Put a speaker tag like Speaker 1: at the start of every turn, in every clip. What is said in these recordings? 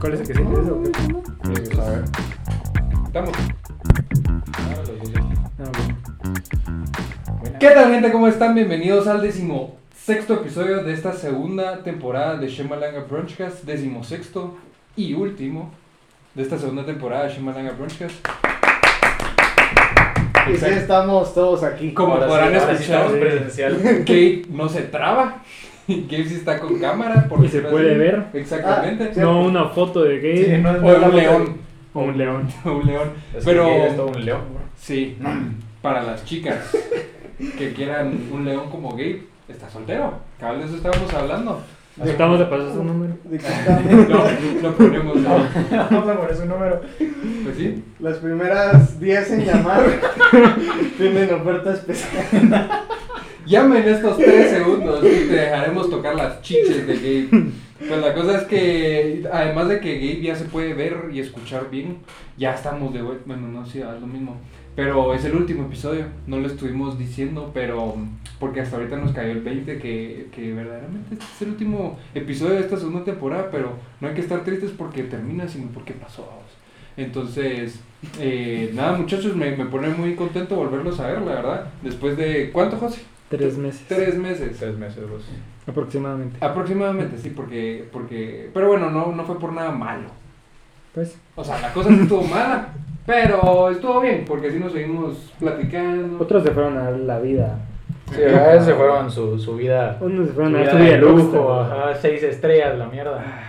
Speaker 1: ¿Cuál es el que sigue? ¿Eso o qué?
Speaker 2: A ver. Estamos. Ahora los dos ya.
Speaker 1: No, Ah, bueno.
Speaker 2: ¿Qué tal gente? ¿Cómo están? Bienvenidos al décimo sexto episodio de esta segunda temporada de Shemalanga Brunchcast, décimo sexto y último de esta segunda temporada de Shemalanga Brunchcast.
Speaker 3: Y sí estamos todos aquí.
Speaker 2: Como
Speaker 4: Ahora
Speaker 2: podrán
Speaker 4: sí, ahora sí
Speaker 2: escuchar,
Speaker 4: estamos presencial.
Speaker 2: Gabe no se traba, Gabe sí está con cámara. Por
Speaker 1: Y se
Speaker 2: decirlo
Speaker 1: puede
Speaker 2: así.
Speaker 1: ver.
Speaker 2: Exactamente.
Speaker 3: Sí.
Speaker 1: No una foto de gay
Speaker 3: Sí, no es-
Speaker 2: O un
Speaker 3: hablamos de-
Speaker 2: león,
Speaker 1: o un león.
Speaker 2: o un león.
Speaker 4: Es
Speaker 2: Pero-
Speaker 4: que es todo un león, bro.
Speaker 2: Sí, para las chicas que quieran un león como Gabe, está soltero. Cada vez de eso estábamos hablando.
Speaker 1: Estamos de pasar su número.
Speaker 3: de que estamos-
Speaker 2: No, no ponemos no.
Speaker 4: Vamos a poner su número.
Speaker 2: Pues sí.
Speaker 3: Las primeras 10 en llamar tienen oferta especial.
Speaker 2: Llamen estos tres segundos y te dejaremos tocar las chiches de Gabe. Pues la cosa es que, además de que Gabe ya se puede ver y escuchar bien, ya estamos de vuelta. Bueno, no, sí, es lo mismo. Pero es el último episodio, no lo estuvimos diciendo, pero porque hasta ahorita nos cayó el 20, que, que verdaderamente este es el último episodio de esta segunda temporada, pero no hay que estar tristes porque termina, sino porque pasó. vamos. Entonces, eh, nada muchachos, me, me pone muy contento volverlos a ver, la verdad. Después de, ¿cuánto, José?
Speaker 1: Tres meses.
Speaker 2: Tres meses.
Speaker 4: Tres meses, vos.
Speaker 1: Aproximadamente.
Speaker 2: Aproximadamente, sí, porque, porque... Pero bueno, no, no fue por nada malo.
Speaker 1: Pues.
Speaker 2: O sea, la cosa sí estuvo mala, pero estuvo bien, porque así nos seguimos platicando.
Speaker 1: Otros se fueron a la vida.
Speaker 4: Sí, a veces se fueron su, su vida.
Speaker 1: Unos se
Speaker 4: Su
Speaker 1: fueron a
Speaker 4: vida
Speaker 1: su vida
Speaker 4: de lujo,
Speaker 1: rockstar.
Speaker 4: ajá, seis estrellas, la mierda.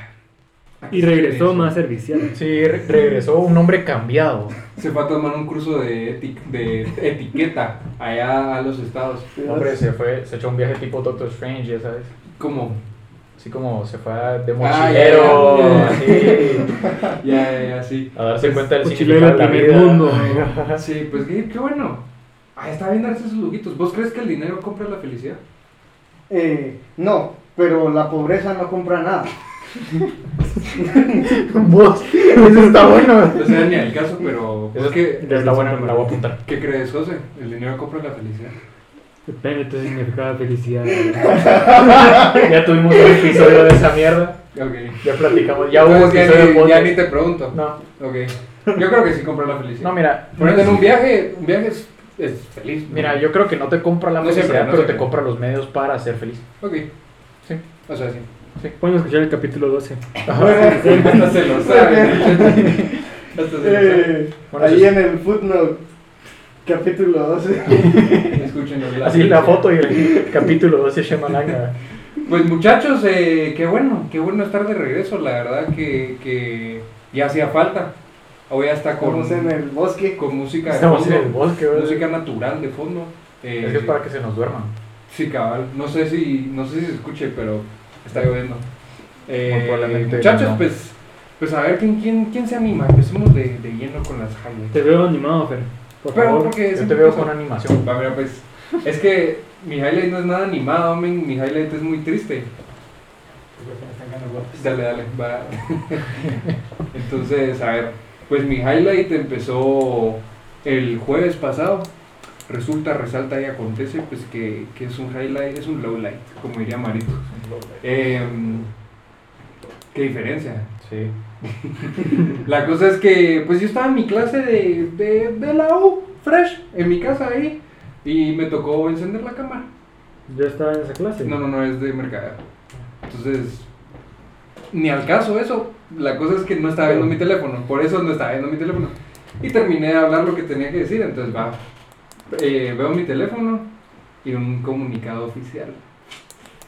Speaker 1: Y regresó más servicial.
Speaker 4: Sí, re- regresó un hombre cambiado.
Speaker 2: Se fue a tomar un curso de, eti- de etiqueta allá a los estados.
Speaker 4: Hombre, se fue, se echó un viaje tipo Doctor Strange, ya sabes.
Speaker 2: Como...
Speaker 4: Así como se fue a- de
Speaker 2: Ah,
Speaker 4: mochilero,
Speaker 2: ya, Pues,
Speaker 4: así,
Speaker 2: Ya, ya, ya, sí.
Speaker 4: a darse cuenta del
Speaker 1: Mochilero
Speaker 4: significado
Speaker 1: del
Speaker 4: de la
Speaker 1: primer
Speaker 4: vida.
Speaker 1: mundo.
Speaker 2: Sí, pues qué, qué bueno. Ah, está bien darse sus luguitos. ¿Vos crees que el dinero compra la felicidad?
Speaker 3: Eh, no, pero la pobreza no compra nada.
Speaker 4: Vos, eso está bueno.
Speaker 2: No sea ni al caso, pero...
Speaker 4: Eso
Speaker 2: Es que,
Speaker 4: está bueno, me la voy a apuntar.
Speaker 2: ¿Qué crees, José? ¿El dinero compra la felicidad?
Speaker 1: Depende de tu significado de felicidad.
Speaker 4: Ya tuvimos un episodio de esa mierda.
Speaker 2: Ok.
Speaker 4: Ya platicamos, ya hubo un
Speaker 2: Entonces, ya,
Speaker 4: episodio de
Speaker 2: ni, ya
Speaker 4: podcast.
Speaker 2: ni te pregunto.
Speaker 4: No,
Speaker 2: Ok. Yo creo que sí compra la felicidad.
Speaker 4: no, mira.
Speaker 2: Ponerte en un viaje, un viaje es, es feliz. ¿no?
Speaker 4: Mira, yo creo que no te compra la
Speaker 2: No
Speaker 4: felicidad,
Speaker 2: siempre, no
Speaker 4: pero
Speaker 2: siempre.
Speaker 4: te compra los medios para ser feliz.
Speaker 2: Ok.
Speaker 4: Sí.
Speaker 2: O sea, sí.
Speaker 1: Pueden escuchar el capítulo 12.
Speaker 2: Hasta se lo sabe. Hasta se lo sabe.
Speaker 3: Eh,
Speaker 4: Bueno,
Speaker 3: ahí
Speaker 4: sí.
Speaker 3: en el footnote, capítulo 12.
Speaker 2: Escúchenlo.
Speaker 4: Así la foto y el capítulo 12 Shemalanga.
Speaker 2: Pues muchachos, eh, qué bueno, qué bueno estar de regreso. La verdad que, que ya hacía falta. Hoy hasta con,
Speaker 3: Estamos en el bosque.
Speaker 2: con música de
Speaker 4: Estamos en
Speaker 2: fondo,
Speaker 4: el bosque, ¿verdad?
Speaker 2: música natural de fondo. Eh,
Speaker 4: Es que es para que se nos duerman.
Speaker 2: Sí, cabal. No sé si, no sé si se escuche, pero está lloviendo. Eh,
Speaker 4: Muy probablemente
Speaker 2: muchachos,
Speaker 4: no.
Speaker 2: pues, pues a ver quién, quién, quién se anima. Empecemos de, de lleno con las highlights.
Speaker 1: Te veo animado, Fer. Por
Speaker 2: Pero
Speaker 1: favor.
Speaker 2: porque
Speaker 4: Yo te
Speaker 2: siempre
Speaker 4: veo
Speaker 2: pasa-
Speaker 4: con animación.
Speaker 2: Va, mira, pues, es que mi highlight no es nada animado, men, mi highlight es muy triste. Dale, dale, va. Entonces, a ver, pues mi highlight empezó el jueves pasado. Resulta, resalta y acontece, pues que, que es un highlight, es un lowlight, como diría Marito. Em, ¿Qué diferencia?
Speaker 4: Sí.
Speaker 2: La cosa es que, pues yo estaba en mi clase de, de, de la U, fresh, en mi casa ahí, y me tocó encender la cámara.
Speaker 1: Yo estaba en esa clase.
Speaker 2: No, no, no, es de mercadeo. Entonces, ni al caso eso. La cosa es que no estaba viendo mi teléfono, por eso no estaba viendo mi teléfono. Y terminé de hablar lo que tenía que decir, entonces va. Eh, veo mi teléfono y un comunicado oficial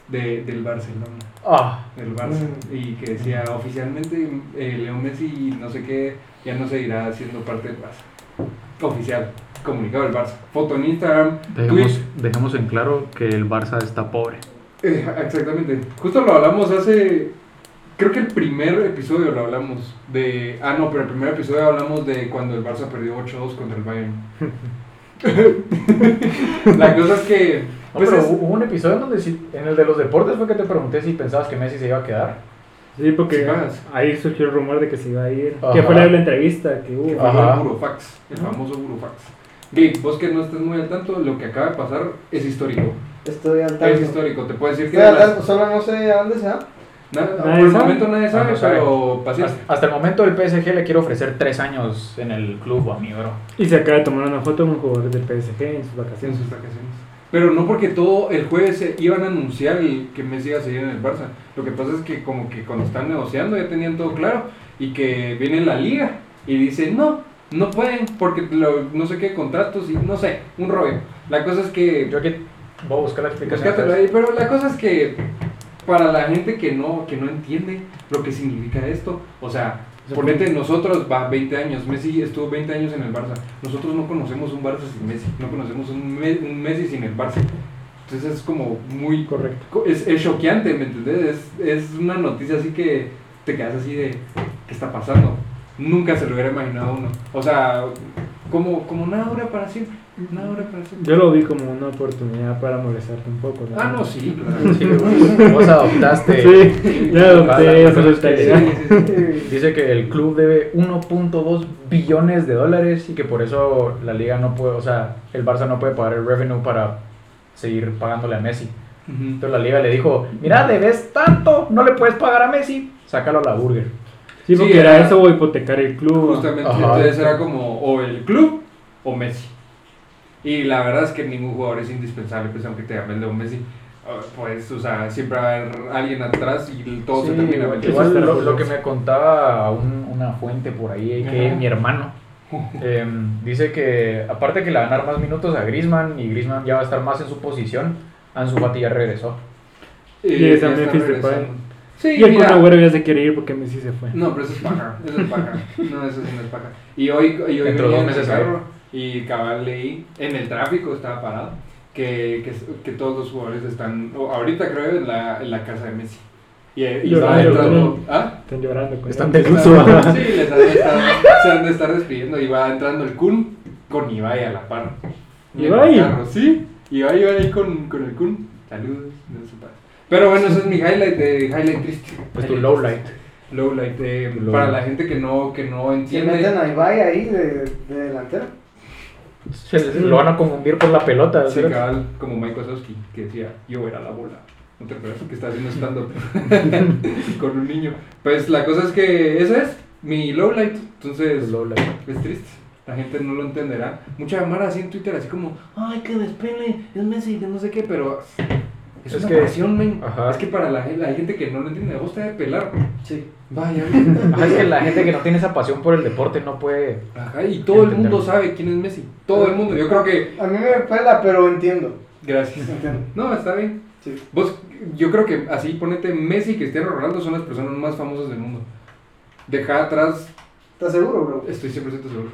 Speaker 2: de, del Barcelona
Speaker 4: Ah,
Speaker 2: del Barça y que decía oficialmente eh, Leo Messi no sé qué ya no seguirá siendo parte del Barça oficial comunicado del Barça foto en Instagram
Speaker 5: Dejemos,
Speaker 2: tweet
Speaker 5: dejemos en claro que el Barça está pobre.
Speaker 2: Eh, exactamente justo lo hablamos hace creo que el primer episodio lo hablamos de ah no pero el primer episodio hablamos de cuando el Barça perdió 8-2 contra el Bayern la cosa es que
Speaker 4: no,
Speaker 2: pues,
Speaker 4: Ah, pero
Speaker 2: es-
Speaker 4: hubo un episodio en donde sí- en el de los deportes fue que te pregunté si pensabas que Messi se iba a quedar.
Speaker 1: Sí, porque ah,
Speaker 2: Sí, vas.
Speaker 1: ahí surgió el rumor de que se iba a ir.
Speaker 4: Ajá.
Speaker 1: Que fue la, la entrevista que hubo.
Speaker 4: Ajá.
Speaker 2: el burofax, el famoso burofax. Gabe, vos que no estás muy al tanto, lo que acaba de pasar es histórico.
Speaker 3: Estoy al
Speaker 2: Es
Speaker 3: tanto.
Speaker 2: histórico, te puedo decir que
Speaker 3: Estoy
Speaker 2: de
Speaker 3: al
Speaker 2: las-
Speaker 3: tanto, solo no sé a dónde se va.
Speaker 2: Na-
Speaker 1: Nadie
Speaker 2: por el
Speaker 1: sabe.
Speaker 2: momento nadie sabe,
Speaker 4: Ah, no sabe.
Speaker 2: pero paciencia.
Speaker 4: Hasta, hasta el momento el PSG le quiere ofrecer tres años en el club a mi bro.
Speaker 1: Y se acaba de tomar una foto con jugadores del PSG en sus
Speaker 2: en
Speaker 1: vacaciones.
Speaker 2: sus vacaciones. Pero no porque todo el jueves se iban a anunciar el que Messi iba a seguir en el Barça. Lo que pasa es que como que cuando están negociando ya tenían todo claro y que viene la liga y dice no, no pueden porque lo- no sé qué contratos y no sé, un rollo. La cosa es que...
Speaker 4: Yo aquí voy a buscar la explicación.
Speaker 2: Búscatelo ahí, pero la cosa es que para la gente que no, que no entiende lo que significa esto, o sea, ponete nosotros, va 20 años, Messi estuvo 20 años en el Barça, nosotros no conocemos un Barça sin Messi, no conocemos un, Me- un Messi sin el Barça. Entonces es como muy...
Speaker 1: Correcto.
Speaker 2: Es, es choqueante, ¿me entendés? Es, es una noticia así que te quedas así de, ¿qué está pasando? Nunca se lo hubiera imaginado uno. O sea, como, como nada dura para siempre, nada dura para siempre.
Speaker 1: Yo lo vi como una oportunidad para molestarte un poco. la
Speaker 2: Ah, no,
Speaker 1: verdad.
Speaker 2: sí, claro.
Speaker 4: Sí, vos- vos adoptaste.
Speaker 1: Sí, ya
Speaker 4: Vale,
Speaker 1: adopté esa
Speaker 4: entonces,
Speaker 1: mentalidad.
Speaker 2: Sí, sí, sí.
Speaker 3: Eh,
Speaker 4: Dice que el club debe 1.2 billones de dólares y que por eso la liga no puede, o sea, el Barça no puede pagar el revenue para seguir pagándole a Messi.
Speaker 2: Ujú.
Speaker 4: Entonces la liga le dijo, mira, debes tanto, no le puedes pagar a Messi, sácalo a la burger.
Speaker 1: Sí, porque
Speaker 2: Sí,
Speaker 1: era
Speaker 2: era-
Speaker 1: eso o hipotecar el club.
Speaker 2: Justamente,
Speaker 4: Ajá.
Speaker 2: entonces era como o el club o Messi. Y la verdad es que ningún jugador es indispensable, pues aunque te llamen un Messi, ah, pues, o sea, siempre va a haber alguien atrás y todo Oh, se
Speaker 4: Sí,
Speaker 2: termina
Speaker 4: igual,
Speaker 2: metiendo.
Speaker 4: igual
Speaker 1: Eso está
Speaker 4: lo,
Speaker 1: curioso.
Speaker 4: lo que me contaba un- una fuente por ahí, que
Speaker 2: Ajá.
Speaker 4: mi hermano, em, dice que aparte que le van a dar más minutos a Griezmann y Griezmann ya va a estar más en su posición, Ansu Fati ya regresó.
Speaker 1: Y esa
Speaker 2: ya está
Speaker 1: Memphis Depay.
Speaker 2: regresando. Sí,
Speaker 1: Y el Kun
Speaker 2: mira,
Speaker 1: Agüero ya se quiere ir porque Messi se fue.
Speaker 2: No, pero eso es paja, eso es paja. No, eso sí no es paja. Y hoy, y hoy
Speaker 4: Dentro
Speaker 2: venía
Speaker 4: de dos
Speaker 2: en el
Speaker 4: meses,
Speaker 2: carro y cabal leí, en el tráfico estaba parado, que, que, que todos los jugadores están, o ahorita creo, en la, en la casa de Messi. Y, eh, y estaba
Speaker 1: Llorando,
Speaker 2: entrando...
Speaker 1: llorando.
Speaker 2: ¿Ah?
Speaker 1: Están llorando con
Speaker 4: Están
Speaker 1: él.
Speaker 4: de
Speaker 2: Sí,
Speaker 4: luto.
Speaker 2: les han de estar- se han de estar despidiendo y va entrando el Kun con Ibai a la par. Y en el
Speaker 1: ¿Ibai?
Speaker 2: carro, Sí, Ibai va ahí con, con el Kun. Saludos. no sé, pa. Pero bueno, ese es mi highlight de highlight triste.
Speaker 4: Pues tu low light.
Speaker 2: Low light eh,
Speaker 4: Tu low
Speaker 2: para
Speaker 4: light.
Speaker 2: la gente que no, que no
Speaker 3: Si meten
Speaker 2: entiende.
Speaker 3: a Ibai ahí de, de delantero.
Speaker 4: Se- se- Lo van a confundir por la pelota.
Speaker 2: Sí,
Speaker 4: ¿verdad?
Speaker 2: cabal, como Mike Wazowski, que decía, yo era la bola. No te acuerdas que está haciendo stand-up con un niño. Pues la cosa es que ese es mi low light. Entonces,
Speaker 4: El low light.
Speaker 2: Es triste. La gente no lo entenderá. Mucha cámara así en Twitter, así como, ay, que despele, es Messi, que no sé qué, pero es,
Speaker 4: Es
Speaker 2: una
Speaker 4: que-
Speaker 2: pasión, men.
Speaker 4: Ajá.
Speaker 2: Es que para la, gen- la gente que no lo entiende, vos te de pelar.
Speaker 3: Sí.
Speaker 2: Vaya.
Speaker 4: Ajá, es que la gente que no tiene esa pasión por el deporte no puede.
Speaker 2: Ajá, y todo el
Speaker 4: Entender.
Speaker 2: mundo sabe quién es Messi. Todo el mundo. Yo creo que.
Speaker 3: A mí me pela, pero entiendo.
Speaker 2: Gracias.
Speaker 3: Entiendo.
Speaker 2: No, está bien.
Speaker 3: Sí.
Speaker 2: Vos, yo creo que así ponete Messi y Cristiano Ronaldo son las personas más famosas del mundo. Deja atrás,
Speaker 3: ¿Estás seguro, bro?
Speaker 2: estoy 100% seguro.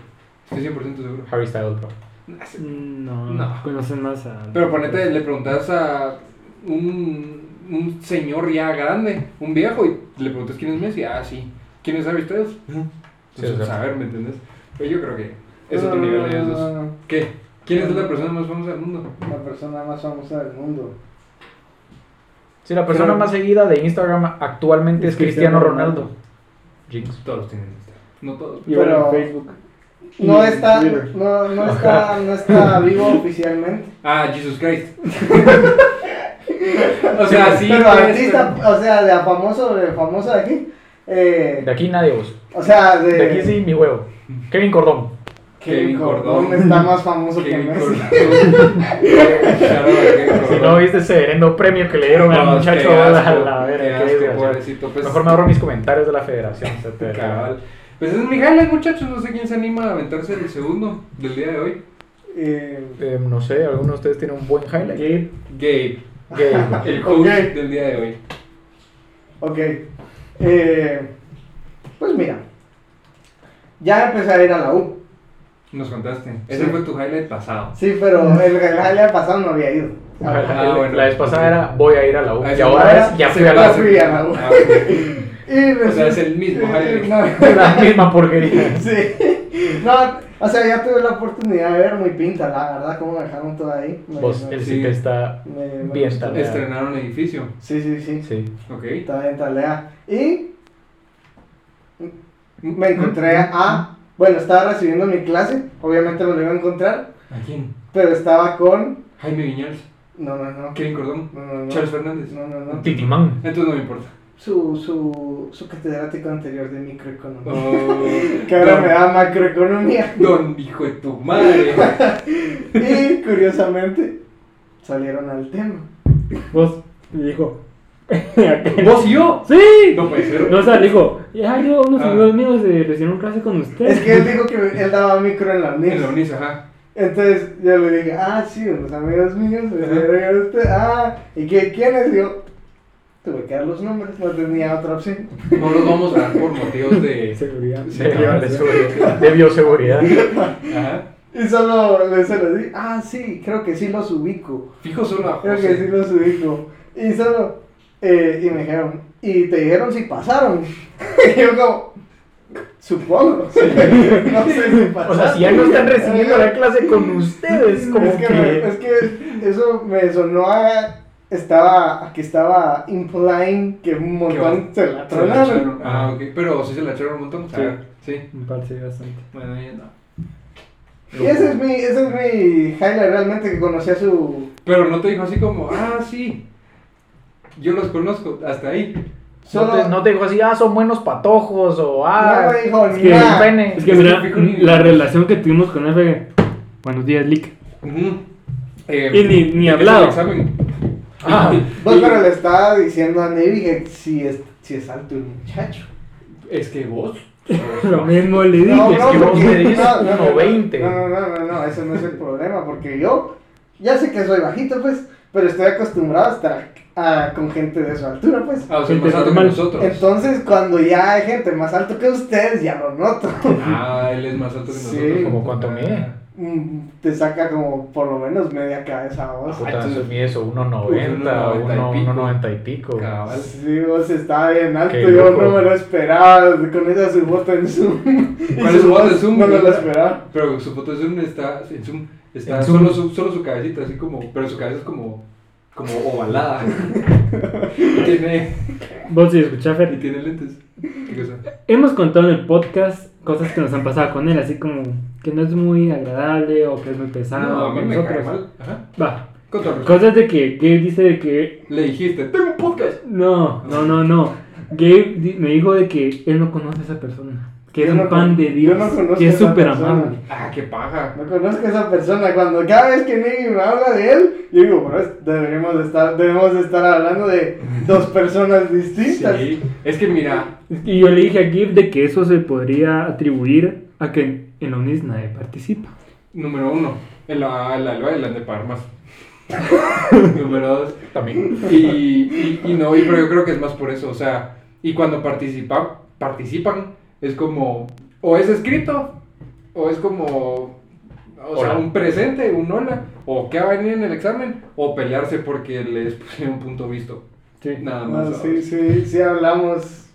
Speaker 2: Estoy 100% seguro.
Speaker 4: Harry Styles, bro.
Speaker 1: No,
Speaker 2: No.
Speaker 1: conocen más a.
Speaker 2: Pero ponete, le preguntas a un, un señor ya grande, un viejo, y le preguntas quién es Messi. Ah, sí. ¿Quién es Harry Styles? Entonces,
Speaker 4: Sí, o sea.
Speaker 2: a ver, ¿me entiendes? Pues yo creo que es otro nivel de ellos dos.
Speaker 3: Ah,
Speaker 2: ¿Qué? ¿Quién es la persona más famosa del mundo?
Speaker 3: La persona más famosa del mundo.
Speaker 4: Sí, la persona
Speaker 1: Pero-
Speaker 4: más seguida de Instagram actualmente es,
Speaker 1: Es
Speaker 4: Cristiano,
Speaker 1: Cristiano
Speaker 4: Ronaldo. Jinx.
Speaker 2: Todos tienen Instagram. No todos.
Speaker 1: Y ahora en
Speaker 3: Pero-
Speaker 1: Facebook.
Speaker 3: No
Speaker 1: Y
Speaker 3: está,
Speaker 1: Twitter.
Speaker 3: no, no está, no está vivo oficialmente.
Speaker 2: Ah, Jesus Christ. o sea, sí.
Speaker 3: pero
Speaker 2: pues,
Speaker 3: artista, o sea, de a famoso, de famoso de aquí. eh,
Speaker 4: De aquí nadie vos.
Speaker 3: o sea, de,
Speaker 4: De aquí sí, mi huevo. Kevin Cordón.
Speaker 2: Kevin
Speaker 3: Kevin
Speaker 2: Cordón.
Speaker 3: Cordón está más famoso que
Speaker 2: Kevin
Speaker 3: Messi.
Speaker 2: Cordón. Claro, Kevin
Speaker 4: Si
Speaker 2: Cordón.
Speaker 4: no viste ese reverendo premio que le dieron al
Speaker 2: No,
Speaker 4: muchacho,
Speaker 2: qué
Speaker 4: a la,
Speaker 2: asco,
Speaker 4: la verga,
Speaker 2: qué
Speaker 4: qué
Speaker 2: asco,
Speaker 4: desgraciado.
Speaker 2: pobrecito, pues-
Speaker 4: Mejor me ahorro mis comentarios de la federación. se te-
Speaker 2: Cabal. Pues es mi highlight, muchachos. No sé quién se anima a aventarse el segundo del día de hoy.
Speaker 3: Eh,
Speaker 4: Eh, no sé, ¿alguno de ustedes tiene un buen highlight?
Speaker 1: Gabe,
Speaker 2: Gabe,
Speaker 4: Gabe.
Speaker 2: el coach
Speaker 3: Ok.
Speaker 2: del día de hoy.
Speaker 3: ok. Eh, pues mira, ya empecé a ir a la U.
Speaker 2: Nos contaste. Ese
Speaker 3: Sí.
Speaker 2: fue tu highlight pasado.
Speaker 3: Sí, pero el regalo del pasado no había ido.
Speaker 2: Ah, bueno.
Speaker 4: La vez pasada era voy a ir a la U.
Speaker 2: Ah,
Speaker 4: Y
Speaker 2: sí,
Speaker 4: ahora
Speaker 3: ahora
Speaker 4: es ya
Speaker 3: se
Speaker 4: fui a
Speaker 3: va
Speaker 4: la
Speaker 3: a
Speaker 4: U.
Speaker 3: fui a la U.
Speaker 2: Ah, ok.
Speaker 3: Y
Speaker 2: o sea,
Speaker 3: resulta-
Speaker 2: es el mismo highlight.
Speaker 3: No,
Speaker 4: La misma porquería.
Speaker 3: sí. No, o sea, ya tuve la oportunidad de ver muy pinta, la verdad, cómo me dejaron todo ahí. Me-
Speaker 4: Vos,
Speaker 3: me-
Speaker 4: el
Speaker 2: Sí.
Speaker 4: sí te está.
Speaker 3: me- me
Speaker 4: bien,
Speaker 3: gustó.
Speaker 4: tal vez.
Speaker 2: Estrenaron edificio.
Speaker 3: Sí, sí, sí.
Speaker 4: Sí.
Speaker 2: Ok.
Speaker 3: Está bien, talea. Y me encontré a. Bueno, estaba recibiendo mi clase, obviamente me lo iba a encontrar,
Speaker 2: ¿A quién?
Speaker 3: pero estaba con.
Speaker 2: Jaime Viñals.
Speaker 3: No, no, no.
Speaker 2: Kevin Cordón.
Speaker 3: No, no, no.
Speaker 2: Charles Fernández.
Speaker 3: No, no, no.
Speaker 4: Titimán.
Speaker 2: Entonces no me importa.
Speaker 3: su, su, su catedrático anterior de microeconomía.
Speaker 2: Oh,
Speaker 3: Que ahora
Speaker 2: don-
Speaker 3: me da macroeconomía.
Speaker 2: Don hijo de tu madre.
Speaker 3: Y curiosamente salieron al tema.
Speaker 1: Vos, y dijo.
Speaker 2: ¿Vos y yo?
Speaker 1: ¡Sí!
Speaker 2: No puede ser.
Speaker 1: No, o sea, le dijo, ya yo, unos
Speaker 2: Ah.
Speaker 1: amigos míos eh, recibieron clase con usted.
Speaker 3: Es que él dijo que él daba micro en la
Speaker 2: En la
Speaker 3: UNIS.
Speaker 2: UNIS, ajá.
Speaker 3: Entonces yo le dije, ah, sí, unos amigos míos, me
Speaker 2: Ajá.
Speaker 3: dieron este, ah, ¿y qué, quiénes? Y Yo tuve que dar los nombres, no tenía otra opción.
Speaker 2: No los vamos a dar por motivos de.
Speaker 1: Seguridad.
Speaker 2: Sí,
Speaker 4: De,
Speaker 2: cabal,
Speaker 4: bio- de seguridad- de bioseguridad.
Speaker 2: Ajá.
Speaker 3: Y solo le se lo di, ah, sí, creo que sí los ubico,
Speaker 2: Fijo solo a
Speaker 3: creo que sí
Speaker 2: José.
Speaker 3: los ubico. Y solo, eh, y me dijeron, y te dijeron si pasaron. y yo como, supongo, no sé si pasaron.
Speaker 4: O sea, si ya no están recibiendo la clase con ustedes, como
Speaker 3: es que,
Speaker 4: que...
Speaker 3: me- es que eso me sonó a estaba a que estaba implying que un montón se la
Speaker 2: Se la
Speaker 3: tronaron.
Speaker 2: echaron. Ah, ok. Pero sí se la echaron un montón.
Speaker 1: Sí.
Speaker 2: Ah, Sí.
Speaker 1: Me parece bastante.
Speaker 2: Bueno, ya no.
Speaker 3: Y ese es mi ese es mi highlight realmente que conocí a su
Speaker 2: Pero no te dijo así como, ah, sí. Yo los conozco, hasta ahí.
Speaker 4: No,
Speaker 3: solo
Speaker 4: te, no te dijo así, ah, son buenos patojos, o ah,
Speaker 3: no me dijo
Speaker 4: es
Speaker 3: ni
Speaker 4: que el
Speaker 3: nada.
Speaker 4: pene.
Speaker 1: Es que mira, la relación que tuvimos con él fue. Buenos días, Lick.
Speaker 2: Ujú. Eh,
Speaker 1: Y ni- ni
Speaker 2: ¿qué
Speaker 1: hablado.
Speaker 2: es el examen?
Speaker 4: Ah,
Speaker 3: Vos Pues, pero le estaba diciendo a Nevi que si es si es alto el muchacho.
Speaker 2: Es que vos.
Speaker 1: Lo mismo le dije.
Speaker 3: No,
Speaker 4: es
Speaker 3: no,
Speaker 4: que vos
Speaker 3: porque-
Speaker 4: me dices
Speaker 3: no, no, no,
Speaker 4: 1.20.
Speaker 3: No, no, no, no, no, eso no es el problema, porque yo ya sé que soy bajito, pues, pero estoy acostumbrado a estar ah, con gente de su altura, pues.
Speaker 2: Ah, o sea,
Speaker 1: Gente
Speaker 2: más alto que
Speaker 1: normal.
Speaker 2: nosotros.
Speaker 3: Entonces, cuando ya hay gente más alto que ustedes, ya lo noto.
Speaker 2: Ah, él es más alto que
Speaker 3: Sí.
Speaker 2: nosotros.
Speaker 4: ¿Cómo cuánto mide?
Speaker 3: Mm, Te saca como por lo menos media cabeza vos.
Speaker 4: Puta, eso mide eso,
Speaker 2: 1.90
Speaker 4: 1.90,
Speaker 2: y
Speaker 4: uno-
Speaker 2: pico.
Speaker 4: 1.90 y pico.
Speaker 2: Cabal.
Speaker 3: Sí, vos está bien alto,
Speaker 4: Qué
Speaker 3: yo
Speaker 4: loco.
Speaker 3: no me lo esperaba con esa su foto en Zoom.
Speaker 2: ¿Cuál
Speaker 3: Y
Speaker 2: es su foto en
Speaker 3: voz,
Speaker 2: Zoom?
Speaker 3: No me lo esperaba.
Speaker 2: Pero su foto de Zoom está. En Zoom está
Speaker 1: En Zoom.
Speaker 2: solo, su, solo su cabecita, así como. Pero su cabeza es como. Como ovalada. y, tiene,
Speaker 1: Vos si escuchás,
Speaker 2: y
Speaker 1: Fer.
Speaker 2: tiene lentes. ¿Qué cosa?
Speaker 1: Hemos contado en el podcast cosas que nos han pasado con él, así como que no es muy agradable o que es muy pesado.
Speaker 2: no, a mí
Speaker 1: con
Speaker 2: me cae
Speaker 1: nosotros.
Speaker 2: mal. Ajá.
Speaker 1: Va.
Speaker 2: Con todo respeto.
Speaker 1: Cosas de que Gabe dice de que.
Speaker 2: Le dijiste, tengo un podcast.
Speaker 1: No, no, no, no. Gabe di- me dijo de que él no conoce a esa persona. Que es
Speaker 3: Yo
Speaker 1: un
Speaker 3: no con-
Speaker 1: pan de
Speaker 3: yo
Speaker 1: Dios.
Speaker 3: no conozco
Speaker 1: que
Speaker 3: a
Speaker 1: es
Speaker 3: esa
Speaker 1: súper
Speaker 3: persona.
Speaker 1: amable.
Speaker 2: Ah, qué paja.
Speaker 3: No conozco a esa persona. Cuando cada vez que Nicky me habla de él, yo digo, bro, es- deberíamos de estar, debemos de estar hablando de dos personas distintas.
Speaker 2: Sí. Es que mira,
Speaker 1: Y yo le dije a Gabe de que eso se podría atribuir a que en la UNIS nadie participa.
Speaker 2: número uno, en la, en la del baile de Parmas. número dos.
Speaker 4: También.
Speaker 2: Y, y, y no, y- pero yo creo que es más por eso, o sea, y cuando participa, participan, es como, o es escrito, o es como, o sea,
Speaker 4: Hola.
Speaker 2: un presente, un hola, o qué va a venir en el examen, o pelearse porque les pusieron un punto visto.
Speaker 1: Sí.
Speaker 2: Nada
Speaker 3: No,
Speaker 2: más.
Speaker 3: Ah, sí, sí, sí hablamos.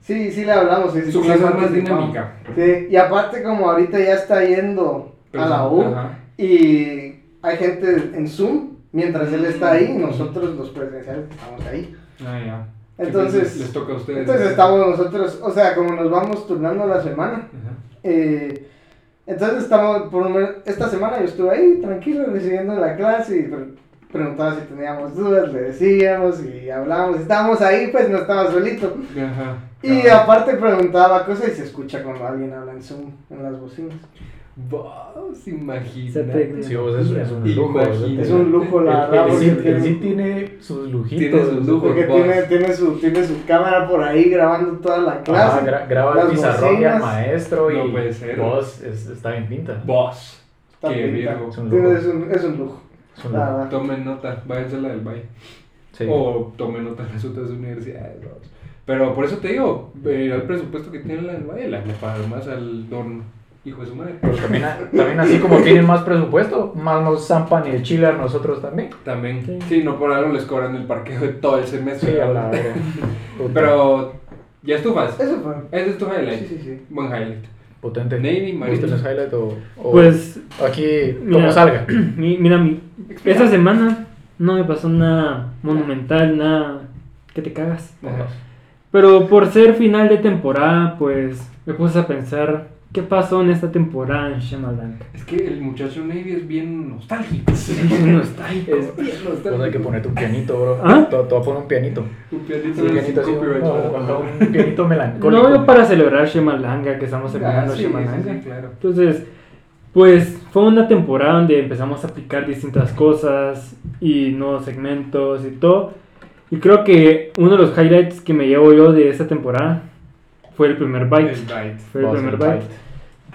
Speaker 3: Sí, sí le hablamos. Sí, sí,
Speaker 2: Su
Speaker 3: sí
Speaker 2: clase es más
Speaker 3: participamos.
Speaker 2: dinámica.
Speaker 3: Sí, y aparte como ahorita ya está yendo
Speaker 2: Pero-
Speaker 3: a la U
Speaker 2: ajá.
Speaker 3: y hay gente en Zoom mientras él está ahí,
Speaker 2: Mm.
Speaker 3: nosotros los presenciales estamos ahí.
Speaker 2: Ah, ya.
Speaker 3: Entonces-
Speaker 2: Sí, les toca a ustedes.
Speaker 3: Entonces estamos nosotros, o sea, como nos vamos turnando la semana.
Speaker 2: Ajá.
Speaker 3: eh, entonces estamos, por lo menos, esta semana yo estuve ahí tranquilo recibiendo la clase y pre- preguntaba si teníamos dudas, le decíamos y hablábamos. Estábamos ahí, pues no estaba solito.
Speaker 2: Ajá.
Speaker 3: Y aparte preguntaba cosas y se escucha cuando alguien habla en Zoom, en las bocinas.
Speaker 2: Vos
Speaker 1: Esa
Speaker 2: imagina.
Speaker 1: técnica.
Speaker 4: Sí, vos, es, es un lujo.
Speaker 2: Imagínate.
Speaker 4: vos,
Speaker 3: Es un lujo, la
Speaker 2: El-
Speaker 3: verdad. porque
Speaker 4: El sí,
Speaker 3: tiene-
Speaker 4: el sí tiene sus lujitos.
Speaker 2: Tiene sus lujos.
Speaker 3: Porque
Speaker 2: Vos.
Speaker 3: tiene, tiene, su, tiene su cámara por ahí grabando toda la
Speaker 4: Ah,
Speaker 3: clase.
Speaker 4: gra- graba
Speaker 3: las
Speaker 4: el pizarrón y al
Speaker 3: bocinas.
Speaker 4: maestro y
Speaker 2: No puede ser.
Speaker 4: vos es- está bien pinta.
Speaker 2: Vos.
Speaker 3: Está
Speaker 2: Qué
Speaker 3: pinta.
Speaker 2: virgo.
Speaker 4: Es un
Speaker 3: Tiene-
Speaker 4: lujo.
Speaker 3: Es, un, es un lujo,
Speaker 4: Es un
Speaker 3: la
Speaker 4: lujo.
Speaker 3: verdad.
Speaker 2: Tomen nota, váyanse a la del Valle.
Speaker 4: Sí.
Speaker 2: O tomen nota en las otras universidades. vamos. Pero por eso te digo, eh, el presupuesto que tiene la del Valle, la le pagan más al don hijo de su madre.
Speaker 4: Pero Pues también, a- también así como tienen más presupuesto, más nos zampan el chile a nosotros también.
Speaker 2: También, sí.
Speaker 1: Sí.
Speaker 2: no por algo les cobran el parqueo de todo el semestre.
Speaker 4: Sí, a la
Speaker 2: vamos.
Speaker 4: verga. Puta,
Speaker 2: Pero ya estufas.
Speaker 3: Eso fue.
Speaker 2: Ese es tu highlight.
Speaker 3: Sí, sí, sí.
Speaker 2: Buen highlight.
Speaker 4: potente.
Speaker 2: Navy,
Speaker 4: ¿Vos
Speaker 2: Marine.
Speaker 4: tenés highlight o, o
Speaker 1: Pues,
Speaker 4: aquí como
Speaker 1: mira.
Speaker 4: salga?
Speaker 1: mi- mira, mi, esta semana no me pasó nada monumental, nada que te cagas.
Speaker 2: Ajá.
Speaker 1: Pero por ser final de temporada, pues me puse a pensar qué pasó en esta temporada en Shemalank.
Speaker 2: Es que el muchacho Navy es bien nostálgico.
Speaker 1: Es-
Speaker 2: bien
Speaker 4: Vos Pues hay que poner tu pianito, bro.
Speaker 1: ¿Ah?
Speaker 4: Te, te voy a poner un pianito.
Speaker 2: Un pianito,
Speaker 4: Un
Speaker 2: sin
Speaker 4: pianito así.
Speaker 2: copyright,
Speaker 4: como-
Speaker 2: ¿verdad?
Speaker 4: como Un pianito melancólico.
Speaker 1: No, yo para celebrar Shemalanga, que estamos
Speaker 2: Ah,
Speaker 1: celebrando
Speaker 2: sí, sí,
Speaker 1: Shemalanga.
Speaker 2: sí, claro.
Speaker 1: Entonces, pues fue una temporada donde empezamos a aplicar distintas cosas y nuevos segmentos y todo. Y creo que uno de los highlights que me llevo yo de esta temporada fue el primer bite.
Speaker 2: El bite.
Speaker 1: Fue el
Speaker 4: Vos,
Speaker 1: primer
Speaker 4: el
Speaker 1: bite.
Speaker 4: bite.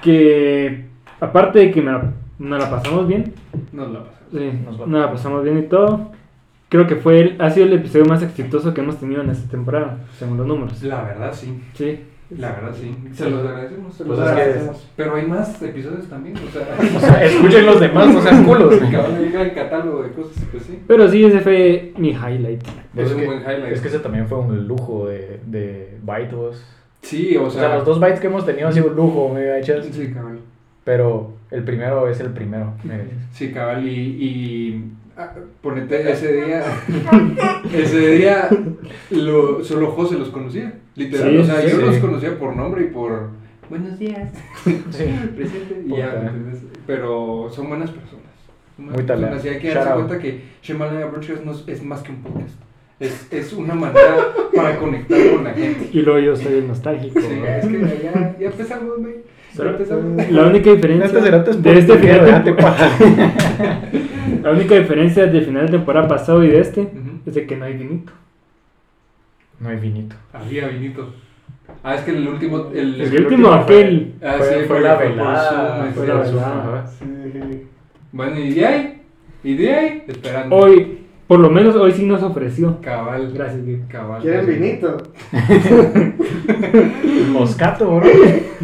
Speaker 1: Que aparte de que me la- nos la pasamos bien,
Speaker 2: Nos la pasamos.
Speaker 1: sí,
Speaker 4: Nos la
Speaker 1: nos la pasamos bien y todo, creo que fue el- ha sido el episodio más exitoso que hemos tenido en esta temporada, según los números.
Speaker 2: La verdad, sí.
Speaker 1: Sí.
Speaker 2: La verdad, sí. Se los agradecemos. se
Speaker 4: Pues
Speaker 2: los
Speaker 4: es que-
Speaker 2: agradecemos. Pero hay más episodios también. O sea,
Speaker 4: O sea, escuchen los demás, no sean culos.
Speaker 2: Cabrón, hay un gran catálogo de cosas, pues sí.
Speaker 1: Pero sí, ese fue mi highlight.
Speaker 2: Es
Speaker 4: Vos
Speaker 2: un
Speaker 4: que-
Speaker 2: buen highlight.
Speaker 4: Es que ese también fue un lujo de, de bite, vos.
Speaker 2: Sí, o
Speaker 4: O sea,
Speaker 2: sea.
Speaker 4: los dos bites que hemos tenido han sido un lujo, me echas.
Speaker 2: Sí, cabrón.
Speaker 4: Pero el primero es el primero. me echas.
Speaker 2: Sí, cabal, y, y ah, ponete ese día, ese día lo, solo José los conocía, literal,
Speaker 1: Sí,
Speaker 2: o sea,
Speaker 4: sí,
Speaker 2: yo
Speaker 4: sí.
Speaker 2: los conocía por nombre y por buenos días,
Speaker 4: Sí.
Speaker 2: presente, y ya,
Speaker 4: Puta.
Speaker 2: ¿me entiendes? pero son buenas personas, son buenas
Speaker 4: Muy talea.
Speaker 2: personas, y hay que
Speaker 4: Shout
Speaker 2: darse
Speaker 4: out.
Speaker 2: cuenta que Shemalaya Broadcast no es, es más que un podcast, es, es una manera para conectar con la gente.
Speaker 1: Y luego yo soy el nostálgico.
Speaker 2: Sí, es que ya, ya empezamos, güey, ya
Speaker 1: Pero-
Speaker 2: empezamos.
Speaker 1: La única diferencia
Speaker 4: Este cerote es
Speaker 1: de este
Speaker 4: portugués,
Speaker 1: final de
Speaker 4: ¿verdad? Te
Speaker 1: temporada-
Speaker 4: pasa.
Speaker 1: la única diferencia del final de temporada pasado y de este
Speaker 2: Ujú.
Speaker 1: es de que no hay vinito.
Speaker 4: No hay vinito.
Speaker 2: Había vinito. Ah, es que el último. El,
Speaker 1: El último aquel
Speaker 2: Ah,
Speaker 4: fue,
Speaker 2: sí,
Speaker 4: fue la
Speaker 2: por
Speaker 4: velada.
Speaker 2: Zoom,
Speaker 1: fue
Speaker 2: sí,
Speaker 1: la
Speaker 2: por Zoom,
Speaker 1: velada.
Speaker 2: ajá.
Speaker 3: Sí.
Speaker 2: Bueno, y de ahí. Y de ahí. Esperando.
Speaker 1: hoy, por lo menos hoy sí nos ofreció.
Speaker 2: Cabal.
Speaker 1: Gracias, Diego.
Speaker 2: Cabal.
Speaker 3: ¿Quieren vinito?
Speaker 4: El moscato, bro.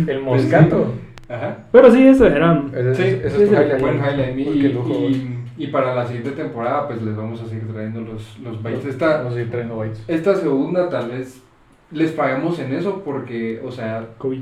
Speaker 4: El moscato.
Speaker 2: Ajá.
Speaker 1: Pero sí, eso era. um,
Speaker 4: Ese,
Speaker 2: Sí,
Speaker 4: ese es
Speaker 1: ese
Speaker 4: tu
Speaker 1: es el
Speaker 4: highlight.
Speaker 2: Buen highlight.
Speaker 4: Uy,
Speaker 2: Y,
Speaker 4: qué lujo, bro.
Speaker 2: y, y para la siguiente temporada, pues les vamos a seguir trayendo los, los bites. Esta,
Speaker 4: Vamos a ir trayendo bites.
Speaker 2: esta segunda, tal vez les pagamos en eso, porque, o sea.
Speaker 1: COVID.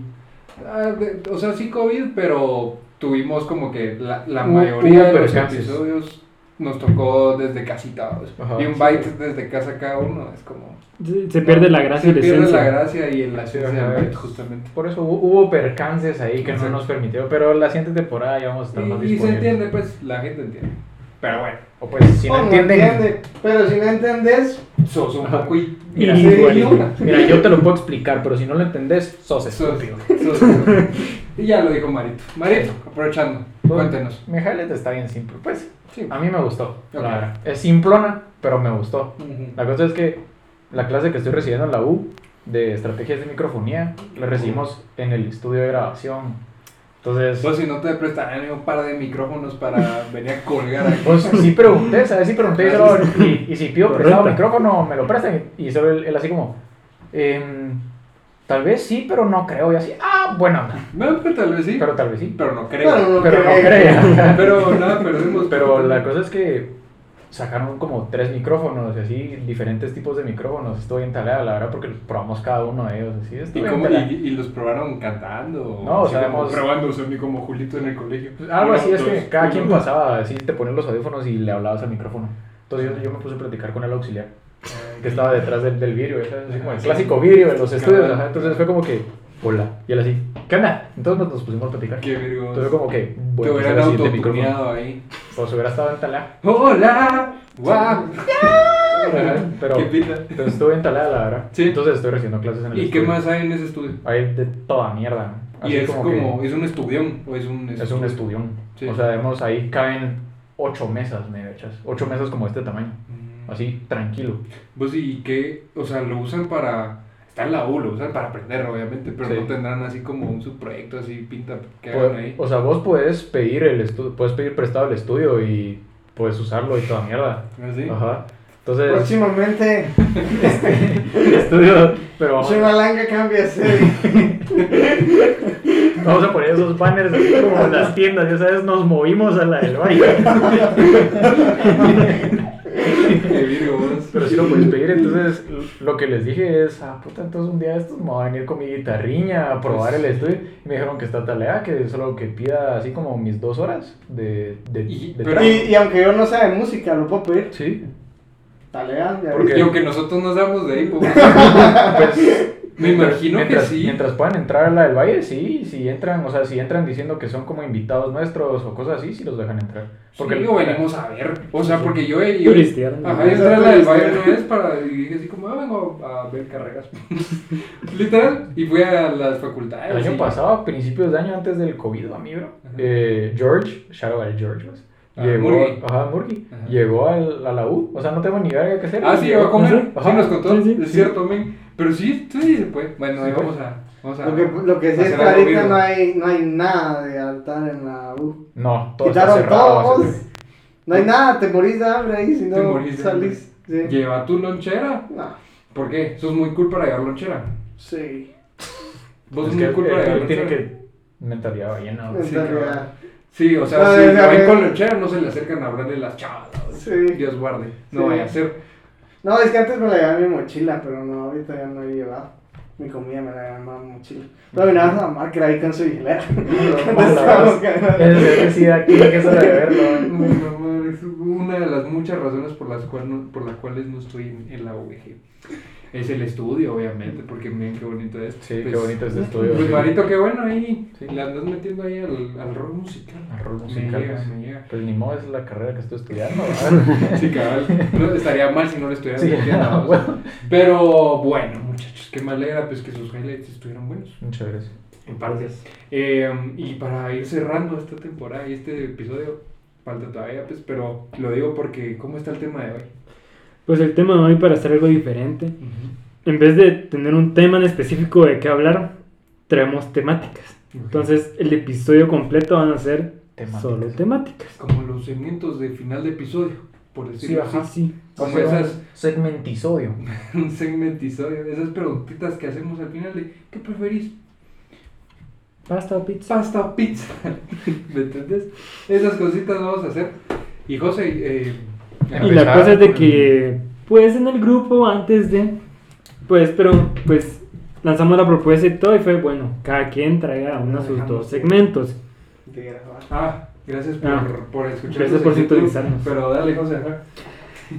Speaker 2: ah, de- o sea, sí, COVID, pero tuvimos como que la, la
Speaker 4: Hubo-
Speaker 2: mayoría
Speaker 4: hubo
Speaker 2: de los
Speaker 4: percances.
Speaker 2: episodios nos tocó desde casita. pues.
Speaker 4: Ajá,
Speaker 2: y un
Speaker 4: sí,
Speaker 2: bite desde casa cada uno es como.
Speaker 1: Se, se pierde la gracia y
Speaker 2: Se
Speaker 1: la
Speaker 2: pierde
Speaker 1: esencia.
Speaker 2: la gracia y la esencia
Speaker 4: Ajá,
Speaker 2: del bite,
Speaker 4: es-
Speaker 2: justamente.
Speaker 4: Por eso hubo, hubo percances ahí que no
Speaker 2: Exacto.
Speaker 4: nos permitió, pero la siguiente temporada ya vamos a estar más
Speaker 2: Y, y se
Speaker 4: disponibles.
Speaker 2: entiende, pues, la gente entiende. Pero bueno,
Speaker 4: O pues, si
Speaker 3: Oh,
Speaker 4: no
Speaker 3: no
Speaker 4: entienden,
Speaker 3: entiende. Pero si no entendés,
Speaker 2: sos un
Speaker 4: Ajá.
Speaker 2: poco y.
Speaker 4: Mira,
Speaker 1: Y-
Speaker 4: sí,
Speaker 1: y-
Speaker 4: bueno, mira, yo te lo puedo explicar, pero si no lo entendés, sos
Speaker 2: Sos-
Speaker 4: estúpido.
Speaker 2: sos- y ya lo dijo Marito. Marito, aprovechando, cuéntenos.
Speaker 4: Pues, Mi highlight está bien simple. Pues,
Speaker 2: Sí.
Speaker 4: a mí me gustó. la
Speaker 2: Ok.
Speaker 4: verdad. Es simplona, pero me gustó.
Speaker 2: Ujú.
Speaker 4: La cosa es que la clase que estoy recibiendo en la U de estrategias de microfonía la recibimos en el estudio de grabación. Entonces,
Speaker 2: Vos, si no te prestarán ni un par de micrófonos para venir a colgar aquí.
Speaker 4: pues sí pregunté, ¿sabes? Sí pregunté y, se lo- y, y si pido prestado
Speaker 1: Correcto.
Speaker 4: micrófono, me lo prestan. Y solo él, él así como, em, tal vez sí, pero no creo. Y así, ah, bueno,
Speaker 2: Bueno, pues, tal vez sí, pero,
Speaker 4: pero tal vez sí.
Speaker 2: no
Speaker 3: Pero
Speaker 2: creo.
Speaker 3: no.
Speaker 4: Pero no
Speaker 3: creo.
Speaker 4: creo.
Speaker 2: Pero nada, perdemos.
Speaker 4: Pero la cosa es que sacaron como tres micrófonos, y así, diferentes tipos de micrófonos. Estoy en tarea, la verdad, porque probamos cada uno de ellos. Así, estuvo
Speaker 2: ¿Y,
Speaker 4: bien
Speaker 2: cómo-
Speaker 4: tarea.
Speaker 2: y- y los probaron cantando?
Speaker 4: No, o
Speaker 2: Así
Speaker 4: sea,
Speaker 2: como
Speaker 4: hemos- Pues,
Speaker 2: probando sonido como Julito en el colegio.
Speaker 4: Algo
Speaker 2: Uno,
Speaker 4: así es
Speaker 2: dos,
Speaker 4: que cada
Speaker 2: uno.
Speaker 4: quien pasaba, así te ponían los audífonos y le hablabas al micrófono. Entonces yo, yo me puse a platicar con el auxiliar que estaba detrás del, del vidrio, ¿sabes? Así como el clásico vidrio de los estudios. ajá. Entonces fue como que, hola. Y él así, ¿qué onda? Entonces nos, nos pusimos a platicar.
Speaker 2: Qué vergüenza.
Speaker 4: Entonces fue como que,
Speaker 2: Te
Speaker 4: bueno, pues,
Speaker 2: hubieran
Speaker 4: el siguiente micrófono.
Speaker 2: autotuneado ahí.
Speaker 4: Pues hubiera estado en talá.
Speaker 2: ¡Hola! ¡Wow!
Speaker 4: ajá, Pero,
Speaker 2: ¡Qué pinta!
Speaker 4: pero estuve en talá, la verdad.
Speaker 2: Sí.
Speaker 4: Entonces estoy recibiendo clases en el
Speaker 2: ¿Y qué
Speaker 4: estudio.
Speaker 2: más hay en ese estudio?
Speaker 4: Hay de toda mierda. ¿no?
Speaker 2: y
Speaker 4: Así
Speaker 2: es como,
Speaker 4: que
Speaker 2: ¿es un estudión o es un
Speaker 4: es un estudión.
Speaker 2: Sí.
Speaker 4: O sea, vemos ahí caben ocho mesas, me echas. Ocho mesas como este tamaño.
Speaker 2: Mm.
Speaker 4: Así, tranquilo.
Speaker 2: Pues, ¿y qué? O sea, lo usan para... Está en la U, lo usan para aprender, obviamente, pero
Speaker 4: Sí.
Speaker 2: no tendrán así como un subproyecto así, pinta, que
Speaker 4: Pu-
Speaker 2: hagan ahí.
Speaker 4: o sea, vos puedes pedir el estudio, puedes pedir prestado el estudio y puedes usarlo y toda mierda.
Speaker 2: ¿Así?
Speaker 4: Ajá.
Speaker 2: Pues
Speaker 4: Entonces,
Speaker 3: próximamente
Speaker 4: el estudio, pero vamos,
Speaker 3: Chimalanga cambia de sede.
Speaker 4: vamos a poner esos banners así como en las tiendas, ya sabes, nos movimos a la del valle.
Speaker 2: Qué virgo, vos.
Speaker 4: Pero sí lo puedes pedir, entonces lo que les dije es, ah, puta, entonces un día de estos me voy a venir con mi guitarriña a probar el
Speaker 2: Pues
Speaker 4: estudio. Y me dijeron que está talea, que solo que pida así como mis dos horas de... de,
Speaker 2: Y-
Speaker 4: de
Speaker 2: pero-
Speaker 4: track.
Speaker 3: Y, y aunque yo no sea de música, lo puedo pedir.
Speaker 4: Sí.
Speaker 3: Está legal, ya
Speaker 4: Porque-
Speaker 3: viste.
Speaker 2: Y aunque nosotros no seamos de ahí, pues,
Speaker 4: Pues,
Speaker 2: me imagino que
Speaker 4: mientras,
Speaker 2: sí.
Speaker 4: Mientras puedan entrar a la del Valle, sí, si entran, o sea, si entran diciendo que son como invitados nuestros o cosas así, sí los dejan entrar.
Speaker 2: Porque
Speaker 4: Porque
Speaker 2: digo, venimos a ver. O sea, porque yo. yo
Speaker 1: Turistear. ¿no?
Speaker 2: Ajá, yo entré a la del Bayern una vez para. Y dije así, como, ah, vengo a ver carreras. Literal. Y fui a las facultades.
Speaker 4: El año
Speaker 2: y-
Speaker 4: pasado, a principios de año, antes del COVID, a mí, bro,
Speaker 2: Ajá.
Speaker 4: eh, George, shout out al George, pues,
Speaker 2: Ah,
Speaker 4: llegó,
Speaker 2: Murgui.
Speaker 4: ajá, Murgui,
Speaker 2: Ajá.
Speaker 4: llegó al- a la U, o sea, no tengo ni verga que hacer.
Speaker 2: Ah, sí, llegó a comer.
Speaker 4: Ajá.
Speaker 2: Sí, nos contó.
Speaker 1: Sí, sí,
Speaker 2: es
Speaker 1: sí.
Speaker 2: cierto, men. Pero sí, sí se puede. Bueno, ahí
Speaker 4: Sí, pues.
Speaker 2: vamos a. Vamos a
Speaker 3: Lo que, lo que sí
Speaker 2: hacer
Speaker 3: es que
Speaker 2: algo
Speaker 3: ahorita
Speaker 2: vivo.
Speaker 3: no hay, no hay nada de altar en la U.
Speaker 4: No, todo está
Speaker 3: Quitaron
Speaker 4: cerrado.
Speaker 3: todos.
Speaker 4: así que-
Speaker 3: No hay nada, te morís de hambre ahí
Speaker 2: Te
Speaker 3: si no
Speaker 2: morís de
Speaker 3: salís. Sí.
Speaker 2: Lleva tu lonchera.
Speaker 3: No,
Speaker 2: ¿Por qué? Sos muy cool para llevar lonchera.
Speaker 3: sí.
Speaker 2: Vos
Speaker 4: es
Speaker 2: sos muy
Speaker 4: que
Speaker 2: cool para
Speaker 4: él-
Speaker 2: llevar
Speaker 4: él tiene
Speaker 2: lonchera.
Speaker 4: que mentalidad ballena. bro.
Speaker 3: En
Speaker 2: Ah, Sí,
Speaker 3: realidad.
Speaker 2: Sí, o sea,
Speaker 3: Ah,
Speaker 2: si
Speaker 3: es
Speaker 2: lo
Speaker 3: la
Speaker 2: ven
Speaker 3: vez.
Speaker 2: con lonchera, no se le acercan a hablarle las chavas. ¿no?
Speaker 3: Sí.
Speaker 2: Dios guarde. No
Speaker 3: Sí.
Speaker 2: vaya a ser.
Speaker 3: No, es que antes me la llevaba en mi mochila, pero no, ahorita ya no he llevado. Mi comida me la llevaba en mi mochila. Pero venía a mamar que era ahí con su hilera.
Speaker 4: Mala
Speaker 3: Entonces,
Speaker 4: vez. Es de sí, aquí, que eso de verlo.
Speaker 2: Mi mamá es una de las muchas razones por las, cual no- por las cuales no estoy en, en la UG. Es el estudio, obviamente, porque miren qué bonito es.
Speaker 4: Sí,
Speaker 2: Pues,
Speaker 4: qué bonito este estudio.
Speaker 2: Pues
Speaker 4: sí.
Speaker 2: Marito, qué bueno ahí.
Speaker 4: Sí.
Speaker 2: Le andas metiendo ahí al, al rock musical.
Speaker 4: Al
Speaker 2: Me
Speaker 4: rock Ah, musical,
Speaker 2: llega,
Speaker 4: pues.
Speaker 2: me llega.
Speaker 4: Pues ni modo, esa es la carrera que estoy estudiando. ¿verdad?
Speaker 2: Sí, cabal. No, estaría mal si no lo estuvieras
Speaker 4: Sí,
Speaker 2: metiendo,
Speaker 4: ah,
Speaker 2: ¿no?
Speaker 4: bueno.
Speaker 2: Pero bueno, muchachos, qué me alegra pues, que sus highlights estuvieron buenos.
Speaker 4: Muchas gracias.
Speaker 2: En partes. Eh, y para ir cerrando esta temporada y este episodio, falta todavía, pues, pero lo digo porque, ¿cómo está el tema de hoy?
Speaker 1: Pues el tema de hoy para hacer algo diferente. En vez de tener un tema en específico de qué hablar, traemos temáticas. Entonces el episodio completo van a ser
Speaker 4: Temáticas.
Speaker 1: solo temáticas.
Speaker 2: Como los segmentos de final de episodio, por decirlo
Speaker 4: Sí, ajá.
Speaker 2: así.
Speaker 1: Sí.
Speaker 2: Como esas,
Speaker 4: segmentisodio.
Speaker 2: un segmentisodio, esas preguntitas que hacemos al final de, ¿qué preferís?
Speaker 1: Pasta o pizza.
Speaker 2: Pasta o pizza. ¿Me entendés? Esas cositas vamos a hacer. Y José, eh,
Speaker 1: Y la cosa es de que, pues en el grupo antes de, pues, pero, pues, lanzamos la propuesta y todo y fue, bueno, cada quien traiga uno de sus dos segmentos.
Speaker 3: De grabar.
Speaker 2: Ah, gracias por,
Speaker 1: Ah,
Speaker 2: por escucharnos.
Speaker 1: gracias por
Speaker 2: en YouTube,
Speaker 1: sintonizarnos.
Speaker 2: Pero dale, José, ajá.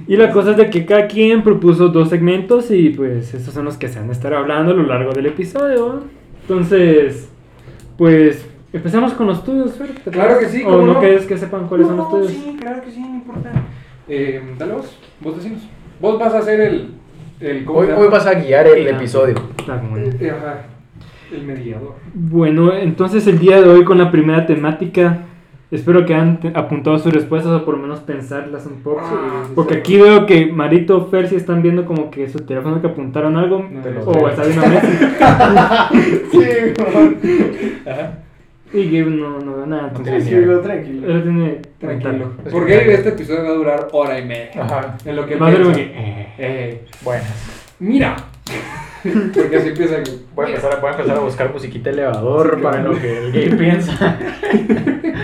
Speaker 1: Y la cosa es de que cada quien propuso dos segmentos y pues estos son los que se han de estar hablando a lo largo del episodio. ¿va? Entonces, pues empezamos con los tuyos, Fer, ¿te
Speaker 2: Claro
Speaker 1: parece?
Speaker 2: que sí,
Speaker 1: O
Speaker 2: ¿cómo
Speaker 1: no,
Speaker 2: no?
Speaker 1: querés que sepan cuáles son
Speaker 2: No,
Speaker 1: los tuyos.
Speaker 2: Sí, claro que sí, no importa. Eh, dale vos, vos decimos. Vos vas a hacer el. el ¿cómo
Speaker 4: Hoy,
Speaker 2: se
Speaker 4: hoy
Speaker 2: llama?
Speaker 4: vas a guiar el
Speaker 1: Sí, no.
Speaker 4: episodio.
Speaker 1: Ah, como no.
Speaker 2: Eh, ajá, el mediador.
Speaker 1: Bueno, entonces el día de hoy con la primera temática, espero que han te- apuntado sus respuestas o por lo menos pensarlas un poco.
Speaker 2: Ah, sí,
Speaker 1: Porque
Speaker 2: sí.
Speaker 1: aquí veo que Marito Fer si están viendo como que su teléfono que apuntaron algo
Speaker 2: No,
Speaker 4: te
Speaker 2: no,
Speaker 4: lo
Speaker 2: no.
Speaker 1: o está viendo a Messi
Speaker 3: Sí, por-
Speaker 1: y Gabe no, no veo nada.
Speaker 4: No
Speaker 1: Entonces,
Speaker 4: tiene
Speaker 3: tranquilo, tranquilo.
Speaker 1: él tiene
Speaker 2: Tranquilo.
Speaker 1: mental.
Speaker 2: Porque este episodio va a durar hora y media.
Speaker 4: Ajá.
Speaker 2: En lo que
Speaker 1: Va a ser
Speaker 2: empieza.
Speaker 1: como que, eh,
Speaker 2: Eh,
Speaker 4: Bueno,
Speaker 2: mira. Porque así empieza.
Speaker 4: voy a empezar a, voy a, empezar a buscar musiquita elevador
Speaker 2: Sí,
Speaker 4: para
Speaker 2: claro.
Speaker 4: lo que el gay piensa.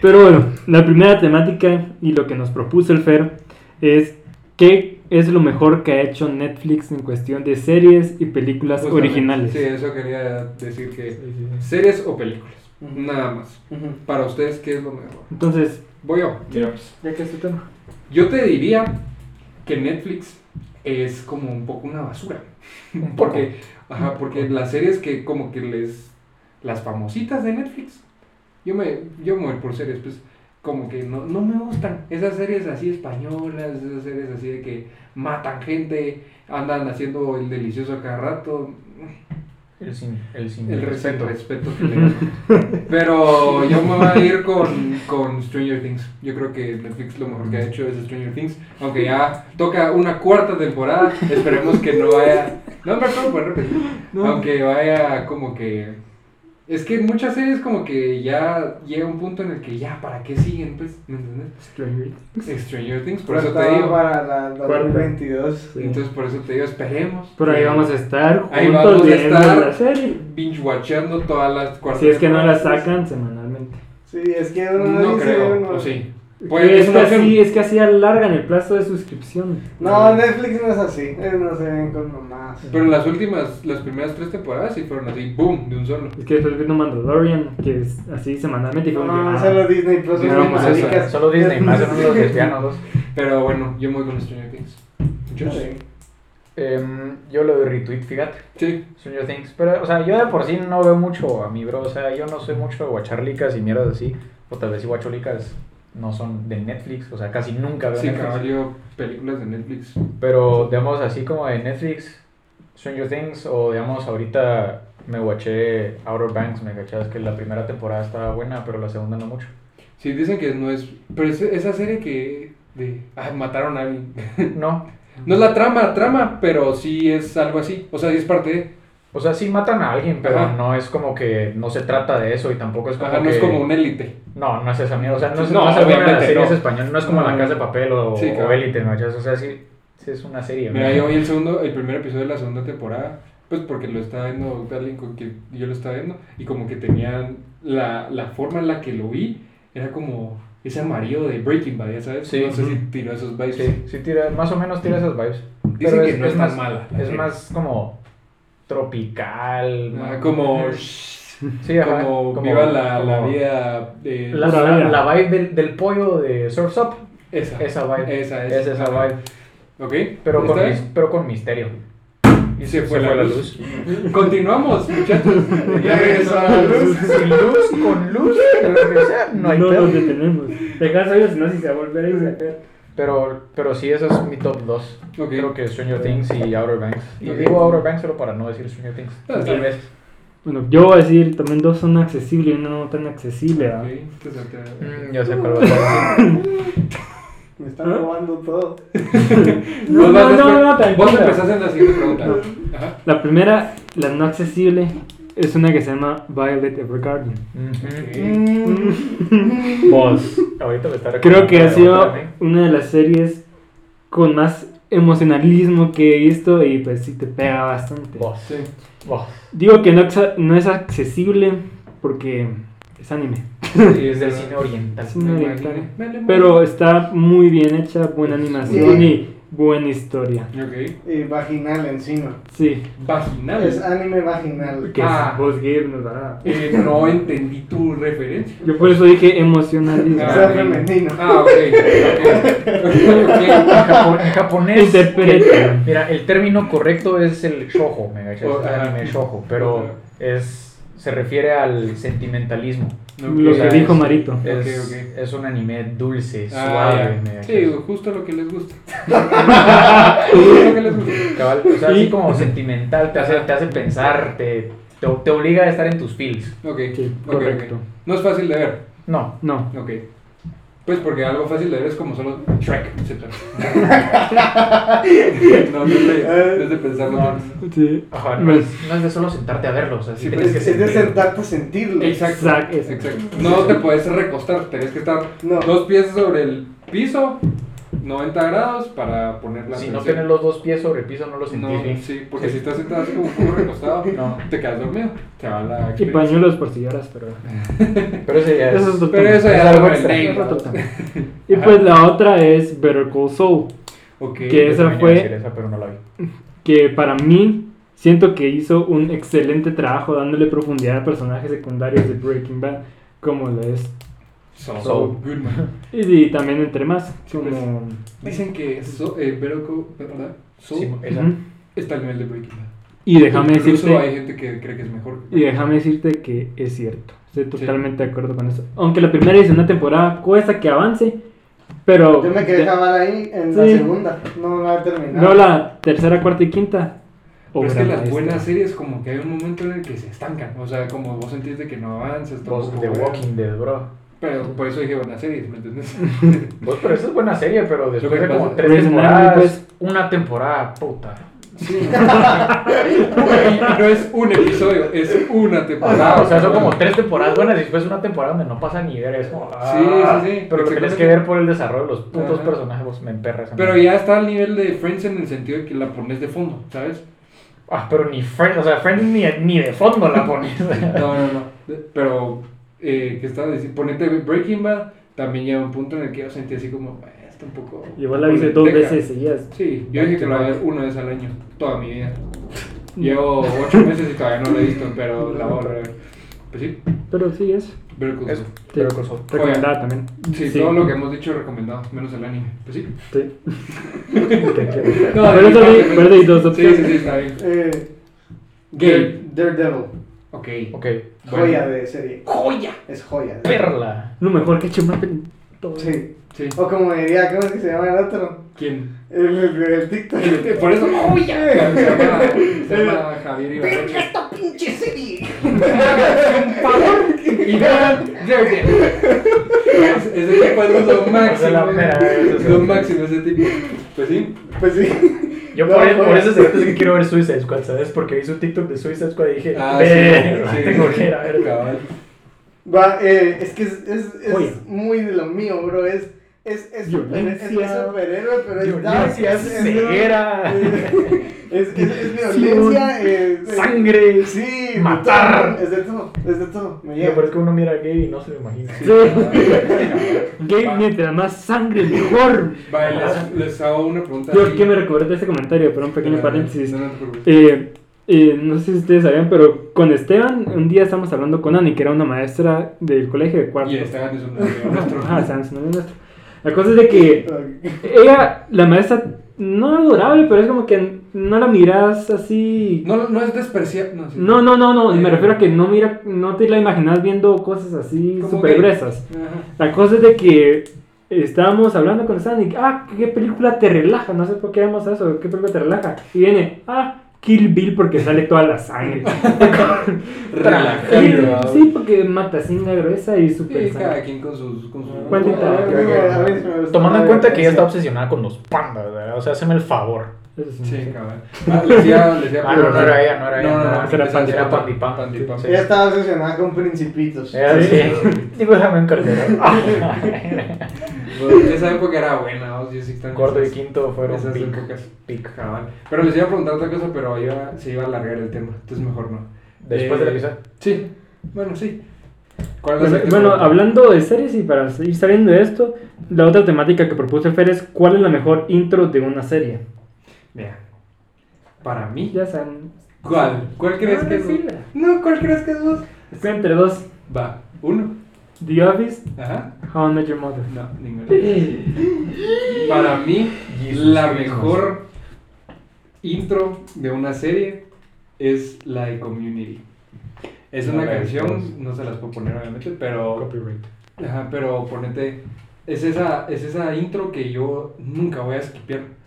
Speaker 1: Pero bueno, la primera temática y lo que nos propuso el Fer es qué es lo mejor que ha hecho Netflix en cuestión de series y películas
Speaker 2: Justamente.
Speaker 1: originales.
Speaker 2: Sí, eso quería decir que.
Speaker 1: Sí, sí, sí.
Speaker 2: Series o películas.
Speaker 3: Ujú.
Speaker 2: Nada más.
Speaker 3: Ujú.
Speaker 2: Para ustedes, ¿qué es lo mejor?
Speaker 1: Entonces,
Speaker 2: Voy yo.
Speaker 1: ya que es tu tema.
Speaker 2: Yo te diría que Netflix es como un poco una basura.
Speaker 4: Un poco.
Speaker 2: Porque, ajá, porque las series que como que les... Las famositas de Netflix. Yo me, yo me voy por series, pues como que no, no me gustan. Esas series así españolas, esas series así de que matan gente, andan haciendo el delicioso a cada rato.
Speaker 4: El sin, el sin
Speaker 2: El respeto, respeto que le dan. Pero yo me voy a ir con, con Stranger Things. Yo creo que Netflix lo mejor que ha hecho es Stranger Things. Aunque ya toca una cuarta temporada, esperemos que no vaya. No, me acuerdo, bueno, pues, Aunque vaya como que. Es que en muchas series, como que ya llega un punto en el que ya, ¿para qué siguen? Pues, ¿me entiendes?
Speaker 1: Stranger
Speaker 2: Stranger Things, por eso te
Speaker 3: Faltaba
Speaker 2: digo.
Speaker 3: Para la 2022.
Speaker 1: pues, Sí.
Speaker 2: Entonces, por eso te digo, esperemos.
Speaker 1: Pero ahí
Speaker 2: que
Speaker 1: vamos a estar juntos
Speaker 2: Ahí vamos a
Speaker 1: viendo
Speaker 2: estar.
Speaker 1: la serie.
Speaker 2: Binge watchando todas las cuartas
Speaker 1: Si es que no la
Speaker 2: temporadas.
Speaker 1: sacan semanalmente.
Speaker 3: Sí, es que uno
Speaker 2: No
Speaker 3: dice
Speaker 2: creo,
Speaker 3: uno-
Speaker 2: o sí. Pues, es
Speaker 1: es, que
Speaker 2: una
Speaker 1: así,
Speaker 2: opción.
Speaker 1: es que así alargan el plazo de suscripción.
Speaker 3: No, Netflix no es así. Ellos no se ven con mamás.
Speaker 2: Pero las últimas, las primeras tres temporadas sí fueron así, boom, de un solo.
Speaker 1: Es que después vino Mandalorian, que es así semanalmente. Y fue como que,
Speaker 3: No,
Speaker 1: ah,
Speaker 3: solo Disney Plus.
Speaker 2: No,
Speaker 3: son
Speaker 2: pues
Speaker 3: maricas.
Speaker 2: eso,
Speaker 4: Solo Disney, más son los lesbianos. dos.
Speaker 2: Pero bueno, yo me voy con Stranger Things. Yo sí.
Speaker 3: Sí.
Speaker 4: Em, yo le doy retweet, fíjate.
Speaker 2: Sí.
Speaker 4: Stranger Things. Pero, o sea, yo de por sí no veo mucho a mi bro. O sea, yo no soy mucho de guachar licas y mierdas así. O tal vez si guacho licas no son de Netflix. O sea, casi nunca veo
Speaker 2: Sí,
Speaker 4: Netflix.
Speaker 2: cabal, yo películas de Netflix.
Speaker 4: Pero, digamos, así como de Netflix, Stranger Things, o digamos, ahorita me guaché Outer Banks. Me cachas que la primera temporada estaba buena, pero la segunda no mucho.
Speaker 2: Sí, dicen que no es. Pero es- esa serie que. De, ah, mataron a alguien.
Speaker 4: No.
Speaker 2: No es la trama, trama, pero sí es algo así. O sea, sí es parte de.
Speaker 4: O sea, sí matan a alguien, pero
Speaker 2: Ajá.
Speaker 4: no es como que no se trata de eso y tampoco es como
Speaker 2: Ajá, no
Speaker 4: que-
Speaker 2: es como una élite.
Speaker 4: No, no es esa mierda. O sea, no es,
Speaker 2: No,
Speaker 4: no, es alguna de las
Speaker 2: obviamente
Speaker 4: series
Speaker 2: no.
Speaker 4: españolas. No es como
Speaker 2: No,
Speaker 4: La
Speaker 2: no.
Speaker 4: Casa de Papel o,
Speaker 2: Sí,
Speaker 4: o
Speaker 2: claro.
Speaker 4: Élite, ¿no? Ya, O sea, sí, sí es una serie.
Speaker 2: Mira,
Speaker 4: ¿no?
Speaker 2: yo vi el segundo, el primer episodio de la segunda temporada, pues porque lo estaba viendo alguien con que yo lo estaba viendo, y como que tenía la, la forma en la que lo vi, era como ese amarillo de Breaking Bad, ya sabes,
Speaker 4: Sí.
Speaker 2: no sé si
Speaker 4: Ujú.
Speaker 2: tiró esos vibes.
Speaker 4: Sí, sí tira, más o menos tira esas vibes.
Speaker 2: Dicen
Speaker 4: Pero
Speaker 2: que no es tan
Speaker 4: más,
Speaker 2: mala. la
Speaker 4: Es
Speaker 2: serie.
Speaker 4: más como tropical.
Speaker 2: Ah,
Speaker 4: más-
Speaker 2: como,
Speaker 4: Sí, ajá,
Speaker 2: como,
Speaker 4: como-
Speaker 2: viva la, la
Speaker 4: como-
Speaker 2: vida de...
Speaker 4: La, la- la vibe del, del pollo de Surf's Up.
Speaker 2: esa.
Speaker 4: Esa vibe.
Speaker 2: Esa,
Speaker 4: es.
Speaker 2: esa.
Speaker 4: esa
Speaker 2: Ajá.
Speaker 4: vibe.
Speaker 2: Ok,
Speaker 4: Pero
Speaker 2: ¿está
Speaker 4: con,
Speaker 2: bien?
Speaker 4: mis- pero con misterio.
Speaker 2: Y se fue la luz. Continuamos, muchachos.
Speaker 3: Ya regresó la luz.
Speaker 4: Sin luz, con luz, pero que sea, no
Speaker 1: no
Speaker 4: hay pedo.
Speaker 1: nos detenemos. Te caso ellos, si no, si se va a volver a ir a ver.
Speaker 4: Pero, pero sí, eso es mi top 2.
Speaker 2: Ok.
Speaker 4: Creo que Stranger Things y Outer Banks. Y
Speaker 2: Ok.
Speaker 4: digo Outer Banks solo para no decir Stranger Things.
Speaker 2: Ah, está
Speaker 4: Mil
Speaker 2: bien.
Speaker 4: veces.
Speaker 1: Bueno, yo voy a decir, también dos son accesibles y uno no tan accesible. ¿ah?
Speaker 2: Ok, te saltea.
Speaker 4: Mm, ya sé
Speaker 2: Uh.
Speaker 4: cuál va a ser.
Speaker 3: Me están robando todo.
Speaker 1: No, no,
Speaker 2: Vos vas
Speaker 1: no,
Speaker 2: después-
Speaker 1: no, tranquilo.
Speaker 2: Vos empezás en la siguiente pregunta. Ajá.
Speaker 1: La primera, la no accesible, es una que se llama Violet Evergarden.
Speaker 4: Ujú.
Speaker 3: Mm.
Speaker 5: Vos.
Speaker 4: Ahorita me está
Speaker 1: Creo que ha sido
Speaker 4: recordando de otra, ¿eh?
Speaker 1: una de las series con más emocionalismo que he visto y pues sí te pega bastante.
Speaker 4: Vos.
Speaker 2: Sí.
Speaker 4: Vos.
Speaker 1: Digo que no, exa- no es accesible porque es anime,
Speaker 2: Sí,
Speaker 4: Es del cine oriental.
Speaker 1: es anime oriental. pero está muy bien hecha, buena animación
Speaker 3: Sí.
Speaker 1: y buena historia.
Speaker 2: Ok.
Speaker 3: Y vaginal encima.
Speaker 1: Sí,
Speaker 3: Es
Speaker 2: Vaginales.
Speaker 3: anime vaginal.
Speaker 1: que
Speaker 2: Ah.
Speaker 1: es Boss Game, nos dará.
Speaker 2: Eh, no entendí tu referencia.
Speaker 1: Ah. Yo por eso dije emocionalismo.
Speaker 3: O sea,
Speaker 2: ok.
Speaker 3: femenino.
Speaker 2: Ah, ok.
Speaker 4: En
Speaker 2: Ok.
Speaker 4: japo- en japonés.
Speaker 1: Interpreta.
Speaker 4: Mira, el término correcto es el shojo, me cachas,
Speaker 2: Oh,
Speaker 4: el
Speaker 2: ajá.
Speaker 4: anime shojo, pero es se refiere al sentimentalismo.
Speaker 1: Lo que
Speaker 4: Ok.
Speaker 1: dijo Marito.
Speaker 4: Es,
Speaker 2: Ok, ok.
Speaker 4: es un anime dulce,
Speaker 2: Ah,
Speaker 4: suave,
Speaker 2: ya.
Speaker 4: me cachas.
Speaker 2: Sí, justo lo que les gusta. Justo lo que les gusta.
Speaker 4: Cabal, o sea, así
Speaker 1: Y-
Speaker 4: como sentimental, te hace, te hace pensar, te, te, te obliga a estar en tus feels.
Speaker 2: Ok,
Speaker 1: Sí,
Speaker 2: ok, ok.
Speaker 1: correcto.
Speaker 2: No es fácil de ver.
Speaker 4: No,
Speaker 1: No.
Speaker 2: Ok. Pues porque algo fácil de ver es como solo Shrek, etc. no, no es de, no es de pensarlo.
Speaker 4: No.
Speaker 1: Sí.
Speaker 4: ajá, no,
Speaker 1: Pues,
Speaker 4: es, no es de solo sentarte a verlo, o sea, sí
Speaker 2: Pues Sí, pues,
Speaker 4: tienes
Speaker 3: Es,
Speaker 4: que
Speaker 3: es de
Speaker 4: sentirlo.
Speaker 3: sentarte a sentirlo.
Speaker 2: Exacto.
Speaker 1: Exacto.
Speaker 2: Exacto. No te puedes recostar, tenés que estar
Speaker 3: No.
Speaker 2: dos pies sobre el piso, 90 grados, para poner la
Speaker 4: Si no
Speaker 2: atención.
Speaker 4: tienes los dos pies sobre el piso, no lo sentís
Speaker 2: No,
Speaker 4: bien.
Speaker 2: sí, porque si estás sentado así como un poco recostado,
Speaker 4: No.
Speaker 2: te quedas dormido. Te va la
Speaker 1: Y
Speaker 2: experiencia.
Speaker 1: pañuelos por si lloras, pero...
Speaker 4: Pero ese ya es...
Speaker 1: Eso es otro
Speaker 2: Pero
Speaker 1: tema.
Speaker 2: eso ya
Speaker 4: Es algo
Speaker 2: lo Ah.
Speaker 4: extra.
Speaker 2: aprendí.
Speaker 1: Es otro tema. Y pues la otra es Better Call Saul,
Speaker 2: Ok.
Speaker 1: ¿Qué?
Speaker 4: Yo
Speaker 1: esa
Speaker 4: también iba a
Speaker 1: fue-
Speaker 4: decir esa, pero no la vi.
Speaker 1: que para mí siento que hizo un excelente trabajo dándole profundidad a personajes secundarios de Breaking Bad, como lo es.
Speaker 2: So,
Speaker 4: So.
Speaker 2: Goodman.
Speaker 1: Y, y también entre más,
Speaker 2: Sí,
Speaker 4: pues,
Speaker 1: como...
Speaker 2: Dicen que so, eh, Veroco, ¿verdad? So,
Speaker 4: Sí, esa.
Speaker 1: Ujú.
Speaker 2: está al nivel de Breaking Bad.
Speaker 1: Y déjame
Speaker 2: Incluso hay
Speaker 1: decirte...
Speaker 2: gente que cree que es mejor.
Speaker 1: Y déjame decirte que es cierto. Estoy totalmente de acuerdo con eso. Aunque la primera y segunda temporada cuesta que avance, pero...
Speaker 3: Yo me quedé
Speaker 1: ya-
Speaker 3: jabar ahí en
Speaker 1: Sí.
Speaker 3: la segunda. No la he terminado.
Speaker 1: No, la tercera, cuarta y quinta.
Speaker 2: Pero
Speaker 1: obra
Speaker 2: es que las
Speaker 1: maestra.
Speaker 2: buenas series como que hay un momento en el que se estancan, o sea, como vos sentís de que no avanzas,
Speaker 4: Vos,
Speaker 2: tampoco veas.
Speaker 4: The Walking Dead, bro.
Speaker 2: Pero por eso dije buenas series, ¿me entendés?
Speaker 4: Vos, Pues, pero esa es buena serie, pero
Speaker 2: Lo
Speaker 4: después
Speaker 2: que
Speaker 4: de como
Speaker 2: pasa-
Speaker 4: tres
Speaker 1: Grey's Anatomy,
Speaker 4: temporadas,
Speaker 1: pues.
Speaker 4: una temporada, puta.
Speaker 2: Sí. Y no es un episodio, es una temporada.
Speaker 4: Ah, o sea, son como tres temporadas buenas y después una temporada donde no pasa ni ver eso.
Speaker 2: sí, sí.
Speaker 4: Pero lo que tienes que ver por el desarrollo de los putos
Speaker 2: Ajá.
Speaker 4: personajes, vos me emperras. a mí.
Speaker 2: Pero ya está al nivel de Friends en el sentido de que la pones de fondo, ¿sabes?
Speaker 4: Ah, pero ni Friends, o sea, Friends ni, ni de fondo la pones.
Speaker 2: No, no, no. Pero, eh, ¿qué estaba diciendo? Ponete Breaking Bad, también llega un punto en el que yo sentí así como, "Eh, está un poco...
Speaker 1: Igual la viste dos
Speaker 2: Teca".
Speaker 1: veces seguidas.
Speaker 2: Sí, yo dije que la voy a ver una vez al año, toda mi vida. Llevo ocho meses y todavía no la he visto, pero la voy a volver a ver. Pues sí,
Speaker 1: Pero sí es.
Speaker 2: ver con
Speaker 4: Eso,
Speaker 1: Sí.
Speaker 4: pero con sol.
Speaker 1: Recomendada también.
Speaker 2: Sí, todo lo que hemos dicho recomendado, menos el anime. Pues sí.
Speaker 1: Sí.
Speaker 4: Te quiero.
Speaker 1: No, pero eso vi- pero hay dos
Speaker 2: Sí,
Speaker 1: opciones.
Speaker 2: sí, sí, está bien.
Speaker 3: Eh,
Speaker 2: Gay.
Speaker 3: Daredevil.
Speaker 2: Ok.
Speaker 4: Ok,
Speaker 2: Bueno.
Speaker 3: Joya de serie.
Speaker 2: ¡Joya!
Speaker 3: Es joya. de-
Speaker 4: perla.
Speaker 1: Lo mejor que he hecho más en todo.
Speaker 3: Sí.
Speaker 2: Sí.
Speaker 3: O como diría, ¿cómo es que se llama el otro?
Speaker 2: ¿Quién?
Speaker 3: El, el, el TikTok.
Speaker 2: Eh, Por eso, ¡joya! Se llama, se llama Javier Ibarroche.
Speaker 3: esta pinche serie!
Speaker 2: Y vean Daredevil. Es- Ese tipo es lo
Speaker 4: Es la
Speaker 2: máximo.
Speaker 4: mera,
Speaker 2: Es
Speaker 4: eso
Speaker 2: lo
Speaker 4: sí.
Speaker 2: máximo ese tipo. Pues sí.
Speaker 3: Pues sí.
Speaker 4: Yo
Speaker 3: No,
Speaker 4: por, el-
Speaker 3: joder.
Speaker 4: por eso es que quiero ver Suicide Squad, ¿sabes? Porque vi su TikTok de Suicide Squad y dije,
Speaker 2: Ah, sí,
Speaker 4: "Verga,
Speaker 2: sí,
Speaker 4: Eh, tengo
Speaker 2: sí.
Speaker 4: que ir a ver.
Speaker 2: Cabal.
Speaker 3: Va, eh, es que es, es, es
Speaker 1: Joya.
Speaker 3: muy de lo mío, bro. Es, es, es, super- es, es
Speaker 1: Violencia.
Speaker 3: superhéroe, pero es
Speaker 4: Violencia,
Speaker 3: dark, es- es-
Speaker 4: ceguera,
Speaker 3: Es, es, es violencia, es, es-
Speaker 4: sangre.
Speaker 3: Sí,
Speaker 4: Matar.
Speaker 3: Es de todo, es de todo. Me
Speaker 4: Yo,
Speaker 3: llega.
Speaker 4: pero es que uno mira gay y no se lo imagina.
Speaker 1: Sí. Game, mientras más sangre, mejor.
Speaker 2: Vale, les, les hago una pregunta.
Speaker 1: Yo
Speaker 2: así.
Speaker 1: que me recordé ese comentario, pero un
Speaker 2: Ah.
Speaker 1: pequeño paréntesis.
Speaker 2: Eh, No, no te preocupes.
Speaker 1: Eh, eh, no sé si ustedes sabían, pero con Esteban un día estábamos hablando con Ani, que era una maestra del colegio de cuarto.
Speaker 2: Y está en su nuestro.
Speaker 1: Ajá, Sam, su novio nuestro. La cosa es de que ella, la maestra, no adorable, pero es como que no la miras así.
Speaker 2: No, no es despreciable. No, sí.
Speaker 1: No, no, no, no. y me refiero a que no mira, no te la imaginas viendo cosas así
Speaker 2: Como
Speaker 1: super
Speaker 2: que-
Speaker 1: gruesas.
Speaker 2: Ajá.
Speaker 1: La cosa es de que estábamos hablando con Stan y, ah, qué película te relaja, no sé por qué vemos eso, qué película te relaja. Y viene, ah, Kill Bill porque sale toda la sangre. Kill-
Speaker 2: Relajando.
Speaker 1: sí, porque mata singa gruesa y super
Speaker 2: Sí, cada quien con sus. Con sus
Speaker 1: Cuenta y tal.
Speaker 4: Tomando en cuenta que ella está obsesionada con los pandas, ¿verdad? O sea, hazme el favor.
Speaker 1: Eso sí.
Speaker 2: Sí, cabrón. Ah, le decía, le decía.
Speaker 4: Ah, no, no era ella, no era ella.
Speaker 2: No, no, no,
Speaker 4: Era
Speaker 2: esa
Speaker 4: Pandi,
Speaker 2: otra,
Speaker 4: era Pandi Pam.
Speaker 2: Pandi Pam.
Speaker 4: Sí.
Speaker 3: Ella estaba obsesionada con principitos.
Speaker 4: Era así. Digo, déjame Ah, encargar.
Speaker 2: Bueno, Pues, Esa época era buena, vos, yo sí estaba en
Speaker 4: Cuarto y
Speaker 2: esas-
Speaker 4: quinto fueron
Speaker 2: esas
Speaker 4: pic.
Speaker 2: épocas. Ah,
Speaker 4: pic.
Speaker 2: Cabal. Pero les iba a preguntar otra cosa, pero iba- se iba a alargar el tema, entonces mejor no.
Speaker 4: Después de la
Speaker 2: Eh,
Speaker 4: pizarra.
Speaker 2: Sí, bueno, sí. ¿Cuál es la
Speaker 1: Bueno,
Speaker 2: siguiente
Speaker 1: bueno,
Speaker 2: pregunta?
Speaker 1: hablando de series y para ir saliendo de esto, la otra temática que propuso Fer es cuál es la mejor intro de una serie.
Speaker 2: Mira, para mí.
Speaker 1: Ya saben.
Speaker 2: ¿Cuál? ¿Cuál crees
Speaker 1: No,
Speaker 2: que es vos?
Speaker 1: decila.
Speaker 2: No, ¿cuál crees que es vos?
Speaker 1: Estoy entre dos,
Speaker 2: Va, uno.
Speaker 1: The Office,
Speaker 2: Ajá.
Speaker 1: How I Met Your Mother.
Speaker 2: No, ninguno. Para mí,
Speaker 4: Jesus
Speaker 2: la
Speaker 4: Christ.
Speaker 2: mejor intro de una serie es la de Community. Es
Speaker 4: No
Speaker 2: una
Speaker 4: la he visto.
Speaker 2: canción, no se las puedo poner obviamente, pero,
Speaker 4: Copyright.
Speaker 2: ajá, pero ponete, es esa, es esa intro que yo nunca voy a skipear.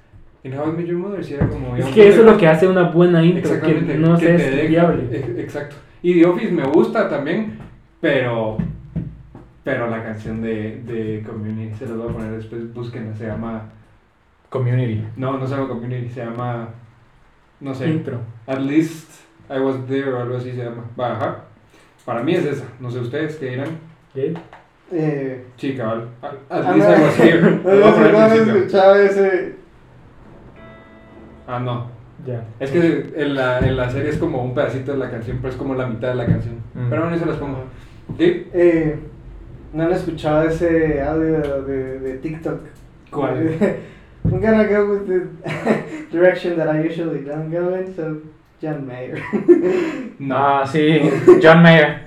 Speaker 2: En How I Met Your Mother sí era como...
Speaker 1: Es que eso es lo que hace una buena intro, que
Speaker 2: Exactamente,
Speaker 1: no
Speaker 2: que
Speaker 1: sea
Speaker 2: te dé-
Speaker 1: estudiable.
Speaker 2: ex- Exacto. Y The Office me gusta también, pero... Pero la canción de, de Community, se las voy a poner después, búsquenla, se llama...
Speaker 4: Community.
Speaker 2: No, no se llama Community, se llama. No sé.
Speaker 1: Intro.
Speaker 2: At least I was there o algo así se llama. Va, ajá. Para mí es esa. No sé ustedes qué dirán.
Speaker 1: ¿ok?
Speaker 3: Eh,
Speaker 2: Sí, cabal. At, at
Speaker 3: ah,
Speaker 2: least I was here.
Speaker 3: no,
Speaker 2: Lo voy a
Speaker 3: no,
Speaker 2: poner
Speaker 3: no
Speaker 2: al
Speaker 3: han
Speaker 2: principio.
Speaker 3: escuchado ese.
Speaker 2: Ah, no.
Speaker 1: Ya.
Speaker 2: Es que en la, en la serie es como un pedacito de la canción, pero es como la mitad de la canción.
Speaker 4: Mm.
Speaker 2: Pero bueno, eso las pongo. ¿Sí?
Speaker 3: Eh, no han escuchado ese audio de, de TikTok.
Speaker 2: ¿Cuál?
Speaker 3: I'm gonna go with the direction that I usually don't go in, so John Mayer.
Speaker 2: No.
Speaker 4: Ah, sí. John Mayer.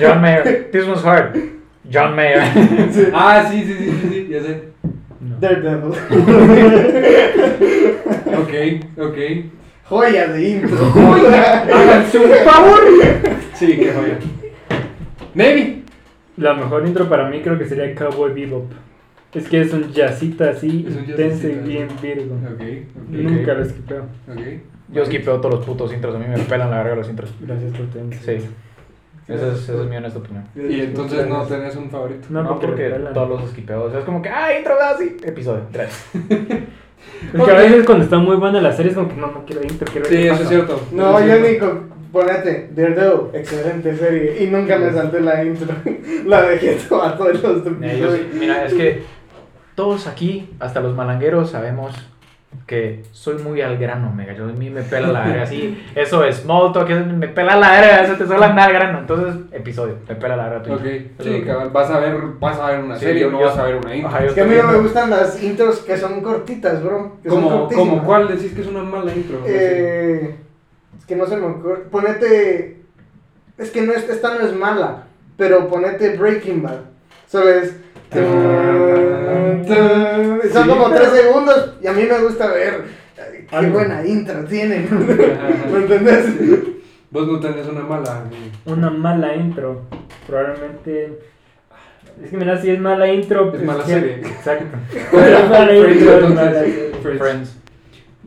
Speaker 4: John Mayer. This one's hard. John Mayer.
Speaker 2: Ah, sí, sí, sí, sí, sí, ya sé.
Speaker 3: Daredevil.
Speaker 2: Ok, ok.
Speaker 3: Joya de intro.
Speaker 2: Háganse un favor. Sí, qué joya. Navy.
Speaker 1: La mejor intro para mí creo que sería Cowboy Bebop. Es que es un jazzita así,
Speaker 2: Es un
Speaker 1: intenso y
Speaker 2: jazzcita,
Speaker 1: bien
Speaker 2: ¿no?
Speaker 1: virgo.
Speaker 2: Ok, ok.
Speaker 1: Nunca lo esquipeo.
Speaker 2: Ok.
Speaker 4: Yo skipeo todos los putos intros. A mí me pelan la verga los intros.
Speaker 1: Gracias por tu intro.
Speaker 4: Sí. Esa es, esa es mi honesta opinión.
Speaker 2: Y entonces no tenés un favorito.
Speaker 1: No,
Speaker 4: No,
Speaker 1: porque,
Speaker 4: porque
Speaker 1: me pelan.
Speaker 4: todos los skipeo. O sea, es como que, ah, intro, ah, sí. Episodio 3.
Speaker 1: Es que a veces cuando está muy buena la serie es como que no, no quiero intro, quiero ver
Speaker 2: Sí,
Speaker 1: qué
Speaker 2: eso
Speaker 1: pasa.
Speaker 2: es cierto.
Speaker 3: No,
Speaker 2: Eso
Speaker 3: yo
Speaker 2: es
Speaker 3: ni
Speaker 2: cierto.
Speaker 3: con... Ponete, Daredevil, excelente serie. Y nunca me salté la intro. La dejé toda todos los
Speaker 4: Mira, yo-
Speaker 3: episodios.
Speaker 4: mira, es que todos aquí, hasta los malangueros, sabemos que soy muy al grano, mega. Yo a mí me pela la verga, así. Eso es small talk, eso me pela la verga, eso te suele andar al grano. Entonces, episodio, me pela la verga. tu
Speaker 2: Ok,
Speaker 4: intro. Eso es
Speaker 2: sí,
Speaker 4: lo que-
Speaker 2: cabal, vas a ver, vas a ver una
Speaker 4: Sí,
Speaker 2: serie
Speaker 4: yo-
Speaker 2: o no
Speaker 4: yo-
Speaker 2: vas a ver una intro.
Speaker 4: Ajá, yo
Speaker 3: Es que a mí no
Speaker 4: estoy-
Speaker 3: me gustan las intros que son cortitas, bro. que son
Speaker 2: Como,
Speaker 3: cortísimas.
Speaker 2: como cuál decís que es una mala intro.
Speaker 3: Eh, es que no se me ocurre. Ponete. Es que no es, esta no es mala, pero ponete Breaking Bad. Solo es.
Speaker 4: Ah,
Speaker 3: tun, tun, y Son
Speaker 2: Sí,
Speaker 3: como
Speaker 2: pero-
Speaker 3: tres segundos y a mí me gusta ver. eh, Qué
Speaker 1: Algo.
Speaker 3: buena intro tienen.
Speaker 2: Ajá.
Speaker 3: ¿Me entendés?
Speaker 2: Vos no tenés una mala. eh,
Speaker 1: Una mala intro. Probablemente. Es que mira, si es mala intro.
Speaker 2: Es
Speaker 1: pues,
Speaker 2: mala
Speaker 1: que-
Speaker 2: serie.
Speaker 1: Exacto. Es mala
Speaker 2: Friends,
Speaker 1: intro, es
Speaker 2: entonces,
Speaker 1: mala serie.
Speaker 2: Friends.
Speaker 4: Friends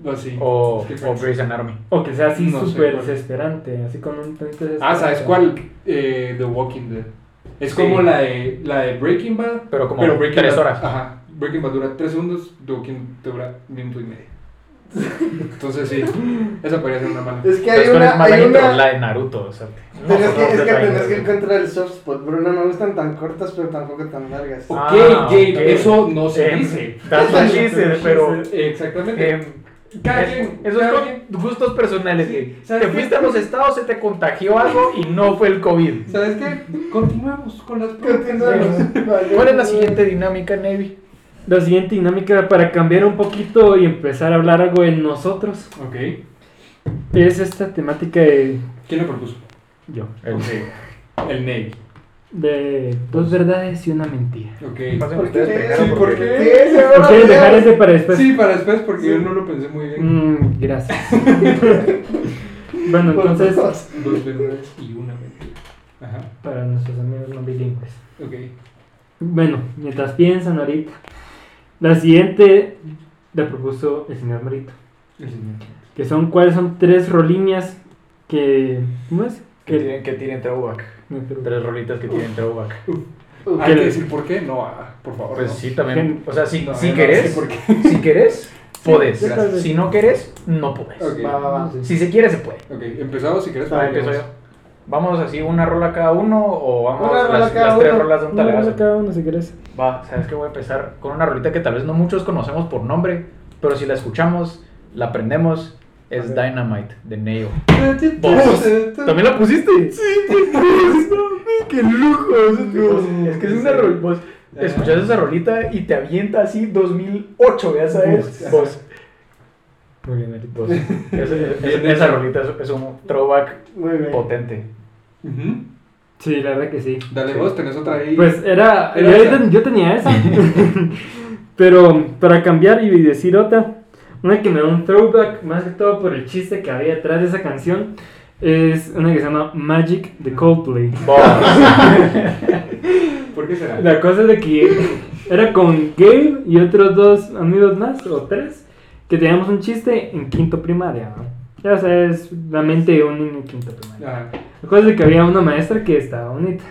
Speaker 2: Pues sí.
Speaker 4: o,
Speaker 2: Es que
Speaker 4: o
Speaker 2: Friends.
Speaker 4: Grey's Anatomy.
Speaker 1: O que sea así
Speaker 2: No sé
Speaker 1: súper
Speaker 2: cuál.
Speaker 1: desesperante. Así con un tonito
Speaker 2: Ah,
Speaker 1: desesperante.
Speaker 2: ¿sabes cuál? Eh, The Walking Dead. Es
Speaker 4: Sí.
Speaker 2: como la de, la de Breaking Bad.
Speaker 4: Pero como
Speaker 2: pero Breaking
Speaker 4: tres
Speaker 2: Bad-
Speaker 4: horas.
Speaker 2: Ajá. Breaking Bad dura 3 segundos, The Walking Dead dura minuto y medio. Entonces sí, esa podría ser una mala.
Speaker 3: Es que hay
Speaker 4: Entonces, ¿cuál es
Speaker 3: una.
Speaker 4: mala
Speaker 3: Hay
Speaker 4: intro?
Speaker 3: una
Speaker 4: La de Naruto, o sea. no,
Speaker 3: pero es que,
Speaker 4: no,
Speaker 3: es que
Speaker 4: no, no,
Speaker 3: tenés
Speaker 4: no.
Speaker 3: que encontrar el soft spot, bro. No me gustan tan cortas, pero tampoco tan largas.
Speaker 2: Ok,
Speaker 4: Ah,
Speaker 2: Gabe,
Speaker 4: ok.
Speaker 2: eso no se
Speaker 4: Em,
Speaker 2: dice.
Speaker 4: that's what she said, pero.
Speaker 2: Exactamente.
Speaker 4: em,
Speaker 2: cada
Speaker 4: es-
Speaker 2: quien,
Speaker 4: esos
Speaker 2: cada
Speaker 4: son
Speaker 2: quien.
Speaker 4: gustos personales.
Speaker 2: Sí,
Speaker 4: que
Speaker 2: ¿sabes
Speaker 4: te
Speaker 2: qué?
Speaker 4: fuiste a los estados, se te contagió algo y no fue el COVID.
Speaker 2: ¿Sabes qué? Continuamos con las
Speaker 3: ¿Qué
Speaker 2: preguntas.
Speaker 4: ¿Cuál es la siguiente dinámica, Navy?
Speaker 1: La siguiente dinámica para cambiar un poquito y empezar a hablar algo de nosotros
Speaker 2: Ok.
Speaker 1: es esta temática de
Speaker 2: ¿Quién lo propuso?
Speaker 1: yo.
Speaker 2: Ok. El Navy.
Speaker 1: De dos verdades y una mentira.
Speaker 2: Ok.
Speaker 4: Pasen ustedes primero,
Speaker 2: Sí,
Speaker 4: porque-
Speaker 2: ¿por qué?
Speaker 3: Sí, seguro,
Speaker 1: ¿Ustedes dejar
Speaker 3: Dios.
Speaker 1: ese para después?
Speaker 2: Sí, para después porque yo no lo pensé muy bien.
Speaker 1: Mm, gracias. bueno,
Speaker 3: Por los
Speaker 1: entonces,
Speaker 3: dos.
Speaker 2: Dos verdades y una mentira. Ajá.
Speaker 1: para nuestros amigos no bilingües.
Speaker 2: Ok.
Speaker 1: Bueno, mientras piensan ahorita, la siguiente la propuso el señor Marito.
Speaker 2: El señor.
Speaker 1: Que son, ¿cuáles son tres rolíneas que... ¿Cómo es?
Speaker 4: Que tienen, que tienen throwback.
Speaker 1: no, pero-
Speaker 4: Tres rolitas que tienen throwback.
Speaker 2: ¿Hay que
Speaker 1: ¿qué?
Speaker 2: decir por qué? No, ah, por favor.
Speaker 4: Pues
Speaker 2: no.
Speaker 4: sí, también. O sea, si,
Speaker 2: No,
Speaker 4: si
Speaker 2: no,
Speaker 4: querés,
Speaker 2: sí, ¿por qué?
Speaker 4: si querés, podés.
Speaker 1: yo tal vez.
Speaker 4: Si no querés, no podés.
Speaker 2: Ok. Ah,
Speaker 3: Va, va, va.
Speaker 4: Si se quiere, se puede.
Speaker 2: Ok, empezamos si querés.
Speaker 4: Va,
Speaker 2: porque
Speaker 4: empiezo yo.
Speaker 2: vamos-
Speaker 4: Vamos así, una rola cada uno o vamos
Speaker 3: Una rola
Speaker 4: las,
Speaker 3: cada
Speaker 4: las tres
Speaker 3: uno.
Speaker 4: rolas de un
Speaker 1: No,
Speaker 4: talegazo.
Speaker 1: no, cada uno si querés.
Speaker 4: Va, sabes que voy a empezar con una rolita que tal vez no muchos conocemos por nombre, pero si la escuchamos, la aprendemos. Es
Speaker 1: Ok.
Speaker 4: Dynamite de Neo. ¿También la pusiste? Sí, qué lujo. pues, Es que es Ah. una rolita. Vos escuchas esa rolita y te avienta así 2008, ya sabes. Vos.
Speaker 1: Muy bien, Marito.
Speaker 4: vos. Es- es- es- esa rolita es, es un throwback
Speaker 3: Muy bien.
Speaker 4: potente.
Speaker 2: Ujú.
Speaker 1: Sí, la verdad que sí.
Speaker 2: Dale vos, tenés otra ahí.
Speaker 1: Pues era.
Speaker 2: Era
Speaker 1: yo,
Speaker 2: esa.
Speaker 1: ten- yo tenía esa. Pero para cambiar y decir otra, una que me da un throwback, más que todo por el chiste que había detrás de esa canción, es una que se llama Magic de Coldplay.
Speaker 4: Vos.
Speaker 2: ¿Por qué será?
Speaker 1: La cosa es de que era con Gabe y otros dos amigos más, o tres, que teníamos un chiste en quinto primaria. ¿no? Ya sabes, la mente de un niño en quinto primaria.
Speaker 2: Ajá.
Speaker 1: La cosa es de que había una maestra que estaba bonita.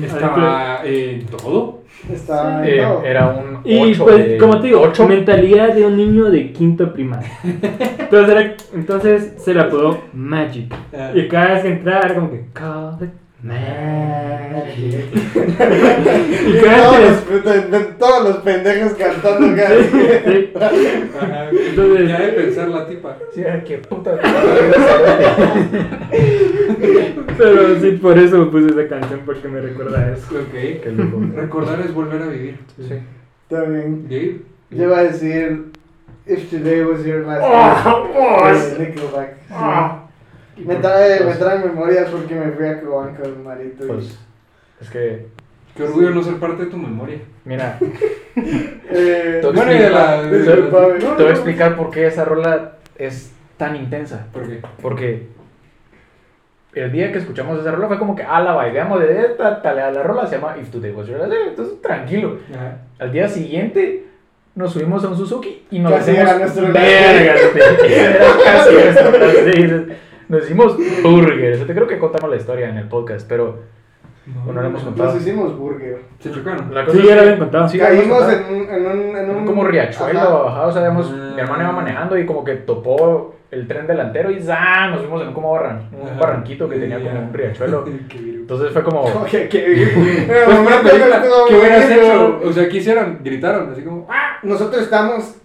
Speaker 2: Estaba eh, todo.
Speaker 3: Está
Speaker 4: Eh,
Speaker 3: todo.
Speaker 4: era un
Speaker 1: Y
Speaker 4: 8
Speaker 1: pues,
Speaker 4: de
Speaker 1: como te digo,
Speaker 4: 8.
Speaker 1: mentalidad de un niño de quinto primaria. Entonces, era- entonces se la apodó Magic.
Speaker 2: Ah.
Speaker 1: Y cada vez que entraba era como que, "Call it Magic. Y cada
Speaker 3: Todos
Speaker 1: vez
Speaker 3: los, pen- todos los pendejos cantando
Speaker 1: que.
Speaker 3: cada vez.
Speaker 2: pues,
Speaker 1: Sí, sí.
Speaker 2: Ajá.
Speaker 1: Entonces-
Speaker 2: ya de pensar la tipa.
Speaker 4: Sí, ay, qué puta.
Speaker 1: Pero sí, por eso me puse esa canción, porque me recuerda a eso.
Speaker 2: Ok.
Speaker 4: Qué loco.
Speaker 2: Recordar es volver a vivir.
Speaker 4: Sí.
Speaker 3: Está bien.
Speaker 2: Gabe.
Speaker 3: Yo iba a decir, if today was your last
Speaker 1: Ah,
Speaker 3: day. de Nickelback. Me trae, me trae memorias porque me fui a Cobán con Marito. y-
Speaker 4: Pues, es que,
Speaker 2: Qué orgullo no ser parte de tu memoria.
Speaker 4: mira,
Speaker 3: eh,
Speaker 4: Todo
Speaker 2: Bueno, y de la. de-
Speaker 3: Ser
Speaker 2: de-
Speaker 3: pobre.
Speaker 4: te voy a explicar por qué esa rola es tan intensa.
Speaker 2: ¿Por qué?
Speaker 4: Porque el día que escuchamos esa rola fue como que, ah, la baileamos de esta, tal, la rola se llama If Today Was Your Last Day", Entonces, tranquilo.
Speaker 2: Ajá.
Speaker 4: Al día siguiente nos subimos a un Suzuki y nos
Speaker 3: Casi
Speaker 4: hacemos
Speaker 3: era nuestro
Speaker 4: verga. Era casi nuestro last day. Nos hicimos burgers. Te creo que contamos la historia en el podcast, pero no la hemos contado.
Speaker 3: Nos hicimos burger.
Speaker 2: Se chocaron.
Speaker 4: La
Speaker 1: Sí, ya
Speaker 4: es
Speaker 1: lo
Speaker 4: que-
Speaker 1: habían contado.
Speaker 4: sí, la habíamos
Speaker 3: Caímos
Speaker 4: contado.
Speaker 3: en un, en un, en un-
Speaker 4: como riachuelo,
Speaker 3: Ajá.
Speaker 4: ajá, o sea, digamos,
Speaker 2: Ah.
Speaker 4: mi
Speaker 1: Mm.
Speaker 4: hermana iba manejando y como que topó el tren delantero y ¡za! nos fuimos en como barran, un
Speaker 2: Ajá.
Speaker 4: barranquito que
Speaker 2: Sí,
Speaker 4: tenía como
Speaker 2: ya.
Speaker 4: un riachuelo.
Speaker 2: Qué virus.
Speaker 4: Entonces fue como,
Speaker 3: Ok, qué-
Speaker 2: Pues
Speaker 3: Pero
Speaker 2: una
Speaker 3: momento
Speaker 2: película.
Speaker 3: estuvo
Speaker 2: ¿Qué hubieras
Speaker 3: buenísimo.
Speaker 2: hecho? O sea, ¿qué hicieron? Gritaron, así como. ¡Ah!
Speaker 3: Nosotros estamos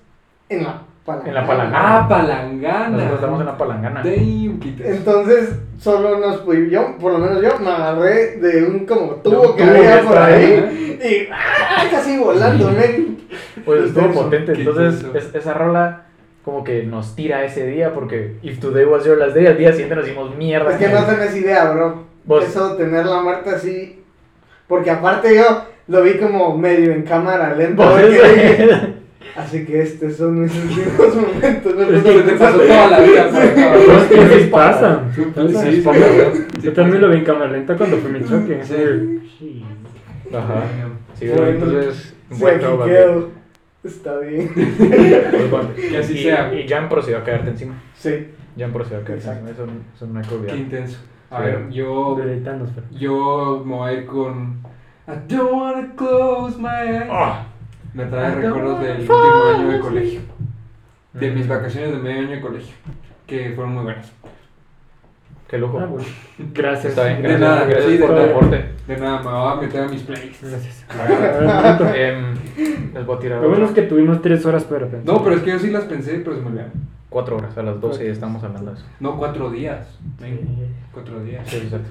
Speaker 3: en la Palangana.
Speaker 4: En la palangana.
Speaker 2: Ah, palangana.
Speaker 4: Nosotros estamos en la palangana.
Speaker 2: Damn, Peter.
Speaker 3: Entonces, solo nos fui yo, por lo menos yo, me agarré de un como
Speaker 4: De
Speaker 3: tubo
Speaker 4: un
Speaker 3: que
Speaker 4: tubo
Speaker 3: había
Speaker 4: que
Speaker 3: por
Speaker 4: está
Speaker 3: ahí y ¡ah! casi volando, men.
Speaker 4: Pues estuvo
Speaker 3: Intenso.
Speaker 4: potente.
Speaker 2: Qué
Speaker 4: Entonces,
Speaker 2: intenso.
Speaker 4: es- esa rola como que nos tira ese día porque if today was your last day, al día siguiente nos hicimos mierda.
Speaker 3: Es que no tenés idea, bro.
Speaker 4: Vos.
Speaker 3: Eso, tener la Marta así. Porque aparte yo lo vi como medio en cámara lenta.
Speaker 4: Vos,
Speaker 3: porque dije,
Speaker 4: es-
Speaker 3: Así que estos son mis últimos momentos. pues,
Speaker 2: Es lo que te pasó toda la vida por acá.
Speaker 1: Pero
Speaker 2: ¿verdad?
Speaker 1: es que sí pasa.
Speaker 2: Sí,
Speaker 1: Entonces,
Speaker 2: pues, sí, sí,
Speaker 1: yo
Speaker 2: sí, pues, sí,
Speaker 1: también
Speaker 2: pasa.
Speaker 1: lo vi en cámara lenta cuando fue mi choque.
Speaker 2: Sí.
Speaker 4: Ajá. Sí,
Speaker 3: Bueno.
Speaker 4: entonces,
Speaker 3: Sí, aquí
Speaker 4: buen throwback.
Speaker 3: quedo. Está bien.
Speaker 2: Que así
Speaker 4: y,
Speaker 2: sea.
Speaker 4: Y Jan procedió a caerte encima.
Speaker 3: Sí.
Speaker 4: Jan procedió a caerte
Speaker 3: Exacto.
Speaker 4: encima. Eso, eso no hay que
Speaker 2: Qué
Speaker 4: olvidar.
Speaker 2: intenso. A
Speaker 4: Sí.
Speaker 2: ver, yo,
Speaker 1: Deleitándonos, pero.
Speaker 2: yo me voy a ir con. I don't wanna close my eyes.
Speaker 4: Ah.
Speaker 2: Me trae recuerdos del último año de colegio. De
Speaker 4: Mm.
Speaker 2: mis vacaciones de medio año de colegio. Que fueron muy buenas.
Speaker 4: Qué lujo.
Speaker 1: Ah, bueno. Gracias.
Speaker 4: Está bien,
Speaker 2: De
Speaker 4: gracias,
Speaker 2: nada,
Speaker 4: gracias
Speaker 2: sí, de
Speaker 4: por tu
Speaker 2: nada.
Speaker 4: aporte.
Speaker 2: De nada, me voy a meter a mis playlists.
Speaker 1: Gracias. A ver,
Speaker 4: Em, les voy a tirar
Speaker 1: Lo bueno es
Speaker 4: ahora
Speaker 1: que tuvimos tres horas para pensar.
Speaker 2: No, pero es que yo sí las pensé, pero se me olvidaron.
Speaker 4: cuatro horas. A las 12 estamos hablando de eso.
Speaker 2: No, cuatro días. Ven,
Speaker 1: Sí.
Speaker 2: Cuatro días.
Speaker 4: Sí, es cierto.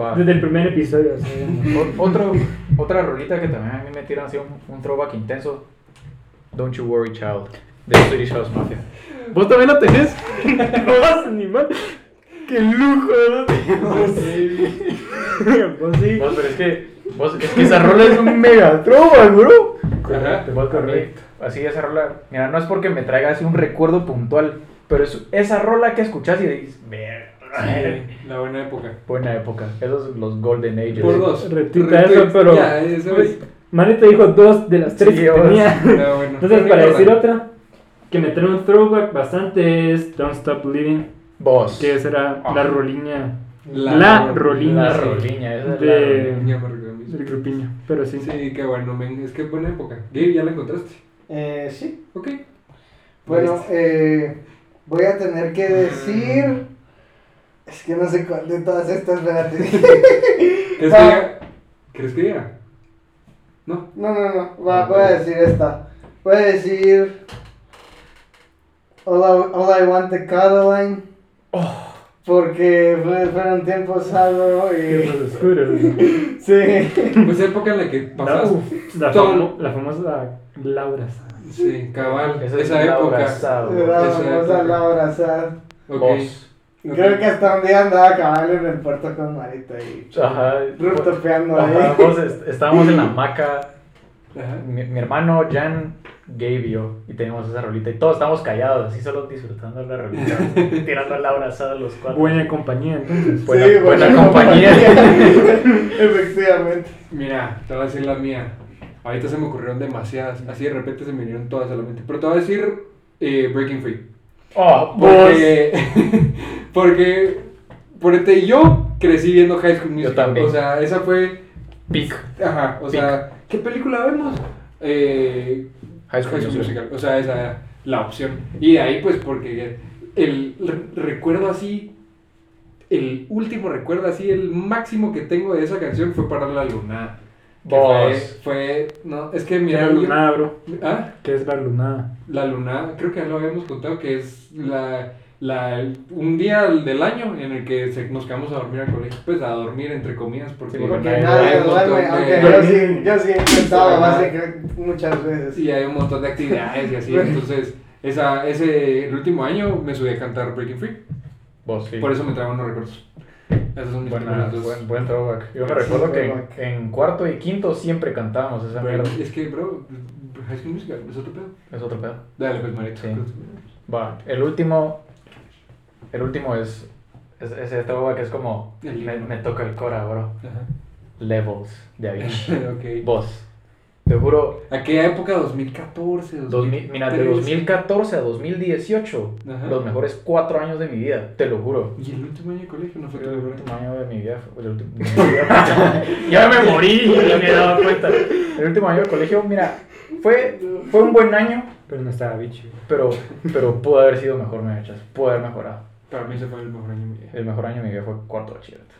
Speaker 4: Va.
Speaker 1: Ah. Desde el primer episodio. así,
Speaker 4: O- Otro, otra rolita que también a mí me tiran así un, un throwback intenso. Don't you worry, child. De Swedish House Mafia.
Speaker 5: ¿Vos también la tenés?
Speaker 1: No vas animal. Qué lujo.
Speaker 4: Pues
Speaker 1: ¿no? Pues sí.
Speaker 4: Vos, pero es que, vos, es que esa rola es un mega throwback, bro.
Speaker 2: Correcto,
Speaker 4: Vos, para mí,
Speaker 1: correcto.
Speaker 4: Así esa rola. Mira, no es porque me traiga así un recuerdo puntual, pero es esa rola que escuchás y dices, "Verga".
Speaker 2: Sí, la buena época.
Speaker 4: Buena época. Esos los Golden Ages.
Speaker 2: Por dos.
Speaker 1: Retweeta
Speaker 2: Retweet.
Speaker 1: eso, pero-
Speaker 2: Ya, eso es.
Speaker 1: Mane te Pues, dijo dos de las tres
Speaker 4: Sí,
Speaker 1: que
Speaker 4: vos.
Speaker 1: tenía.
Speaker 2: Pero bueno,
Speaker 1: Entonces,
Speaker 2: no
Speaker 1: para
Speaker 2: importa.
Speaker 1: decir otra, que me trae un throwback bastante es Don't Stop Living,
Speaker 4: Vos.
Speaker 1: que esa era la roliña
Speaker 2: La,
Speaker 1: La Rolina.
Speaker 2: Rolina.
Speaker 4: La
Speaker 2: sí.
Speaker 4: roliña. Esa es
Speaker 1: De-
Speaker 4: la roliña.
Speaker 2: Ya me recuerdo mismo.
Speaker 1: del grupiño. Pero sí.
Speaker 2: Sí, qué bueno, men. Es que buena época. Gabe, ya la encontraste.
Speaker 3: Eh, sí.
Speaker 2: Ok.
Speaker 3: Bueno, eh, voy a tener
Speaker 4: Mm.
Speaker 3: que decir. Es que no sé cuál de todas estas, espérate.
Speaker 2: ¿Crees que
Speaker 3: va.
Speaker 2: ya? ¿Crees que ya? No.
Speaker 3: No, no, no. Va, voy a decir esta. Voy a decir. All I, all I Want de Caroline.
Speaker 4: Oh.
Speaker 3: Porque fue- fueron tiempos algo y.
Speaker 1: Tiempos oscuros.
Speaker 3: Sí.
Speaker 2: Pues época en la que
Speaker 1: La,
Speaker 2: pasas.
Speaker 1: uf, la, famo- la famosa Laura.
Speaker 2: Sí, cabal.
Speaker 4: Esa
Speaker 2: Esa,
Speaker 4: es la
Speaker 2: época.
Speaker 4: abrazada.
Speaker 3: Era
Speaker 2: Esa
Speaker 3: hermosa
Speaker 2: época.
Speaker 3: la abrazar.
Speaker 2: Ok.
Speaker 4: Vos.
Speaker 2: Ok.
Speaker 3: Creo que hasta un día andaba caballo en el puerto con Marita y.
Speaker 4: Ajá.
Speaker 3: Rup topeando
Speaker 4: Ajá,
Speaker 3: ahí.
Speaker 4: vos est- estábamos en la hamaca,
Speaker 2: Ajá.
Speaker 4: mi, mi hermano Jan, Gabe y yo, y teníamos esa rolita, y todos estábamos callados, así solo disfrutando la rolita, tirando la abrazada a los cuatro.
Speaker 1: Buena compañía, entonces.
Speaker 4: Buena-
Speaker 3: Sí,
Speaker 4: buena compañía.
Speaker 3: Efectivamente.
Speaker 2: Mira, te voy a decir la mía. Ahorita se me ocurrieron demasiadas. Así de repente se me vinieron todas a la mente. Pero te voy a decir eh, Breaking Free.
Speaker 4: Oh, vos.
Speaker 2: Porque, porque, porque yo crecí viendo High School Musical.
Speaker 4: también.
Speaker 2: O sea, esa fue,
Speaker 4: Pic.
Speaker 2: ajá, o sea, ¿qué película vemos? Eh,
Speaker 4: High School Musical.
Speaker 2: O sea, esa era la opción. Y de ahí, pues, porque el re- recuerdo así, el último recuerdo así, el máximo que tengo de esa canción fue para la luna. Que fue,
Speaker 4: Vos.
Speaker 2: fue, no, es que
Speaker 1: Que es la
Speaker 2: mira, yo-
Speaker 1: lunada, bro.
Speaker 2: ¿Ah?
Speaker 1: Que es la lunada.
Speaker 2: La luna, creo que ya lo habíamos contado, que es la, la, un día del año en el que se- nos quedamos a dormir al colegio. Pues a dormir, entre comillas, porque...
Speaker 4: Sí,
Speaker 3: Porque
Speaker 4: Hay
Speaker 3: nadie
Speaker 2: un
Speaker 3: duerme,
Speaker 2: montón de-
Speaker 3: aunque yo sí, yo sí he intentado
Speaker 2: Ajá.
Speaker 3: básicamente muchas veces.
Speaker 2: y hay un montón de actividades y así.
Speaker 4: Pues.
Speaker 2: Entonces, esa, ese, el último año me subí a cantar Breaking Free.
Speaker 4: Vos, sí.
Speaker 2: Por eso me trae unos recuerdos. Esos son mis
Speaker 4: Buena,
Speaker 2: primeros dos.
Speaker 4: buen, buen throwback. Yo me
Speaker 3: Sí,
Speaker 4: recuerdo que
Speaker 3: throwback.
Speaker 4: en cuarto y quinto siempre cantábamos esa
Speaker 2: Bueno,
Speaker 4: mierda.
Speaker 2: Pues, es que, bro, High School Musical es otro pedo.
Speaker 4: Es otro pedo.
Speaker 2: Dale, pues, Marito.
Speaker 4: Sí. Va, el último. El último es. es ese throwback que es como.
Speaker 2: El
Speaker 4: Me,
Speaker 2: himno.
Speaker 4: me toca el cora, bro.
Speaker 2: Ajá.
Speaker 4: Levels de Avicii.
Speaker 2: ok.
Speaker 4: Vos. Te juro,
Speaker 2: ¿A qué época? 2014,
Speaker 4: dos mil- mira, de
Speaker 2: 2013.
Speaker 4: 2014 a 2018,
Speaker 2: Ajá.
Speaker 4: los mejores cuatro años de mi vida, te lo juro.
Speaker 2: Y el último año de colegio no fue
Speaker 4: Fue
Speaker 2: todo
Speaker 4: el
Speaker 2: el
Speaker 4: último año de mi vida. fue el último- ya me morí, ya me he dado cuenta. El último año de colegio, mira, fue, fue un buen año,
Speaker 1: Pero no estaba bicho.
Speaker 4: pero, pero pudo haber sido mejor, me echas, pudo haber mejorado.
Speaker 2: Para mí ese fue el mejor año de mi vida.
Speaker 4: El mejor año de mi vida fue cuarto de bachillerato.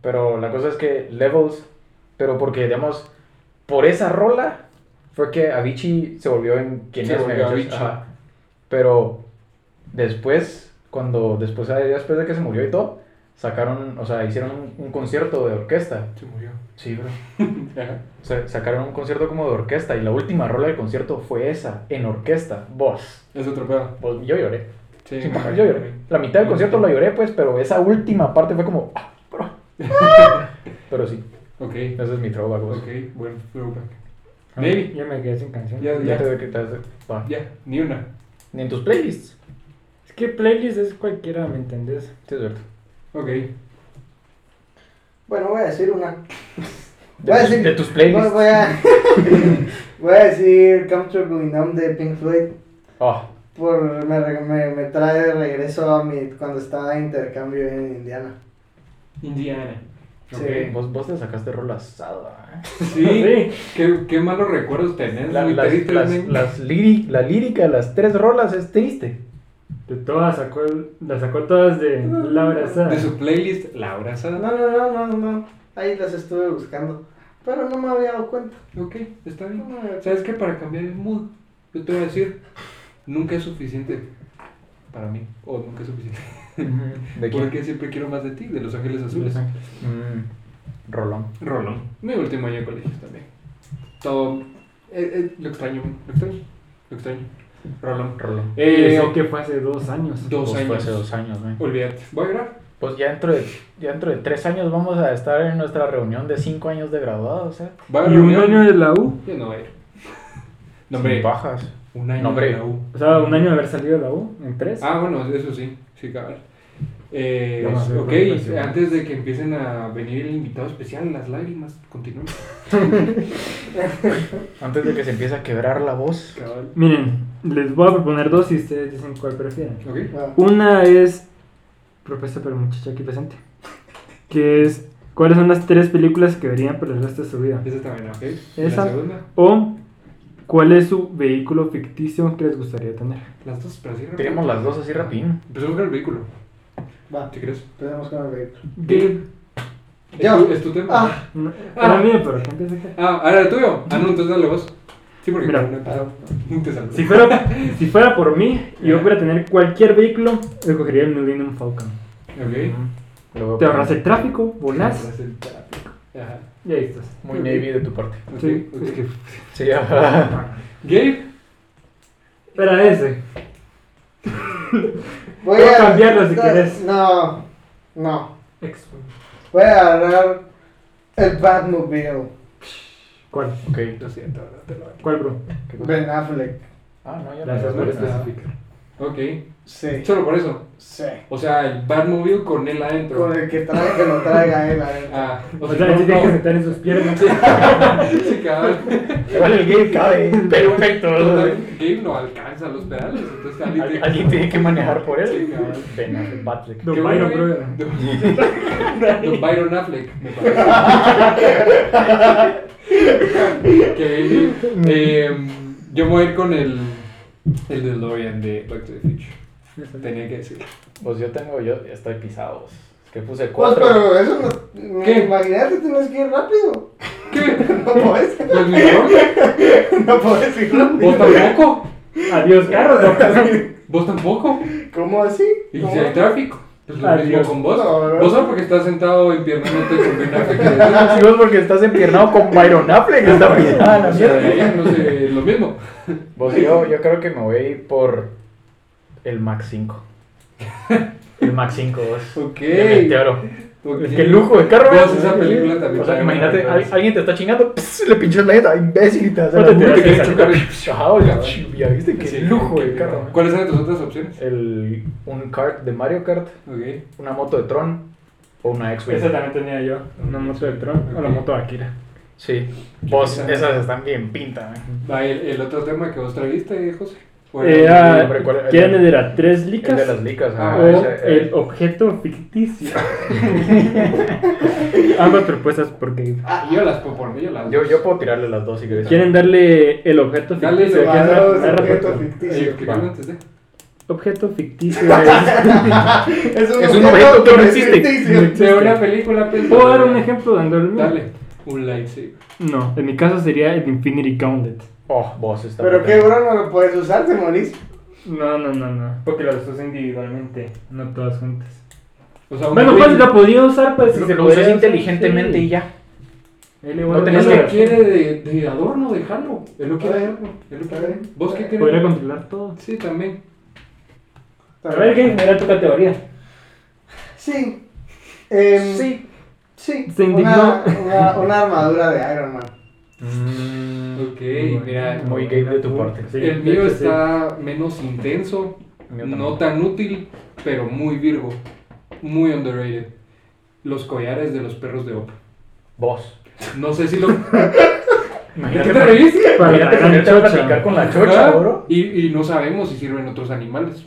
Speaker 4: Pero la cosa es que Levels, pero porque, digamos, por esa rola fue que Avicii se volvió en quien
Speaker 2: Se
Speaker 4: es.
Speaker 2: volvió
Speaker 4: ¿me cachas?
Speaker 2: Avicii.
Speaker 4: Ajá. Pero después, cuando, después, después de que se murió y todo, sacaron, o sea, hicieron un, un concierto de orquesta.
Speaker 2: Se murió.
Speaker 4: Sí, bro.
Speaker 2: Ajá.
Speaker 4: Sa- sacaron un concierto como de orquesta y la última rola del concierto fue esa, en orquesta. Vos.
Speaker 2: Es otro pedo.
Speaker 4: Vos- yo lloré.
Speaker 2: Sí,
Speaker 4: Sin parar, yo lloré. La mitad del concierto la lloré, pues, pero esa última parte fue como. ah, bro. pero sí,
Speaker 2: Ok,
Speaker 4: ese es mi trabajo.
Speaker 2: ok, bueno, throwback.
Speaker 4: Ah,
Speaker 2: Maybe.
Speaker 1: Ya me quedé sin canción.
Speaker 2: Ya,
Speaker 4: Ya
Speaker 2: ya,
Speaker 4: te veo que estás- va.
Speaker 2: ya, ni una.
Speaker 4: Ni en tus playlists.
Speaker 1: Es que playlist es cualquiera, ¿me entendés?
Speaker 4: Sí, es cierto.
Speaker 2: Ok.
Speaker 3: Bueno, voy a decir una.
Speaker 4: De,
Speaker 3: Voy a
Speaker 4: tus-
Speaker 3: decir-
Speaker 4: de tus
Speaker 3: Voy,
Speaker 4: playlists.
Speaker 3: voy a, voy a decir Comfortably Numb de Pink Floyd.
Speaker 4: Ah,
Speaker 3: Por, me, re- me, me trae de regreso a mi, cuando estaba de intercambio en Indiana.
Speaker 2: Indiana.
Speaker 3: Sí.
Speaker 2: Ok.
Speaker 4: vos, vos te sacaste rola asada. ¿eh?
Speaker 2: Sí, Qué, qué malos recuerdos tenés.
Speaker 4: La,
Speaker 2: muy
Speaker 4: las-
Speaker 2: tristes,
Speaker 4: las-
Speaker 2: men.
Speaker 4: las líri- la lírica de las tres rolas es triste.
Speaker 1: De todas sacó, el- las sacó todas de la abrazada.
Speaker 2: De su playlist, La Abrazada.
Speaker 3: No, no, no, no, no. Ahí las estuve buscando. Pero no me había dado cuenta.
Speaker 2: Ok, está
Speaker 3: No
Speaker 2: bien.
Speaker 3: me había dado
Speaker 2: ¿Sabes qué? Para cambiar el mood, yo te voy a decir, nunca es suficiente para mí. O nunca es suficiente.
Speaker 4: ¿De quién?
Speaker 2: Porque siempre quiero más de ti, de Los Ángeles Azules.
Speaker 4: Mm, rolón.
Speaker 2: Rolón. Mi último año de colegio también. Todo. eh, eh, lo extraño, lo extraño. Lo extraño. Rolón.
Speaker 4: Rolón.
Speaker 1: Y
Speaker 2: Eh,
Speaker 1: eso que fue hace dos años.
Speaker 2: Dos
Speaker 4: Vos Fue
Speaker 2: años.
Speaker 4: hace dos años, ¿eh?
Speaker 2: Olvídate. Voy a llorar.
Speaker 4: Pues ya dentro, de, ya dentro de tres años vamos a estar en nuestra reunión de cinco años de graduados, ¿eh?
Speaker 2: Va a
Speaker 1: Y
Speaker 2: haber
Speaker 1: un
Speaker 2: reunión.
Speaker 1: año de la U.
Speaker 2: Yo no voy a ir. No,
Speaker 4: Sin
Speaker 2: hombre.
Speaker 4: pajas.
Speaker 2: Un año
Speaker 4: No, hombre.
Speaker 2: de la U.
Speaker 1: O sea, un año de haber salido de la U en tres.
Speaker 2: Ah, bueno, eso sí, sí, cabal. Eh,
Speaker 1: Vamos a hacer
Speaker 2: ok,
Speaker 1: presentación.
Speaker 2: antes de que empiecen a venir el invitado especial, las lágrimas, continúen.
Speaker 4: Antes de que se empiece a quebrar la voz.
Speaker 2: Cabal.
Speaker 1: Miren, les voy a proponer dos y ustedes dicen cuál prefieren.
Speaker 2: Ok,
Speaker 3: cuenta. Bueno,
Speaker 1: Una es propuesta por el muchacho aquí presente. Que es cuáles son las tres películas que verían por el resto de su vida.
Speaker 2: esa también, ok. ¿Y
Speaker 1: Esa.
Speaker 2: La segunda,
Speaker 1: O cuál es su vehículo ficticio que les gustaría tener.
Speaker 2: las dos, pero así rápido.
Speaker 4: Tenemos las dos así rapidín.
Speaker 2: Empecemos con el vehículo,
Speaker 3: va,
Speaker 2: si quieres.
Speaker 3: empecemos con el vehículo.
Speaker 1: ¿Qué?
Speaker 2: Es,
Speaker 3: Yo.
Speaker 2: tu, es tu tema. Ah,
Speaker 3: Ah,
Speaker 1: No, Era mío, pero ¿qué empieza acá?
Speaker 2: ahora el tuyo. Ah, no, entonces dale vos. Sí, porque
Speaker 1: Mira.
Speaker 2: no he pasado. Te saludo.
Speaker 1: Si fuera, si fuera por mí y yo pudiera tener cualquier vehículo, escogería el Millennium Falcon.
Speaker 2: Ok.
Speaker 4: Luego-
Speaker 1: Te ahorras el tráfico, volás
Speaker 2: Ajá.
Speaker 1: y ahí estás.
Speaker 4: Muy navy de tu parte.
Speaker 2: Ok,
Speaker 1: Sí,
Speaker 2: ok.
Speaker 1: es que-
Speaker 4: Sí, ajá.
Speaker 2: Gabe,
Speaker 1: Era ese.
Speaker 3: Voy
Speaker 1: Puedo cambiarlo si
Speaker 3: no,
Speaker 1: quieres.
Speaker 3: No, no.
Speaker 1: Expo.
Speaker 3: Voy a agarrar el Batmobile.
Speaker 1: ¿Cuál?
Speaker 4: Ok.
Speaker 2: lo siento, no te lo voy
Speaker 1: ¿Cuál, bro?
Speaker 4: ¿Qué cosa?
Speaker 3: Ben Affleck.
Speaker 4: Ah, no, ya
Speaker 1: Gracias,
Speaker 4: no.
Speaker 2: a
Speaker 1: Por
Speaker 2: especificar. Ok,
Speaker 3: Sí,
Speaker 2: solo por eso.
Speaker 3: sí.
Speaker 2: O sea, el Batmobile con él adentro.
Speaker 3: Con el que trae, que lo traiga él. a él.
Speaker 2: Ah,
Speaker 1: O sea, él se tiene que sentar en sus piernas.
Speaker 2: sí, cabrón.
Speaker 4: Igual el game cabe. Perfecto.
Speaker 2: Total, Gabe no alcanza los pedales, entonces alguien tiene
Speaker 4: Al-
Speaker 2: que...
Speaker 4: Alguien tiene que manejar por
Speaker 2: Sí,
Speaker 4: él.
Speaker 2: cabrón.
Speaker 4: Ven, Affleck, Batfleck.
Speaker 1: Don
Speaker 2: Qué
Speaker 1: Byron,
Speaker 2: bueno,
Speaker 1: bro.
Speaker 2: eh. Don- Don Byron Affleck, me parece. Qué bien. Eh, yo me voy a ir con el, el DeLorean de Back to the Future. Tenía que decirlo.
Speaker 4: Pues yo tengo, yo estoy pisado. vos. Es que puse
Speaker 3: Pues,
Speaker 4: cuatro.
Speaker 3: pero eso no.
Speaker 2: ¿Qué?
Speaker 3: Imagínate, tienes que ir rápido.
Speaker 2: ¿Qué?
Speaker 3: No podés.
Speaker 2: ¿Los Milwaukee?
Speaker 3: No podés ir
Speaker 2: ¿Vos
Speaker 3: rápido.
Speaker 2: tampoco?
Speaker 1: Adiós, carros. ¿no?
Speaker 2: ¿Vos tampoco?
Speaker 3: ¿Cómo así?
Speaker 2: Y
Speaker 3: ¿Cómo?
Speaker 2: si hay tráfico. Pues lo
Speaker 1: Adiós.
Speaker 2: mismo con vos.
Speaker 3: No, no.
Speaker 2: Vos solo porque estás sentado empiernándote con Ben Affleck.
Speaker 4: Ah, Sí, vos porque estás empiernado con Byron Affleck. Está pisada la
Speaker 2: O sea,
Speaker 4: mierda.
Speaker 2: ya no sé, lo mismo.
Speaker 4: Vos, yo, yo creo que me voy a ir por el Max 5. El Max 5, vos.
Speaker 2: Ok.
Speaker 4: El Meteoro.
Speaker 2: Ok.
Speaker 4: Es que el lujo de carro.
Speaker 2: Vos, Pues esa película también
Speaker 4: O sea,
Speaker 2: trae
Speaker 4: imagínate,
Speaker 2: una
Speaker 4: al- alguien te está chingando, pss, le pinchas la jeta, imbécil, y te hace
Speaker 1: No
Speaker 4: la
Speaker 1: te
Speaker 4: multa
Speaker 1: tiras
Speaker 4: y te
Speaker 1: esa.
Speaker 4: chocar. Chao, la chi- Ya viste
Speaker 2: Sí,
Speaker 4: que lujo de
Speaker 2: qué
Speaker 4: carro.
Speaker 2: bien. ¿Cuáles eran tus otras opciones?
Speaker 4: El, un kart de Mario Kart,
Speaker 2: Ok.
Speaker 4: una moto de Tron o una X-Wing.
Speaker 1: Esa también tenía yo. Una moto de Tron o la moto de Akira.
Speaker 4: Sí. Vos,
Speaker 2: Esa-
Speaker 4: esas están bien pintas. man.
Speaker 2: Va, el, el otro tema que vos trajiste, José. ¿O era-
Speaker 1: Era,
Speaker 4: hombre, ¿cuál era?
Speaker 1: Eh, ah, ¿Quién era? ¿Tres
Speaker 4: El
Speaker 1: licas?
Speaker 4: de las licas.
Speaker 2: Ah,
Speaker 4: ajá,
Speaker 1: o
Speaker 4: ese- eh,
Speaker 1: el objeto ficticio. Ambas propuestas porque
Speaker 2: Ah, yo las puedo poner, yo las
Speaker 4: Yo, yo puedo tirarle las dos si quieres.
Speaker 1: quieren darle el objeto
Speaker 2: Dale,
Speaker 1: ficticio.
Speaker 2: va,
Speaker 1: ¿Quién
Speaker 3: dale,
Speaker 1: narra- narra
Speaker 3: objeto
Speaker 1: todo?
Speaker 3: ficticio.
Speaker 2: Sí, explícame
Speaker 4: Va.
Speaker 2: antes de.
Speaker 1: Objeto ficticio. es-
Speaker 3: Es
Speaker 4: Es un objeto que no existe.
Speaker 2: De una película, pues.
Speaker 1: ¿Puedo dar un ejemplo dando el mío?
Speaker 2: Dale. Un lightsaber.
Speaker 1: No, en mi caso sería el Infinity Gauntlet.
Speaker 4: Oh, vos está
Speaker 3: Pero
Speaker 4: puta.
Speaker 3: qué bro, no lo puedes usar, te morís.
Speaker 1: No, no, no, no. Porque las usas individualmente, no todas juntas.
Speaker 2: O sea, un
Speaker 1: Bueno,
Speaker 2: reel-
Speaker 1: pues lo podía usar, pues.
Speaker 4: Lo, lo usas inteligentemente y ya.
Speaker 1: No
Speaker 4: No
Speaker 2: Es
Speaker 1: tenías
Speaker 4: tenías
Speaker 2: lo que
Speaker 1: que.
Speaker 2: quiere de, de adorno, dejarlo. Es lo que quiere
Speaker 3: Está bien,
Speaker 2: adorno. Es lo que
Speaker 3: está
Speaker 2: quiere.
Speaker 3: bien.
Speaker 2: ¿Vos qué
Speaker 1: Podría
Speaker 2: querés?
Speaker 1: controlar todo.
Speaker 2: Sí, también.
Speaker 1: A ver, ¿qué era tu categoría?
Speaker 3: Sí. Em,
Speaker 4: Sí.
Speaker 3: Sí.
Speaker 1: Se indignó.
Speaker 3: Una, una- una armadura de Iron Man.
Speaker 1: Mm,
Speaker 2: Ok, mira.
Speaker 4: Muy gay de tu parte.
Speaker 1: Sí,
Speaker 2: el
Speaker 1: de
Speaker 2: mío
Speaker 1: hecho, sí.
Speaker 2: está menos intenso,
Speaker 4: Mío
Speaker 2: no
Speaker 4: también.
Speaker 2: tan útil, pero muy virgo. Muy underrated. Los collares de los perros de Opa.
Speaker 4: Vos.
Speaker 2: No sé si lo. ¿Ah? ¿De qué
Speaker 1: Imagínate
Speaker 2: te reís?
Speaker 1: para la
Speaker 4: Imagínate
Speaker 1: gran
Speaker 4: ponerte a platicar
Speaker 1: chocha.
Speaker 4: con la
Speaker 2: Ajá,
Speaker 4: chocha, bro.
Speaker 2: Y, y no sabemos si sirven otros animales.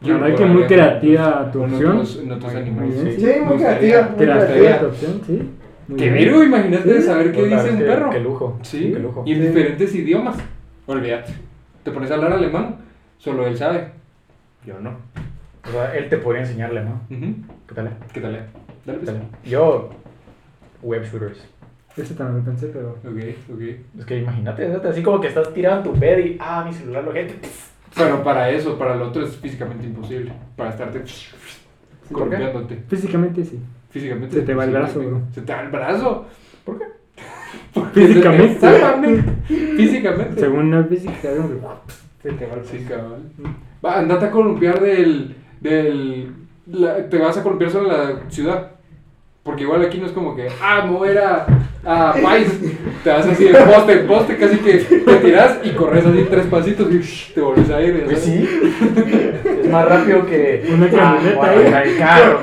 Speaker 1: La verdad que muy creativa tu
Speaker 2: En
Speaker 1: opción.
Speaker 2: otros, en otros
Speaker 4: Muy
Speaker 2: animales.
Speaker 1: bien.
Speaker 3: Sí, muy creativa. Muy
Speaker 1: Creativa tu
Speaker 3: creativa.
Speaker 1: opción, sí. Muy
Speaker 2: Qué
Speaker 1: bien.
Speaker 2: virgo, imagínate
Speaker 1: Sí.
Speaker 2: saber qué
Speaker 4: Pues la
Speaker 2: dice un
Speaker 4: verdad que-
Speaker 2: perro.
Speaker 4: Qué lujo.
Speaker 2: Sí,
Speaker 4: Qué lujo.
Speaker 2: y en
Speaker 3: Sí.
Speaker 2: diferentes idiomas. Olvídate. Te pones a hablar alemán, solo él sabe.
Speaker 4: Yo no. O sea, él te podría enseñarle, ¿no?
Speaker 2: Ujú.
Speaker 4: ¿Qué tal? eh?
Speaker 2: ¿Qué tal? eh? Dale,
Speaker 4: ¿Qué
Speaker 2: pues.
Speaker 4: tal, eh? Yo, web shooters.
Speaker 1: Ese también lo pensé, pero.
Speaker 2: Ok, ok.
Speaker 4: Es que imagínate, fíjate, así como que estás tirado en tu bed y, ah, mi celular lo gente.
Speaker 2: Pero para eso, para lo otro es físicamente imposible. Para estarte
Speaker 4: ¿por qué?
Speaker 2: golpeándote.
Speaker 1: Físicamente sí.
Speaker 2: Físicamente.
Speaker 1: Se te va el
Speaker 2: imposible,
Speaker 1: brazo,
Speaker 2: amigo.
Speaker 1: bro.
Speaker 2: Se te va el brazo.
Speaker 4: ¿Por qué?
Speaker 2: Porque
Speaker 1: Físicamente.
Speaker 2: se te- Exactamente. Físicamente.
Speaker 1: Según la física, era un- se te va el
Speaker 2: Sí,
Speaker 1: brazo.
Speaker 2: cabal. Va, andate a columpiar del. del la- te vas a columpiar sobre la ciudad. Porque igual aquí no es como que, ah, mover a, a Pais. Te vas así de poste en poste, casi que te tiras y corres así tres pasitos y shh, te volvés a ir.
Speaker 4: Pues
Speaker 2: ¿sabes?
Speaker 4: sí. es más rápido que.
Speaker 1: Una camioneta,
Speaker 4: Ah, bueno, el carro.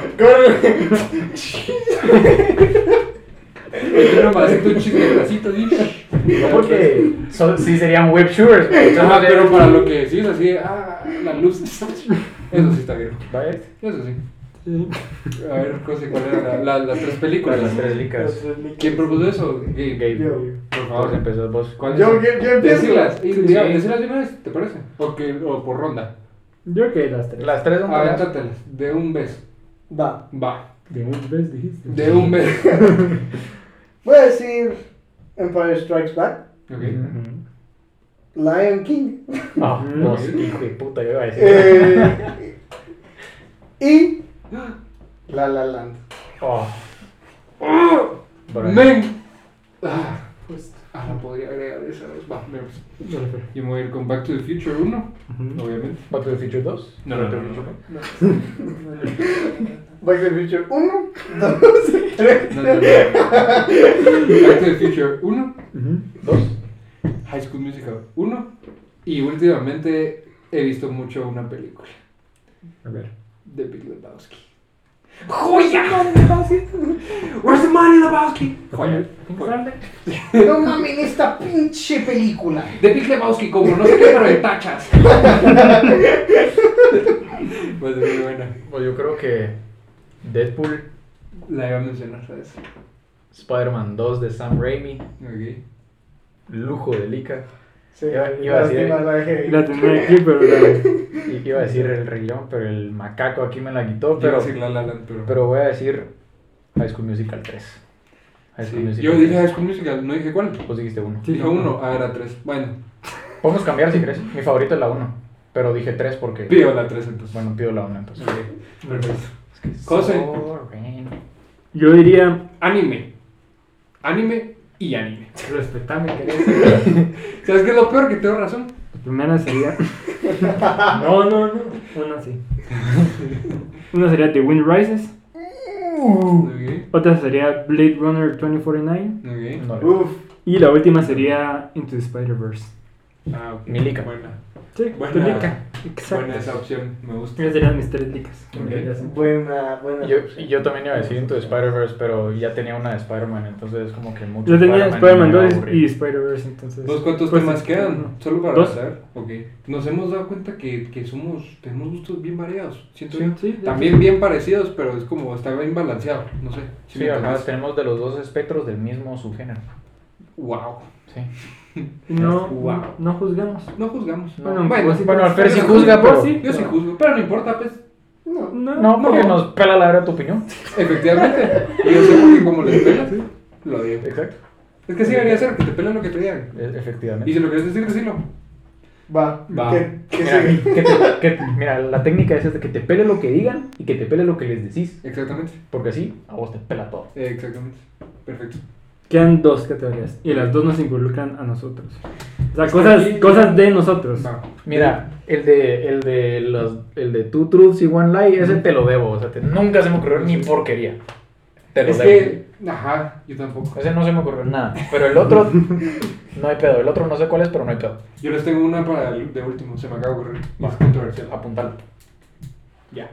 Speaker 2: Y uno más haciendo un chismecito así. shh.
Speaker 4: No porque son- sí serían web shooters. Ah, pero entonces
Speaker 2: Ajá,
Speaker 4: no sé.
Speaker 2: pero para lo que decís, así, de, ah, la luz. Eso sí está bien.
Speaker 4: Vaya,
Speaker 2: Eso sí.
Speaker 1: Sí.
Speaker 2: A ver, José, ¿cuál era? la- la- las tres películas.
Speaker 4: Con las tres licas.
Speaker 2: ¿Quién propuso eso? Gabe.
Speaker 4: Gabe.
Speaker 3: Yo.
Speaker 2: Por
Speaker 4: Vamos a
Speaker 2: favor.
Speaker 4: empezar vos.
Speaker 2: ¿Cuál
Speaker 3: Yo,
Speaker 2: es?
Speaker 3: yo, yo empiezo.
Speaker 2: Decirlas, y
Speaker 3: Sí.
Speaker 2: diga- decirlas de una vez, ¿te parece? O, que- o por ronda.
Speaker 1: Yo que las tres.
Speaker 4: Las tres son buenas.
Speaker 2: Avéntatelas, de un beso.
Speaker 3: Va.
Speaker 2: Va,
Speaker 1: De un vez dijiste.
Speaker 2: de un beso.
Speaker 3: Voy a decir Empire Strikes Back,
Speaker 2: Ok.
Speaker 1: Ujú.
Speaker 3: Lion King.
Speaker 4: Ah,
Speaker 1: Mm.
Speaker 4: vos, hijo de puta, yo iba a decir.
Speaker 3: Eh, y La La Land.
Speaker 4: Oh.
Speaker 2: ¡Ah!
Speaker 4: Bro.
Speaker 2: Men. Ah, ah, la podría agregar esa vez. Va, veamos.
Speaker 1: Dale, Fer.
Speaker 2: Yo ¿Mm? me voy a ir con Back to the Future 1,
Speaker 1: Ujú.
Speaker 2: obviamente.
Speaker 4: ¿Back to the Future 2?
Speaker 2: No, no, no, no, no.
Speaker 3: Back to the Future 1, 2, 3.
Speaker 2: No, no, no, no. Back to the Future 1,
Speaker 1: Ujú.
Speaker 4: ¿Dos?
Speaker 2: High School Musical 1. Y últimamente he visto mucho una película
Speaker 1: A ver.
Speaker 2: de Big Lebowski. ¡Joya! Where's the money, Lebowski? Joya. Joya.
Speaker 3: No mames, esta pinche película.
Speaker 2: De Big Lebowski, como no sé qué, pero de tachas. pues muy buena.
Speaker 4: Pues yo creo que Deadpool,
Speaker 2: La iba a mencionar, ¿sabes?
Speaker 4: Spider-Man 2 de Sam Raimi,
Speaker 2: Ok.
Speaker 4: Lujo de Lika.
Speaker 3: Sí,
Speaker 4: Iba- iba a decir-
Speaker 3: lástima, la dejé.
Speaker 1: La tenía aquí, pero la-
Speaker 4: I- Iba a decir el Rey León, pero el macaco aquí me la quitó.
Speaker 2: Pero,
Speaker 4: Pero,
Speaker 2: decir la, la, Land, pero...
Speaker 4: pero voy a decir High School Musical 3. High
Speaker 2: Sí.
Speaker 4: School Musical
Speaker 2: Yo dije "Ah,
Speaker 4: 3.
Speaker 2: High School Musical, no dije cuál.
Speaker 4: Vos dijiste uno.
Speaker 1: Sí,
Speaker 2: dije
Speaker 1: no,
Speaker 2: uno,
Speaker 1: no.
Speaker 2: ah, era tres. Bueno,
Speaker 4: Podemos cambiar si querés. Mi favorito es la 1. Pero dije 3 porque. pues,
Speaker 2: pido la tres entonces.
Speaker 4: Bueno, pido la 1
Speaker 1: pues,
Speaker 4: entonces.
Speaker 2: Ok, perfecto.
Speaker 4: Es que
Speaker 2: José.
Speaker 4: sorry.
Speaker 1: Yo diría.
Speaker 2: Anime. Anime y anime.
Speaker 1: Respetame, querés.
Speaker 2: ¿Sabes qué es lo peor? Que tengo razón.
Speaker 1: La primera sería. No, no, no. Una sí. Una sería The Wind Rises.
Speaker 2: Ok,
Speaker 1: Otra sería Blade Runner 2049.
Speaker 2: ok.
Speaker 4: No,
Speaker 3: Uf,
Speaker 1: Y la última sería Into the Spider-Verse.
Speaker 2: Ah, ok.
Speaker 4: Milica.
Speaker 2: Buena.
Speaker 1: Sí,
Speaker 2: Buena-
Speaker 1: tu lica. Exacto.
Speaker 2: Buena esa opción, me gusta.
Speaker 1: Esas serían mis tres licas.
Speaker 2: Ok.
Speaker 3: buena, buena.
Speaker 4: Yo, y yo también iba a decir Into the Spider-Verse, pero ya tenía una de Spider-Man, entonces como que mucho.
Speaker 1: Yo tenía Spider-Man
Speaker 4: me iba a
Speaker 1: 2 y
Speaker 4: aburrir.
Speaker 1: Spider-Verse, entonces.
Speaker 2: ¿Vos cuántos
Speaker 1: pues,
Speaker 2: temas
Speaker 1: sí,
Speaker 2: quedan?
Speaker 1: uno.
Speaker 2: Solo para
Speaker 1: Dos.
Speaker 2: saber. Ok. Nos hemos dado cuenta que, que somos, tenemos gustos bien variados. Siento
Speaker 1: Sí,
Speaker 2: yo.
Speaker 1: sí, ya
Speaker 2: También bien parecidos, pero es como está bien balanceado. No sé. si
Speaker 4: Sí,
Speaker 2: me
Speaker 4: ajá,
Speaker 2: entendés.
Speaker 4: tenemos de los dos espectros del mismo subgénero.
Speaker 2: Wow.
Speaker 4: Sí.
Speaker 1: No,
Speaker 2: Wow.
Speaker 1: no juzgamos.
Speaker 2: No juzgamos.
Speaker 4: No.
Speaker 1: Bueno,
Speaker 2: Bueno,
Speaker 1: vos sí
Speaker 4: bueno,
Speaker 1: juzgas.
Speaker 4: Fer sí
Speaker 1: Yo
Speaker 4: juzga,
Speaker 1: vos
Speaker 4: pero-
Speaker 1: sí.
Speaker 2: Yo sí juzgo, pero no importa, pues.
Speaker 3: No.
Speaker 1: No,
Speaker 4: No, porque nos pela la verdad tu opinión.
Speaker 2: Efectivamente. Y yo sé por qué como les pelas, lo digo.
Speaker 4: Exacto.
Speaker 2: Es que así debería ser, que te pelan lo que te digan.
Speaker 4: E-
Speaker 2: Y
Speaker 4: Efectivamente.
Speaker 2: si lo quieres decir, decilo.
Speaker 3: Va.
Speaker 2: Va.
Speaker 3: ¿Qué, qué
Speaker 4: Mira,
Speaker 3: sigue?
Speaker 4: que te- que- mira, la técnica es esta, que te pele lo que digan y que te pele lo que les decís.
Speaker 2: Exactamente,
Speaker 4: Porque así a vos te pela todo.
Speaker 2: exactamente. Perfecto.
Speaker 1: Quedan dos categorías y las dos nos involucran a nosotros. O sea,
Speaker 2: Es que
Speaker 1: cosas,
Speaker 2: aquí-
Speaker 1: cosas de
Speaker 4: Pues,
Speaker 1: nosotros.
Speaker 2: Va.
Speaker 4: Mira, el de, el de los, el de Two Truths y One Lie, ese te lo debo. O sea, te- nunca se me ocurrió ni porquería. Te lo
Speaker 2: Es
Speaker 4: debo.
Speaker 2: que, ajá, yo tampoco.
Speaker 4: Ese no se me ocurrió nada. Pero el otro, no hay pedo. El otro no sé cuál es, pero no hay pedo.
Speaker 2: Yo les tengo una para el de último, se me acaba de ocurrir. y Es controversial.
Speaker 4: Apuntalo.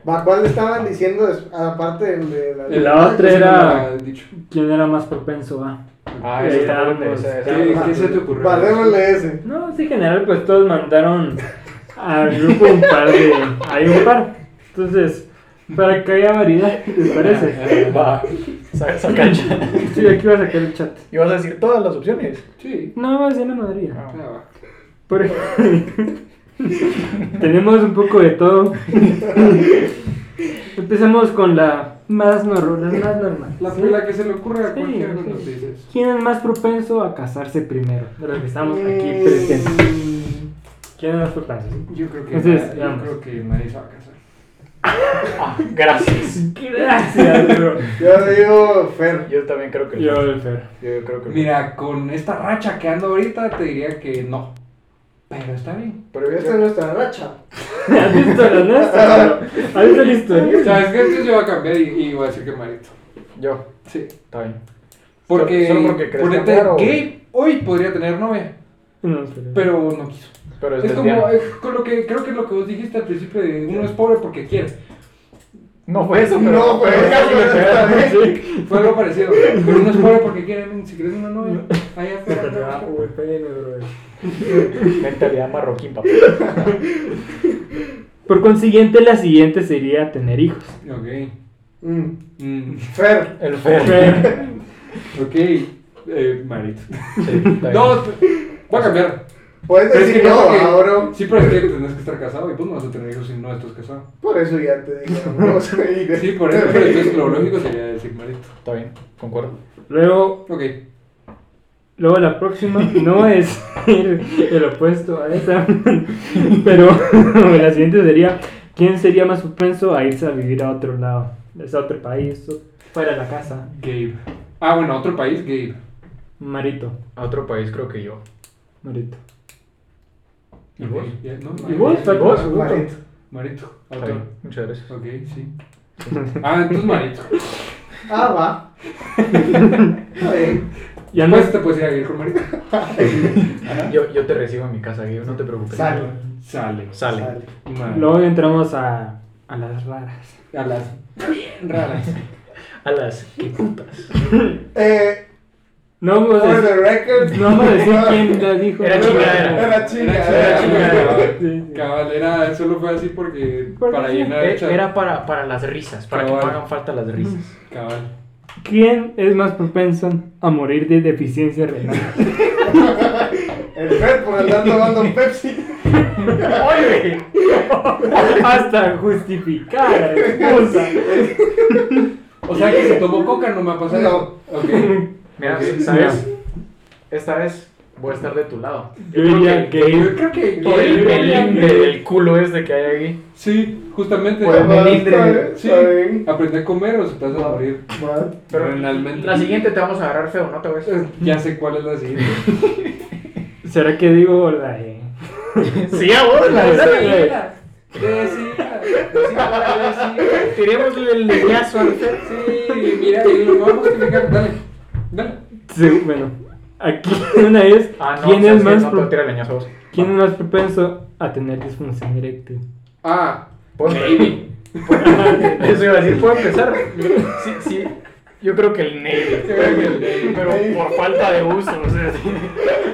Speaker 3: Va, ¿cuál estaban diciendo des- aparte del de la...
Speaker 1: El- La otra
Speaker 2: Esa no
Speaker 1: era-
Speaker 2: la han dicho.
Speaker 1: ¿Quién era más propenso a?
Speaker 4: Ah,
Speaker 1: Ahí
Speaker 4: ese está
Speaker 1: estamos.
Speaker 4: grande, ese- ese-
Speaker 2: ¿Qué,
Speaker 3: Va,
Speaker 2: qué se te ocurrió?
Speaker 3: Va, démosle ese.
Speaker 1: No, sí, en general, pues todos mandaron al grupo un par de. Hay un par. Entonces, para que haya variedad, ¿les parece?
Speaker 4: Va, saca esa cancha.
Speaker 1: Sí, aquí voy a sacar el chat.
Speaker 4: Y vas a decir todas las opciones.
Speaker 2: Sí.
Speaker 1: No, va a ser la mayoría.
Speaker 2: Ah, va.
Speaker 1: Por ejemplo, Tenemos un poco de todo. Empecemos con la más normal. La más normal.
Speaker 2: La
Speaker 1: ¿sí?
Speaker 2: primera que se le ocurre a
Speaker 1: Sí,
Speaker 2: cualquiera
Speaker 1: sí.
Speaker 2: cuando te dices.
Speaker 1: ¿Quién es más propenso a casarse primero? De los que estamos aquí
Speaker 3: Mm,
Speaker 1: presentes. ¿Quién es más propenso?
Speaker 2: Yo creo que,
Speaker 1: Entonces,
Speaker 2: na- yo
Speaker 1: veamos.
Speaker 2: creo que nadie se va a casar.
Speaker 4: Ah, gracias.
Speaker 1: Gracias, bro.
Speaker 3: Yo digo Fer.
Speaker 4: Yo también creo que.
Speaker 1: Yo, el Fer.
Speaker 4: yo creo que.
Speaker 2: Mira, con esta racha que ando ahorita, te diría que no. Pero está bien.
Speaker 4: Pero yo-
Speaker 3: Esta es nuestra racha.
Speaker 1: ¿Has visto la nuestra, bro? ¿Has visto la historia?
Speaker 2: ¿Sabes qué? Entonces yo voy a cambiar y, y voy a decir que Marito.
Speaker 4: Yo,
Speaker 2: Sí.
Speaker 4: está bien.
Speaker 2: Porque,
Speaker 4: Solo- solo porque crees
Speaker 2: ponete
Speaker 4: cambiar, o-
Speaker 2: gay hoy podría tener novia,
Speaker 1: No,
Speaker 2: pero no quiso.
Speaker 4: Pero es,
Speaker 2: Es como,
Speaker 4: lesbiana.
Speaker 2: eh, con lo que, creo que lo que vos dijiste al principio de uno es pobre porque quiere.
Speaker 4: No fue eso, pero.
Speaker 3: No, güey,
Speaker 4: pero casi me
Speaker 3: esta
Speaker 4: pegaron.
Speaker 3: vez.
Speaker 4: Sí.
Speaker 2: Fue algo parecido. Pero uno es pobre porque quiere, men, si quieres una novia, allá afuera. ¿no?
Speaker 4: Mentalidad marroquín, papá.
Speaker 1: Por consiguiente, la siguiente sería tener hijos.
Speaker 2: Ok.
Speaker 3: Mm,
Speaker 2: Mm,
Speaker 3: Fer.
Speaker 4: El ferro.
Speaker 1: Fer,
Speaker 2: ok. Eh, Marito.
Speaker 4: Sí, está bien.
Speaker 2: No, voy a cambiar.
Speaker 3: Puedes
Speaker 2: Pero es
Speaker 3: decir
Speaker 2: que
Speaker 3: no,
Speaker 2: creo que-
Speaker 3: ahora.
Speaker 2: Sí, pero es que tenés que estar casado y pues no vas a tener hijos si no estás casado.
Speaker 3: Por eso ya te digo. No soy de-
Speaker 2: Sí, por eso, pero entonces lo lógico sería decir Marito.
Speaker 4: Está bien, concuerdo.
Speaker 1: Luego,
Speaker 2: Ok.
Speaker 1: luego la próxima no es el, el opuesto a esa, pero la siguiente sería quién sería más propenso a irse a vivir a otro lado, es a otro país, o- fuera de la casa.
Speaker 2: Gabe. Ah, bueno, otro país, Gabe.
Speaker 1: Marito,
Speaker 4: A otro país creo que yo.
Speaker 1: Marito.
Speaker 4: ¿Y vos?
Speaker 2: Ok, ya, ¿no?
Speaker 1: ¿Y vos?
Speaker 2: Marito.
Speaker 1: ¿Vos?
Speaker 3: Marito.
Speaker 2: Marito.
Speaker 4: Está
Speaker 2: Otro.
Speaker 4: bien, Muchas gracias.
Speaker 2: Ok, sí. Ah, entonces Marito.
Speaker 3: Ah, va. Está bien.
Speaker 1: Ya no
Speaker 2: Pues te puedes ir a vivir con Marito.
Speaker 4: Yo, yo te recibo en mi casa, Guido, no te preocupes.
Speaker 3: Sale.
Speaker 2: Sale.
Speaker 4: Sale.
Speaker 3: Sale.
Speaker 2: Madre.
Speaker 1: Luego entramos a, a las raras.
Speaker 2: A las bien raras.
Speaker 4: A las que putas.
Speaker 3: Eh,
Speaker 1: No vamos a
Speaker 3: for the
Speaker 1: decir,
Speaker 3: record.
Speaker 1: Pues no vamos a decir quién la dijo.
Speaker 4: Era chingadera.
Speaker 3: Era
Speaker 2: Era chingadera.
Speaker 3: chingadera.
Speaker 1: Sí, sí.
Speaker 2: Cabal, era, solo fue así porque
Speaker 1: Porque
Speaker 2: para
Speaker 1: sí.
Speaker 2: llenar el
Speaker 4: Eh,
Speaker 2: chat.
Speaker 4: Era para, para las risas, para que
Speaker 2: Cabal.
Speaker 4: no hagan falta las risas.
Speaker 2: Cabal.
Speaker 1: ¿Quién es más propenso a morir de deficiencia renal?
Speaker 3: El Fer por andar tomando Pepsi.
Speaker 4: ¡Oye!
Speaker 1: Hasta justificar la excusa.
Speaker 2: O sea que si tomó coca no me va a pasar
Speaker 3: No.
Speaker 2: eso. Ok.
Speaker 4: Mira,
Speaker 2: Ok.
Speaker 4: ¿sabes? Esta vez voy a estar de tu lado.
Speaker 1: Yo diría
Speaker 2: Yo
Speaker 1: que
Speaker 2: creo que.
Speaker 4: Por el melindre del culo ese que hay aquí.
Speaker 2: Sí, justamente.
Speaker 3: Bueno,
Speaker 4: Por el
Speaker 3: está bien,
Speaker 4: melindre.
Speaker 2: Sí,
Speaker 3: está bien.
Speaker 2: aprende a comer o se te vas a morir.
Speaker 3: Va.
Speaker 4: Pero
Speaker 2: Realmente.
Speaker 4: la siguiente te vamos a agarrar feo, ¿no te ves?
Speaker 2: Ya sé cuál es la siguiente.
Speaker 1: ¿Será que digo la E? de-
Speaker 4: Sí, a vos, la
Speaker 1: Decila,
Speaker 4: verdad.
Speaker 2: Decila, decila, decila.
Speaker 4: Tirémosle el leñazo al feo.
Speaker 2: Sí, mira, y lo vamos a justificar. Dale, dale.
Speaker 1: Sí, bueno, aquí una es
Speaker 4: Ah, no,
Speaker 1: quién
Speaker 4: o sea,
Speaker 1: es
Speaker 4: sí,
Speaker 1: más
Speaker 4: no,
Speaker 1: pro-
Speaker 4: pero tira leñazo a vos.
Speaker 1: quién es más propenso a tener disfunción eréctil.
Speaker 2: Ah,
Speaker 4: Pues,
Speaker 2: Navy.
Speaker 4: Eso iba a decir, puedo empezar. Sí, sí. Yo creo que el Navy.
Speaker 2: creo que el Navy.
Speaker 4: Pero por falta de uso. O sea, sí.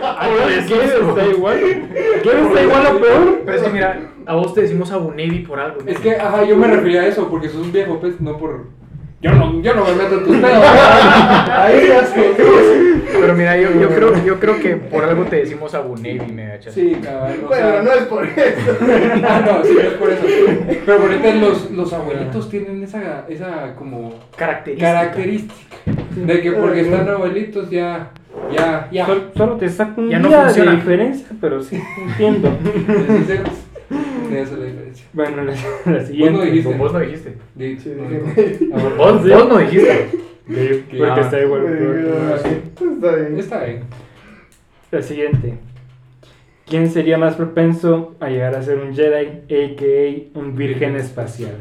Speaker 4: Ahora
Speaker 1: ¿Qué
Speaker 4: sí eso.
Speaker 1: está igual? ¿Qué está igual o peor?
Speaker 4: Pero es que mira, a vos te decimos Abu Navy por algo. ¿no?
Speaker 2: es que, ajá, yo me refería a eso porque sos un viejo, pues, no por. Yo no, yo no me meto en tus pedos. Ahí ya sé.
Speaker 4: Pero mira, yo, yo, creo, yo creo que por algo te decimos Abu Navy, me da
Speaker 2: Sí, cabrón. o sea-
Speaker 3: Bueno, no es por eso.
Speaker 2: Ah, no, sí, no es por eso. Pero ahorita los, los
Speaker 3: Ah.
Speaker 2: abuelitos tienen esa, esa como
Speaker 4: Característica.
Speaker 3: Ah.
Speaker 2: característica de que porque están abuelitos ya Ya, ya.
Speaker 1: Sol- solo te saco un
Speaker 4: Ya no
Speaker 1: día
Speaker 4: funciona.
Speaker 1: de diferencia, pero sí entiendo.
Speaker 2: Esa es la diferencia.
Speaker 1: bueno, la, la
Speaker 2: Vos no
Speaker 1: siguiente.
Speaker 2: dijiste.
Speaker 4: Vos no dijiste.
Speaker 2: Di-
Speaker 3: Sí,
Speaker 2: no,
Speaker 3: dije-
Speaker 2: no. Ahora,
Speaker 4: Vos, vos no dijiste.
Speaker 1: Oh, porque
Speaker 4: Ah.
Speaker 1: está igual. peor.
Speaker 3: Está bien.
Speaker 2: Está bien.
Speaker 1: La siguiente. ¿Quién sería más propenso a llegar a ser un Jedi, a.k.a. un virgen espacial?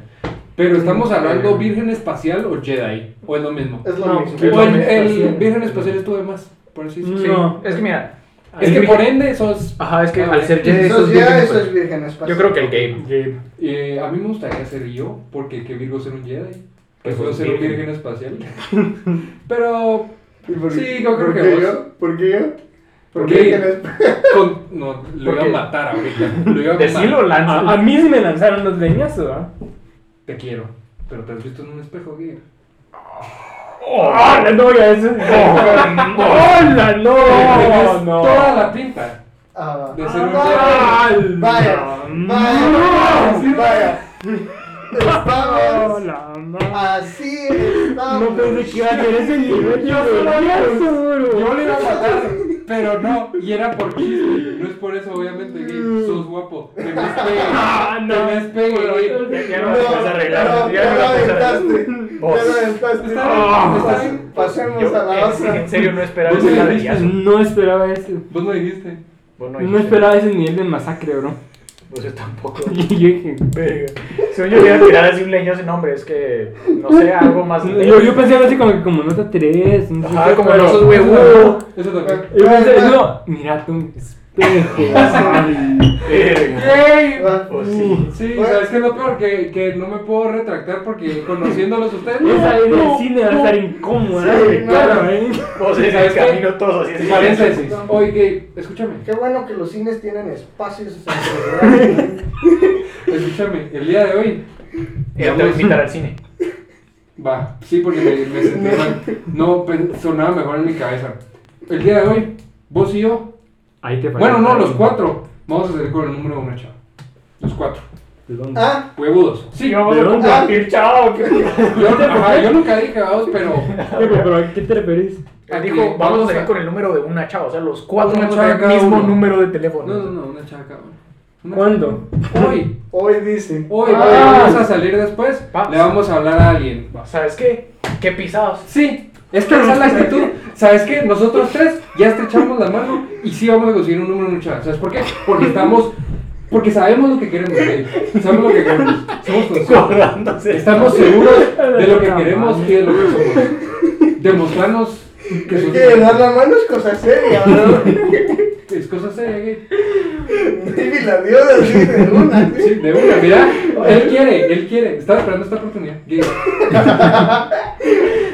Speaker 2: Pero estamos hablando virgen espacial o Jedi. O es lo mismo.
Speaker 3: Es lo
Speaker 1: No,
Speaker 3: mismo.
Speaker 2: O el, el
Speaker 4: espacial.
Speaker 2: virgen espacial estuve más. Por así decirlo.
Speaker 1: Sí. No.
Speaker 4: Es que mira.
Speaker 2: Es
Speaker 4: el
Speaker 2: que
Speaker 4: Gabe-
Speaker 2: por ende sos.
Speaker 4: Ajá, es que
Speaker 2: Ah,
Speaker 4: al ser
Speaker 3: Si
Speaker 4: Jedi.
Speaker 3: sos
Speaker 4: esos
Speaker 3: ya,
Speaker 4: vírgenes,
Speaker 3: eso
Speaker 4: pues,
Speaker 3: es virgen espacial.
Speaker 4: Yo creo que el Gabe.
Speaker 1: Gabe.
Speaker 2: Eh, a mí me gustaría ser yo, porque que Virgo ser un Jedi. Que
Speaker 4: Pues
Speaker 2: puedo
Speaker 4: un
Speaker 2: ser un
Speaker 4: virgen.
Speaker 2: virgen espacial. Pero
Speaker 3: ¿Y por-
Speaker 2: Sí, yo creo
Speaker 3: por
Speaker 2: que
Speaker 3: qué
Speaker 2: vos.
Speaker 3: yo? ¿Por qué yo?
Speaker 2: ¿Por
Speaker 3: ¿Por
Speaker 2: qué?
Speaker 3: virgen espacial?
Speaker 2: con- no, lo iba a
Speaker 4: Porque-
Speaker 2: matar ahorita. Lo iba a
Speaker 4: Decilo,
Speaker 2: matar.
Speaker 4: lanza.
Speaker 1: A, a mí sí me lanzaron los leñazos, ¿ah?
Speaker 2: Te quiero. Pero te has visto en un espejo, Gabe.
Speaker 4: Ah,
Speaker 1: ¡Hola, ¡Ah, no! Ya eso. ¡Hola, no!
Speaker 2: Tienes
Speaker 1: no!
Speaker 2: Toda la pinta.
Speaker 3: Ah, va.
Speaker 2: De ser un
Speaker 3: Ah,
Speaker 1: Jedi.
Speaker 3: Vaya,
Speaker 1: No.
Speaker 3: vaya, vaya. Estamos.
Speaker 1: ¡Hola, no!
Speaker 3: Así estamos.
Speaker 1: No pensé que iba a tener ese nivel de leñazo,
Speaker 2: Yo
Speaker 1: bro.
Speaker 2: le iba a matar, pero no. Y era por chiste. No es por eso, obviamente, Gabe. Sos guapo. Te me despegue.
Speaker 1: Mm. Ah, no.
Speaker 2: Te me despegue, Gabe.
Speaker 4: Ya
Speaker 3: No,
Speaker 4: no la puedes arreglar.
Speaker 3: no,
Speaker 4: ya
Speaker 3: ya
Speaker 4: no
Speaker 3: lo
Speaker 4: la puedes arreglar.
Speaker 3: aventaste.
Speaker 4: Vos.
Speaker 3: Ya lo aventaste.
Speaker 2: Está bien, está bien.
Speaker 3: Pasemos
Speaker 4: Yo,
Speaker 3: a la
Speaker 4: en-
Speaker 3: otra.
Speaker 4: En serio, no esperaba
Speaker 2: Vos
Speaker 4: ese
Speaker 2: no
Speaker 4: ladrillazo.
Speaker 1: No esperaba ese.
Speaker 2: Vos no dijiste.
Speaker 4: Vos no
Speaker 1: No
Speaker 4: dijiste.
Speaker 1: esperaba ese nivel de masacre, bro.
Speaker 4: Pues yo tampoco.
Speaker 1: Y yo dije,
Speaker 4: Verga. Según yo le iba a tirar así un leñazo, no, hombre, es que no sé, algo más.
Speaker 1: Yo, yo pensé algo así como que como nota 3, no sé
Speaker 4: Ajá,
Speaker 1: qué,
Speaker 4: Ah, como
Speaker 1: pero-
Speaker 4: los sos huevudo.
Speaker 2: Eso también.
Speaker 1: Yo pensé, no, mira tu espejo. así.
Speaker 4: Verga.
Speaker 2: Gabe.
Speaker 3: Va.
Speaker 4: Pues sí.
Speaker 2: Sí, ¿sabes qué es lo peor? Que, que no me puedo retractar porque conociéndolos ustedes.
Speaker 1: Esa en el
Speaker 2: No,
Speaker 1: cine va a
Speaker 2: no.
Speaker 1: estar incómoda,
Speaker 3: Sí,
Speaker 1: de
Speaker 3: no.
Speaker 1: cara, ¿eh?
Speaker 4: Vos en
Speaker 2: ¿Sabes
Speaker 4: el
Speaker 2: qué?
Speaker 4: camino todos así.
Speaker 2: Paréntesis. Oye, Gabe, escúchame.
Speaker 3: Qué bueno que los cines tienen espacios. en su
Speaker 2: Escúchame. El día de hoy.
Speaker 4: Y te voy a invitar al cine.
Speaker 2: Va, sí, porque me, me sentí mal. No, pe- sonaba mejor en mi cabeza. El día de hoy, vos y yo.
Speaker 1: Ahí te
Speaker 2: Bueno, no, los cuatro. Vamos a salir con el número uno, chavo. Los cuatro.
Speaker 3: ah,
Speaker 2: Huevudos. Sí,
Speaker 4: Sí, vamos
Speaker 1: ¿De
Speaker 4: a
Speaker 1: dónde?
Speaker 4: compartir, chao.
Speaker 2: yo, ajá, yo nunca dije vamos, pero.
Speaker 1: Pero, ¿a qué te referís?
Speaker 4: Ah, Dijo, vamos a salir con el número de una chava, o sea, los cuatro
Speaker 2: Una
Speaker 4: vamos
Speaker 2: chava
Speaker 4: a tener
Speaker 2: cada
Speaker 4: el mismo
Speaker 2: uno.
Speaker 4: número de
Speaker 2: No,
Speaker 4: teléfono.
Speaker 2: no, no, una chaca. bueno. Una-
Speaker 1: ¿Cuándo?
Speaker 2: Hoy.
Speaker 3: hoy dice.
Speaker 2: Hoy,
Speaker 3: Ah,
Speaker 2: porque vamos a salir después.
Speaker 4: Vamos.
Speaker 2: Le vamos a hablar a alguien.
Speaker 4: ¿Sabes qué? ¿Qué pisados?
Speaker 2: Sí, es que esa es la actitud. ¿Sabes qué? Nosotros tres ya estrechamos la mano y sí vamos a conseguir un número mucho. ¿Sabes por qué? Porque estamos. Porque sabemos lo que queremos. güey. Sabemos lo que queremos. Somos conscientes.
Speaker 4: Acordándose.
Speaker 2: Estamos seguros de lo que queremos y de lo que somos. Demostrarnos que
Speaker 3: Es
Speaker 2: somos.
Speaker 3: que dar la mano es cosa seria, bro.
Speaker 2: Es cosa seria, güey.
Speaker 3: Divi la dio así de una.
Speaker 2: Sí, de una, mira. Él quiere, él quiere. Estaba esperando esta oportunidad. Gay.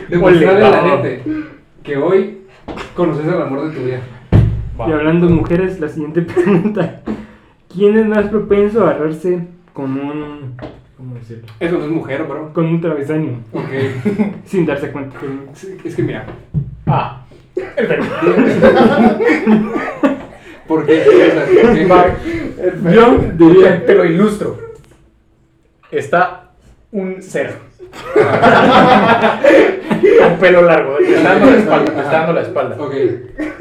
Speaker 2: Demostrarle a la gente que hoy conoces el amor de tu vida.
Speaker 1: Y hablando de mujeres, la siguiente pregunta. ¿Quién es más propenso a agarrarse con un... ¿Cómo decirlo?
Speaker 2: Eso no es mujer, bro.
Speaker 1: Con un travesaño,
Speaker 2: Ok.
Speaker 1: sin darse cuenta.
Speaker 2: Sí, Es que mira,
Speaker 4: Ah, el pendejo.
Speaker 2: ¿por qué? O sea, ¿por qué?
Speaker 1: Yo
Speaker 4: Te,
Speaker 1: diría...
Speaker 4: te lo ilustro. Está un cerdo. Con pelo largo. Te está dando la espalda. Te está dando la espalda.
Speaker 2: Ok,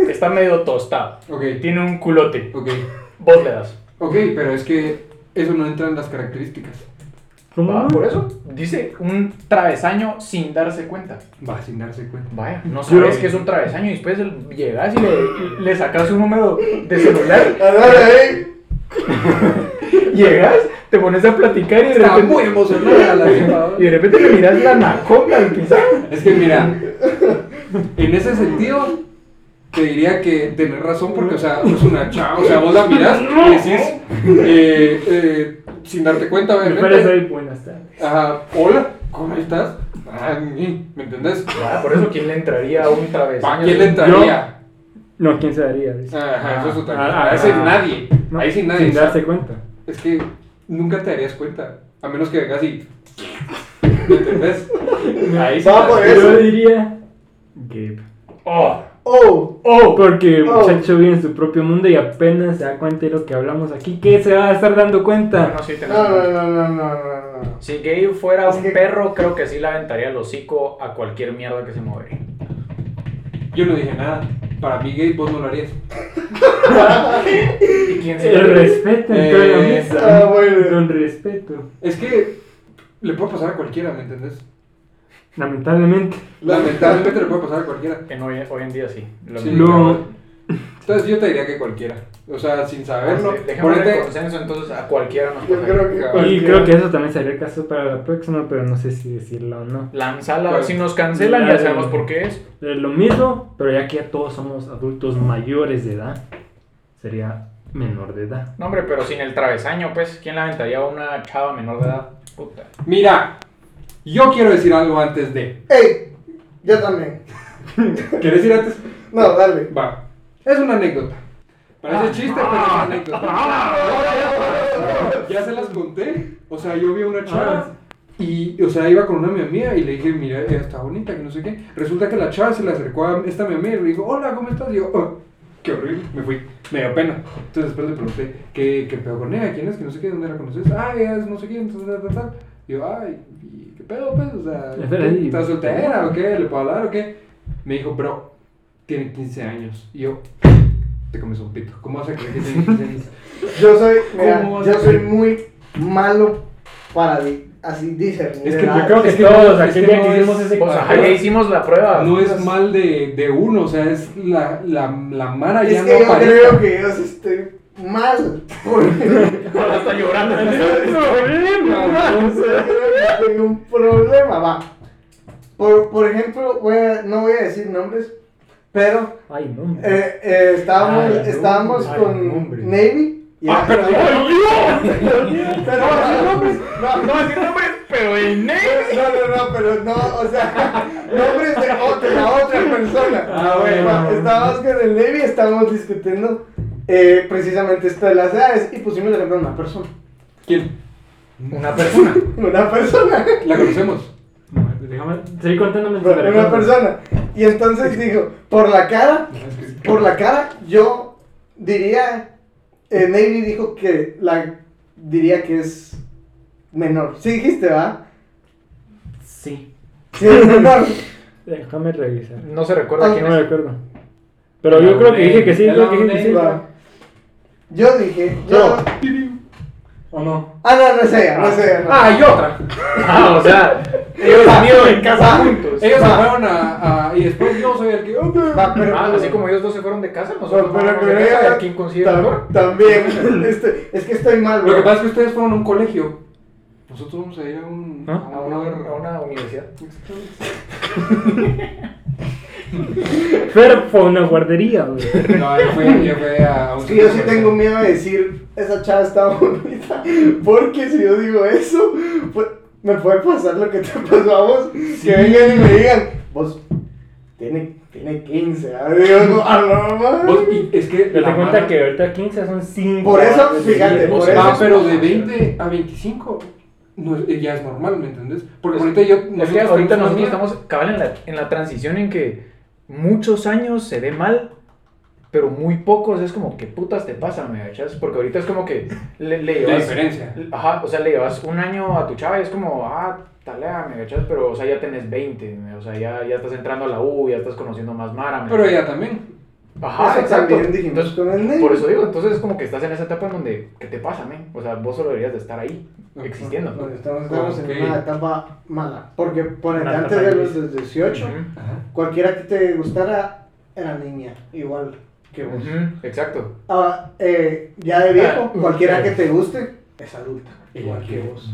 Speaker 4: Está medio tostado.
Speaker 2: ok,
Speaker 4: Tiene un culote.
Speaker 2: ok,
Speaker 4: Vos le das.
Speaker 2: ok, pero es que eso no entra en las características.
Speaker 1: ¿Cómo?
Speaker 4: Va, Ah, por eso. Dice un travesaño sin darse cuenta.
Speaker 2: Va sin darse cuenta.
Speaker 4: Vaya, no sabes que es un travesaño. Y después el- llegas y le, le sacas un número de celular.
Speaker 3: A ver, ahí.
Speaker 4: Llegas, te pones a platicar y de
Speaker 2: Estaba
Speaker 4: repente.
Speaker 2: muy emocionada la tipa,
Speaker 4: Y de
Speaker 2: ¿verdad?
Speaker 4: repente le miras la anaconda al pisar.
Speaker 2: Es que mira, en ese sentido, te diría que tenés razón porque, o sea, es una chava, o sea, vos la mirás y decís, eh, eh, sin darte cuenta,
Speaker 1: Me
Speaker 2: obviamente,
Speaker 1: parece buenas tardes.
Speaker 2: ajá, hola, ¿cómo estás? Ah, ¿me entendés?
Speaker 4: Ah, por eso, ¿quién le entraría a un
Speaker 2: ¿A
Speaker 4: travesaño?
Speaker 2: quién le entraría?
Speaker 1: No, ¿quién se daría? Dice.
Speaker 2: Ajá, eso es otra cosa.
Speaker 1: Ah, ah,
Speaker 2: Ahí sí
Speaker 1: ah.
Speaker 2: nadie.
Speaker 1: No,
Speaker 2: Ahí sí nadie.
Speaker 1: Sin darse cuenta.
Speaker 2: Es que nunca te darías cuenta. A menos que vengas y. ¿Me entendés? Ahí sí.
Speaker 3: Va por
Speaker 1: Yo
Speaker 3: eso.
Speaker 1: diría... Gabe.
Speaker 4: Oh,
Speaker 3: Oh,
Speaker 4: oh,
Speaker 1: Porque el
Speaker 3: Oh.
Speaker 1: muchacho vive en su propio mundo y apenas se da cuenta de lo que hablamos aquí. ¿Qué se va a estar dando cuenta?
Speaker 4: sí, tenés
Speaker 3: no, no,
Speaker 4: razón.
Speaker 3: no, no, no, no, no.
Speaker 4: Si Gabe fuera
Speaker 3: Es
Speaker 4: un
Speaker 3: que-
Speaker 4: perro, creo que sí le aventaría el hocico a cualquier mierda que se mueve.
Speaker 2: Yo no dije nada. Para mí, Gabe, vos no lo harías.
Speaker 4: ¿Y quién se
Speaker 1: El respeto en toda la
Speaker 2: Eh,
Speaker 1: mesa.
Speaker 3: ah, bueno.
Speaker 1: Con respeto.
Speaker 2: Es que le puede pasar a cualquiera, ¿me entendés?
Speaker 1: Lamentablemente.
Speaker 2: Lamentablemente le puede pasar a cualquiera.
Speaker 4: En hoy, hoy en día sí. Lo
Speaker 2: Sí,
Speaker 4: mismo.
Speaker 1: Lo-
Speaker 2: Entonces yo te diría que cualquiera. O sea, sin saberlo.
Speaker 4: Entonces, dejemos
Speaker 2: Ponete-
Speaker 4: el consenso entonces a cualquiera nos
Speaker 3: Yo
Speaker 4: pasa.
Speaker 3: creo que.
Speaker 1: Y
Speaker 3: cualquiera-
Speaker 1: creo que eso también sería el caso para la próxima, pero no sé si decirlo o no.
Speaker 4: Lanzala,
Speaker 2: Pues,
Speaker 4: a ver si nos cancelan, ya sabemos por qué es.
Speaker 1: Eh, Lo mismo, pero ya que ya todos somos adultos mayores de edad, sería menor de edad.
Speaker 4: No, hombre, pero sin el travesaño, pues, ¿quién la aventaría a una chava menor de edad? Puta.
Speaker 2: Mira, yo quiero decir algo antes de.
Speaker 3: ¡Ey! Yo también.
Speaker 2: ¿Quieres decir antes?
Speaker 3: No, dale.
Speaker 2: Va. Es una anécdota. Parece chiste, pero es una anécdota. Ya se las conté. O sea, yo vi a una chava y, o sea, iba con una mi amiga y le dije, mira, ella está bonita, que no sé qué. Resulta que la chava se le acercó a esta mi amiga y le dijo, hola, ¿cómo estás? Y yo, "Oh, qué horrible, me fui. Me dio pena. Entonces después le pregunté, ¿qué, qué pedo con ella? ¿Quién es? Que no sé qué, ¿dónde la conoces? Ah, ella es no sé quién, tal, tal, tal. Y yo, ay, ¿y ¿qué pedo, pues? O sea,
Speaker 1: Espera, y-
Speaker 2: ¿estás soltera o qué? ¿Le puedo hablar o qué? Me dijo, bro, tiene 15 años. Y yo, te comes un pito. ¿Cómo vas a creer que tiene 15 años?
Speaker 3: Yo soy. Mira,
Speaker 2: ¿Cómo vas
Speaker 3: yo
Speaker 2: a
Speaker 3: soy
Speaker 2: hacer?
Speaker 3: muy malo para di- así discernir.
Speaker 2: Es que yo
Speaker 3: edades.
Speaker 2: creo que
Speaker 1: Es que
Speaker 2: no-
Speaker 1: todos,
Speaker 2: es
Speaker 1: aquel
Speaker 2: que
Speaker 1: día
Speaker 2: no
Speaker 1: que hicimos
Speaker 2: es-
Speaker 1: ese
Speaker 4: O sea, ya hicimos la prueba.
Speaker 2: No es mal de, de uno, o sea, es la, la, la mara
Speaker 3: Es
Speaker 2: ya
Speaker 3: que
Speaker 2: no
Speaker 3: yo
Speaker 2: aparece.
Speaker 3: creo que yo sí estoy mal. Porque
Speaker 4: Ahora está llorando.
Speaker 3: yo creo que tengo un problema, va. Por, por ejemplo, voy a- no voy a decir nombres, pero
Speaker 1: Ay, no.
Speaker 3: eh, eh, estábamos,
Speaker 1: Ay, no,
Speaker 3: estábamos
Speaker 1: ay,
Speaker 3: con
Speaker 1: no, hombre.
Speaker 3: Navy. y-
Speaker 4: Ah, pero
Speaker 3: Pero- no,
Speaker 4: No, sí, no, hombre, pero en él.
Speaker 3: No, no, no, pero no, o sea, nombres de otra, a otra persona.
Speaker 1: Ah, bueno.
Speaker 3: Va, Estábamos con el Levi, estábamos discutiendo eh, precisamente esto de las edades y pusimos el ejemplo de una persona.
Speaker 2: ¿Quién?
Speaker 4: Una persona.
Speaker 3: Una persona.
Speaker 2: ¿La conocemos?
Speaker 1: No, Déjame seguir contando mientras me
Speaker 3: Una
Speaker 1: recuerdo.
Speaker 3: persona. Y entonces digo, por la cara, por la cara, yo diría, eh, Navy dijo que la, diría que es menor. Sí dijiste, ¿va?
Speaker 1: Sí.
Speaker 3: Sí, es menor.
Speaker 1: Déjame revisar.
Speaker 4: No se recuerda
Speaker 3: Ah,
Speaker 1: No
Speaker 4: quién
Speaker 1: me
Speaker 4: es.
Speaker 1: recuerdo. Pero
Speaker 4: La
Speaker 1: yo creo que
Speaker 4: Unai.
Speaker 1: dije que sí,
Speaker 2: La
Speaker 1: creo que dije que
Speaker 2: Unai,
Speaker 1: sí.
Speaker 3: Va. Yo dije,
Speaker 1: No.
Speaker 3: yo...
Speaker 1: ¿O no?
Speaker 3: Ah, no, no es ella, no es ella. no.
Speaker 2: Ah, y otra.
Speaker 4: Ah, o sea, ellos han ido en casa juntos.
Speaker 2: Ellos se
Speaker 3: Va.
Speaker 2: fueron a, a- Y después yo soy el que.
Speaker 3: Va, pues. pero,
Speaker 4: Ah, así como ellos dos se fueron de casa,
Speaker 3: pero-
Speaker 4: nosotros
Speaker 3: pero-
Speaker 4: no vamos de
Speaker 3: pero-
Speaker 4: casa, Ah, ¿a quién considera
Speaker 3: tam-
Speaker 4: mejor?
Speaker 3: También. este, es que estoy mal,
Speaker 2: Lo que
Speaker 3: bro.
Speaker 2: pasa es que ustedes fueron a un colegio. Nosotros vamos a ir a un.
Speaker 1: ¿Ah?
Speaker 4: A una, a una universidad.
Speaker 1: Pero fue una guardería, güey.
Speaker 2: No, yo fui, yo fui a un.
Speaker 3: Es que yo sí tengo miedo de decir, esa chava está bonita. Porque si yo digo eso, pues, me puede pasar lo que te pasó a vos. Que vengan y me digan, vos, tiene, tiene 15. ¿ah?". Digo, no, a la madre.
Speaker 2: Vos- y es que.
Speaker 1: Pero
Speaker 2: la
Speaker 1: te cuenta
Speaker 2: mara-
Speaker 1: que ahorita 15 son 5.
Speaker 3: Por eso, fíjate,
Speaker 2: Vos-
Speaker 3: por eso.
Speaker 2: Ah, pero de 20 a 25 no es- ya es normal, ¿me entendés? Porque
Speaker 4: Pues,
Speaker 2: ahorita yo.
Speaker 4: Es
Speaker 2: nosotros
Speaker 4: que
Speaker 2: tenemos
Speaker 4: ahorita nosotros
Speaker 2: una amiga.
Speaker 4: estamos cabal en la, en la transición en que muchos años se ve mal, pero muy pocos es como, ¿qué putas te pasa, me cachas? Porque ahorita es como que le, le
Speaker 2: De
Speaker 4: llevas...
Speaker 2: diferencia.
Speaker 4: Ajá, o sea, le llevas un año a tu chava y es como, ah, talea, me cachas, pero, o sea, ya tenés 20, me- o sea, ya, ya estás entrando a la U, ya estás conociendo más Mara, me
Speaker 2: Pero
Speaker 4: cachas.
Speaker 2: ella también.
Speaker 4: Ajá,
Speaker 3: Eso
Speaker 4: exacto.
Speaker 3: también dijimos
Speaker 4: Entonces,
Speaker 3: con el negro.
Speaker 4: por eso digo, entonces es como que estás en esa etapa en donde, ¿qué te pasa, men? O sea, vos solo deberías de estar ahí,
Speaker 2: Ok.
Speaker 4: existiendo.
Speaker 3: Bueno, estamos, estamos
Speaker 2: Ok.
Speaker 3: en una etapa mala. Porque ponete
Speaker 1: Una
Speaker 3: antes
Speaker 1: etapa
Speaker 3: de
Speaker 1: gris.
Speaker 3: los 18,
Speaker 4: Ujú.
Speaker 2: Ajá.
Speaker 3: cualquiera que te gustara era niña, igual que vos.
Speaker 4: Ujú, Exacto.
Speaker 3: Ah, eh, ya de viejo,
Speaker 4: Ah,
Speaker 3: cualquiera
Speaker 4: ok.
Speaker 3: que te guste es adulta, igual
Speaker 2: Igual
Speaker 3: que
Speaker 2: que
Speaker 3: vos.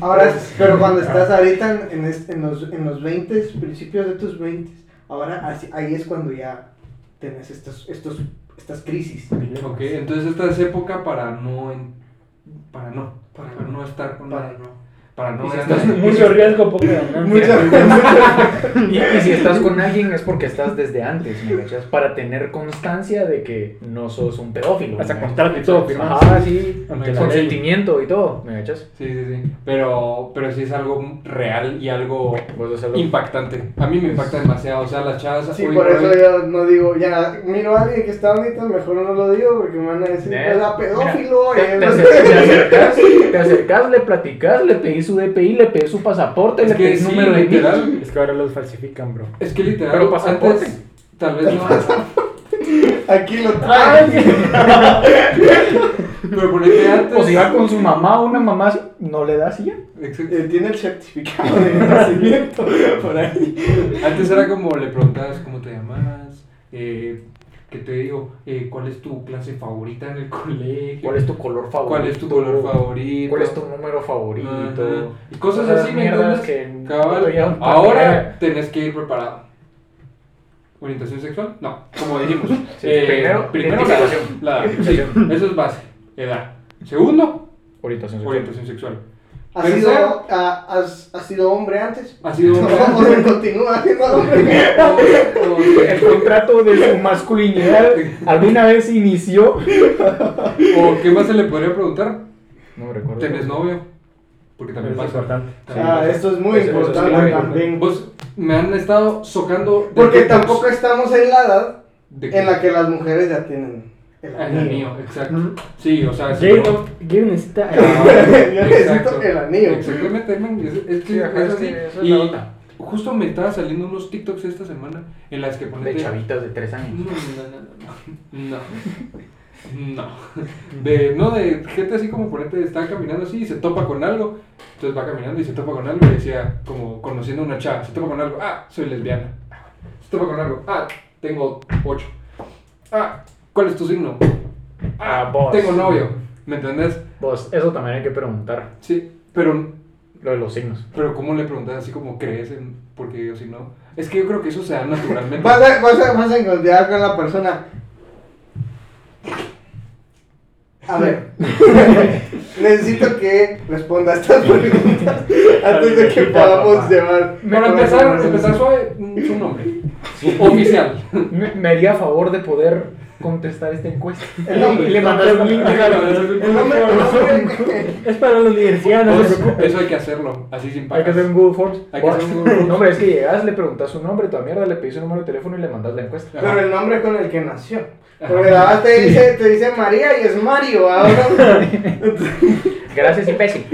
Speaker 3: Ahora,
Speaker 4: Pues,
Speaker 3: pero
Speaker 4: ah.
Speaker 3: cuando estás ahorita en, en es- en los, en los 20, principios de tus 20, ahora así- ahí es cuando ya tenés estos, estos, estas crisis.
Speaker 2: Ok, entonces esta es época para no. en- Para no.
Speaker 3: Para
Speaker 2: Para,
Speaker 3: no.
Speaker 2: no estar con
Speaker 3: Para
Speaker 2: nadie.
Speaker 3: no.
Speaker 2: Para no.
Speaker 4: Y si
Speaker 2: gastar-
Speaker 4: estás-
Speaker 1: Mucho riesgo, poca ganancia.
Speaker 4: Y, y si estás con alguien es porque estás desde antes, ¿me cachas? Para tener constancia de que no sos un pedófilo. ¿me
Speaker 1: Hasta
Speaker 4: cachas?
Speaker 1: contrato y todo firmado.
Speaker 4: Ajá, sí.
Speaker 1: Ante la ley.
Speaker 4: Consentimiento y todo, ¿me cachas?
Speaker 2: Sí, sí, sí. Pero, pero sí es algo real y algo
Speaker 4: Vos sos algo-
Speaker 2: impactante. A mí me impacta demasiado. O sea, las chavas.
Speaker 3: Sí,
Speaker 2: hoy
Speaker 3: por
Speaker 2: por
Speaker 3: eso
Speaker 2: hoy-
Speaker 3: yo no digo, ya, miro a alguien que está bonito, mejor no lo digo porque me van a decir,
Speaker 4: Eh,
Speaker 3: "Era pedófilo,
Speaker 4: mira,
Speaker 3: eh,
Speaker 4: te,
Speaker 3: no sé".
Speaker 4: te acercas, te acercas, le platicas, le pedís su DPI, le pedís su pasaporte,
Speaker 2: Es
Speaker 4: le
Speaker 2: que
Speaker 4: pedís
Speaker 2: sí,
Speaker 4: número de
Speaker 2: literal.
Speaker 4: DNI.
Speaker 1: Es que ahora los falsifican, bro.
Speaker 2: Es que literal.
Speaker 4: Pero pasaporte.
Speaker 2: Antes, Tal vez no.
Speaker 3: Aquí lo
Speaker 4: pues
Speaker 3: traen.
Speaker 2: Pero ponete antes.
Speaker 4: O si va con su mamá o una mamá así, no le da silla.
Speaker 2: Exacto.
Speaker 3: Eh, Tiene el certificado de nacimiento por ahí.
Speaker 2: Antes era como le preguntabas cómo te llamas, eh, que te digo, eh, cuál es tu clase favorita en el colegio,
Speaker 4: ¿Cuál es tu color favorito?
Speaker 2: cuál es tu color favorito,
Speaker 4: ¿Cuál es tu número favorito?
Speaker 2: Ajá. Y cosas
Speaker 4: Esas
Speaker 2: así, ¿me
Speaker 4: mierdas
Speaker 2: entiendes?
Speaker 4: que
Speaker 2: Cabal.
Speaker 4: todavía un par-
Speaker 2: Ahora tenés que ir preparado. ¿Orientación sexual? No, como dijimos. Eh,
Speaker 4: Sí, primero, identificación.
Speaker 2: la, la- sí,
Speaker 4: Identificación.
Speaker 2: eso es base, edad. Segundo,
Speaker 4: Orientación sexual.
Speaker 2: orientación sexual.
Speaker 3: ¿Has
Speaker 2: Pero
Speaker 3: sido,
Speaker 2: sea-
Speaker 3: ah, has, has sido hombre antes?
Speaker 2: Ha sido un
Speaker 3: No, Ah, o sea, continúa siendo hombre.
Speaker 2: O- o-
Speaker 4: El contrato de su masculinidad alguna vez inició.
Speaker 2: ¿O qué más se le podría preguntar?
Speaker 4: No me recuerdo.
Speaker 2: ¿Tenés novio? Porque también
Speaker 1: Es
Speaker 2: pasa.
Speaker 1: importante.
Speaker 2: También
Speaker 3: Ah,
Speaker 2: pasa.
Speaker 3: esto es muy
Speaker 4: Eso- eso es
Speaker 3: importante
Speaker 4: clave,
Speaker 3: también.
Speaker 2: Vos me han estado socando. de
Speaker 3: Porque
Speaker 2: tetas.
Speaker 3: tampoco estamos en la edad
Speaker 2: De-
Speaker 3: en la que las mujeres ya tienen el
Speaker 2: Ah, el
Speaker 3: anillo.
Speaker 2: anillo, exacto.
Speaker 1: Ujú.
Speaker 2: Ah, Sí, o sea,
Speaker 1: Gabe
Speaker 2: no-
Speaker 1: no- Gabe necesita. eh,
Speaker 3: Yo necesito
Speaker 2: Exacto.
Speaker 3: el anillo.
Speaker 2: Exactamente, men, es, es que
Speaker 4: Sí, ajá,
Speaker 2: es
Speaker 4: es
Speaker 2: así.
Speaker 4: que eso es la
Speaker 2: y
Speaker 4: onda.
Speaker 2: justo me estaban saliendo unos TikToks esta semana en las que
Speaker 4: De
Speaker 2: ponete.
Speaker 4: chavitas de 3 años.
Speaker 2: No, no, no, no, no. No. No. De, no, de gente así como ponete, está caminando así y se topa con algo. Entonces va caminando y se topa con algo y decía, como conociendo a una chava, se topa con algo, ah, soy lesbiana. Se topa con algo, ah, tengo ocho. Ah, ¿cuál es tu signo?
Speaker 4: Ah, vos.
Speaker 2: tengo novio. ¿Me entendés?
Speaker 4: Vos, eso también hay que preguntar.
Speaker 2: Sí, pero
Speaker 4: Lo de los signos.
Speaker 2: Pero ¿cómo le preguntas así como crees en porque yo si no? Es que yo creo que eso se da naturalmente.
Speaker 3: Vas a, vas, a, vas a encontrar con la persona. A ver, necesito que responda a estas preguntas antes de que podamos llevar.
Speaker 2: Para empezar, empezar suave, mm, su nombre. Oficial.
Speaker 4: Me, me haría favor de poder contestar esta encuesta.
Speaker 3: El nombre.
Speaker 4: Y le mandas un link.
Speaker 3: El nombre, el nombre.
Speaker 1: Es para la universidad, no se
Speaker 2: Pues,
Speaker 1: preocupe.
Speaker 2: eso hay que hacerlo, así sin
Speaker 4: Hay que
Speaker 2: pagas.
Speaker 4: hacer un Google Forms.
Speaker 2: Hay que hacer un Google Forms.
Speaker 4: No, hombre, es que llegas, le preguntas su nombre, toda mierda, le pedís su número de teléfono y le mandas la encuesta.
Speaker 3: Pero el nombre con el que nació.
Speaker 2: Ajá.
Speaker 3: Porque la verdad te dice, te dice María y es Mario. ¿ah? Ahora,
Speaker 4: Gracias y pesi.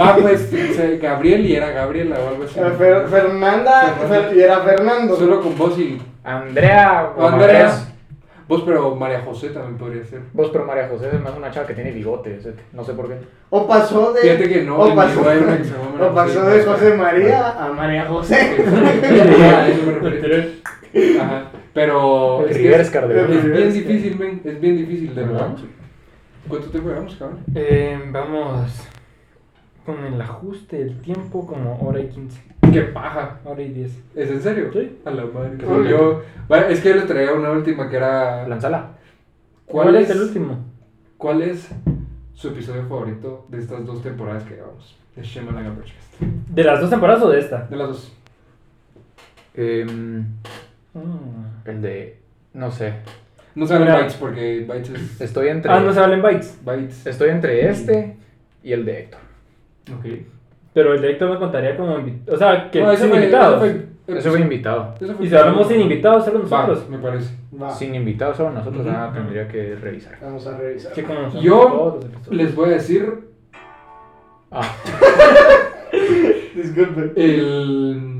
Speaker 2: Va pues se- Gabriel y era Gabriela o algo así.
Speaker 3: eh, Fer- Fernanda
Speaker 2: Fernando.
Speaker 3: Fer- y era Fernando.
Speaker 2: Solo con vos y
Speaker 4: Andrea. o
Speaker 2: Andrea.
Speaker 4: Andrés.
Speaker 2: Vos pero María José también podría ser.
Speaker 4: Vos, pero María José es más una chava que tiene bigote. ese- No sé por qué.
Speaker 3: O pasó de.
Speaker 2: Fíjate que no, en
Speaker 3: O
Speaker 2: mi
Speaker 3: pasó,
Speaker 2: lugar hay una que se llama María
Speaker 3: o pasó
Speaker 2: José.
Speaker 3: de José María a María José.
Speaker 2: A eso me refería. Ajá. Pero
Speaker 4: El
Speaker 2: es que
Speaker 4: reverse,
Speaker 2: es-
Speaker 4: cardenal.
Speaker 2: Es bien difícil, men, es bien difícil, de
Speaker 4: ¿Verdad?
Speaker 2: verdad. ¿Cuánto tiempo llevamos, cabrón?
Speaker 1: Eh, vamos con el ajuste del tiempo como hora y 15,
Speaker 2: ¡Qué paja!
Speaker 1: hora y 10.
Speaker 2: ¿Es en serio?
Speaker 1: Sí.
Speaker 2: A la madre.
Speaker 4: Qué bonito.
Speaker 2: Yo, bueno, es que yo les traía una última que era...
Speaker 4: Lánzala.
Speaker 1: ¿Cuál, es el último?
Speaker 2: ¿Cuál es su episodio favorito de estas dos temporadas que llevamos? De Shemanaga Podcast.
Speaker 1: ¿De las dos temporadas o de esta?
Speaker 2: De las dos.
Speaker 4: Em,
Speaker 1: Mm.
Speaker 4: el de. No sé.
Speaker 2: No se hablan
Speaker 1: Mira.
Speaker 2: Bites porque Bites es...
Speaker 4: Estoy entre.
Speaker 1: Ah, no se hablan bites.
Speaker 2: Bites.
Speaker 4: Estoy entre este y el de Héctor.
Speaker 2: Eh, Ok.
Speaker 1: Pero el directo me contaría como. invi- O sea, que
Speaker 2: No, ese
Speaker 1: sin
Speaker 2: fue-
Speaker 1: invitados.
Speaker 2: ese fue-
Speaker 4: Eso fue invitado.
Speaker 2: eso fue-
Speaker 1: Y si hablamos sin invitados, solo
Speaker 2: Va,
Speaker 1: nosotros.
Speaker 2: me parece.
Speaker 3: Va,
Speaker 4: Sin invitados solo nosotros
Speaker 2: Ah. Ujú.
Speaker 4: nada tendría que revisar.
Speaker 3: Vamos a revisar.
Speaker 1: Sí, como nosotros,
Speaker 2: Yo
Speaker 1: todos los episodios.
Speaker 2: Les voy a decir
Speaker 4: Ah,
Speaker 3: Disculpen.
Speaker 2: el...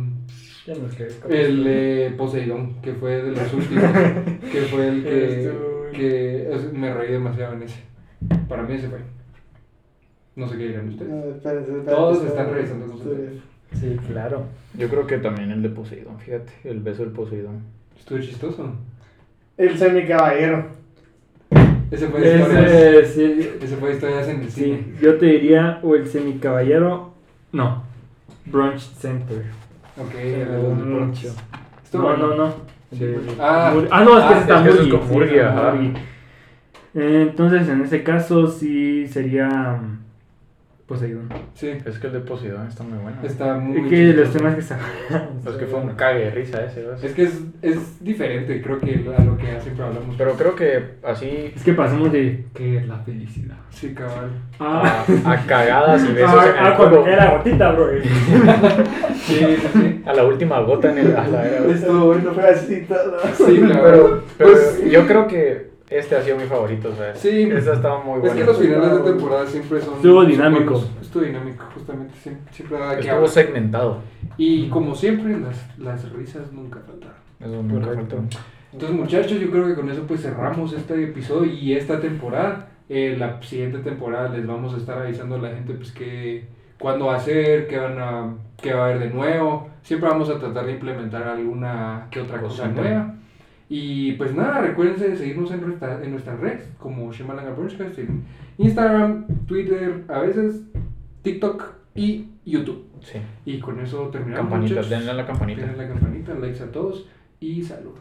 Speaker 1: Ya nos quedé-
Speaker 2: El eh, Poseidón, que fue de los últimos, que fue el que,
Speaker 1: Estoy-
Speaker 2: que o sea, me reí demasiado en ese. Para mí ese fue. No sé qué dirán ustedes.
Speaker 3: No, espérense, espérense,
Speaker 2: Todos
Speaker 3: espérense.
Speaker 2: están revisando sus teléfonos.
Speaker 1: Sí, claro.
Speaker 4: yo creo que también el de Poseidón, fíjate, el beso del Poseidón.
Speaker 2: Estuvo chistoso.
Speaker 3: El semicaballero.
Speaker 2: Ese fue de historias.
Speaker 1: Ese, Pues, eh, sí,
Speaker 2: Ese fue de historias en el cine.
Speaker 1: sí, yo te diría o el semicaballero. No. Brunch Center. Eh,
Speaker 2: Ok,
Speaker 1: Me
Speaker 2: el de
Speaker 1: gustó
Speaker 2: Eh, los
Speaker 1: mucho.
Speaker 2: deportes. Estuvo
Speaker 1: No,
Speaker 2: bueno.
Speaker 1: no, no.
Speaker 2: Sí.
Speaker 1: Mur-
Speaker 2: Ah.
Speaker 1: Mur- ah, no, es que
Speaker 2: Ah,
Speaker 1: ese está
Speaker 4: es que eso es
Speaker 1: Murgi,
Speaker 4: con
Speaker 1: sí,
Speaker 4: Murgi,
Speaker 1: está
Speaker 4: ajá.
Speaker 1: Murgi. Eh, Entonces, en ese caso, sí sería. mm, Poseidón.
Speaker 2: Sí,
Speaker 4: Es que el de Poseidón está muy bueno. ¿eh?
Speaker 2: está muy.
Speaker 1: Es que los
Speaker 2: chistoso.
Speaker 1: temas que se
Speaker 4: Es que fue un cague de risa ese, ¿ves?
Speaker 2: Es que es, es diferente, creo que a lo que siempre hablamos.
Speaker 4: Pero creo que así
Speaker 1: Es que pasamos de. ¿Qué es la felicidad?
Speaker 2: Sí, cabal.
Speaker 1: Ah,
Speaker 4: a, a cagadas y besos en
Speaker 1: ah,
Speaker 4: el
Speaker 1: ah, cuando
Speaker 4: culo.
Speaker 1: cae la gotita, bro.
Speaker 2: Sí, sí, sí.
Speaker 4: A la última gota en el... a la-
Speaker 3: Esto, bueno, fue así todo.
Speaker 2: Sí, cabal. Pues
Speaker 4: Pero, pero yo creo que este ha sido mi favorito, o sea,
Speaker 2: Sí.
Speaker 4: esa estaba muy
Speaker 2: Es
Speaker 4: buena.
Speaker 2: que los finales de temporada siempre son.
Speaker 1: Estuvo
Speaker 2: son
Speaker 1: dinámico.
Speaker 2: buenos. Estuvo dinámico, justamente. Siempre, siempre daba que
Speaker 4: Estuvo
Speaker 2: hablar.
Speaker 4: segmentado.
Speaker 2: Y como siempre, las, las risas nunca faltaron.
Speaker 4: Eso nunca
Speaker 1: Correcto.
Speaker 4: faltó.
Speaker 2: Entonces, muchachos, yo creo que con eso pues cerramos este episodio y esta temporada. Eh, la siguiente temporada les vamos a estar avisando a la gente pues que cuándo va a ser, qué van a qué va a haber de nuevo. Siempre vamos a tratar de implementar alguna que otra cosa
Speaker 4: Cosita.
Speaker 2: nueva. Y pues nada, recuérdense de seguirnos en, nuestra- en nuestras redes como Shemalanga Broadcast en Instagram, Twitter, a veces TikTok y YouTube.
Speaker 4: Sí.
Speaker 2: Y con eso terminamos.
Speaker 4: Campanitas,
Speaker 2: muchachos.
Speaker 4: denle a la campanita.
Speaker 2: Denle la campanita, likes a todos y salud.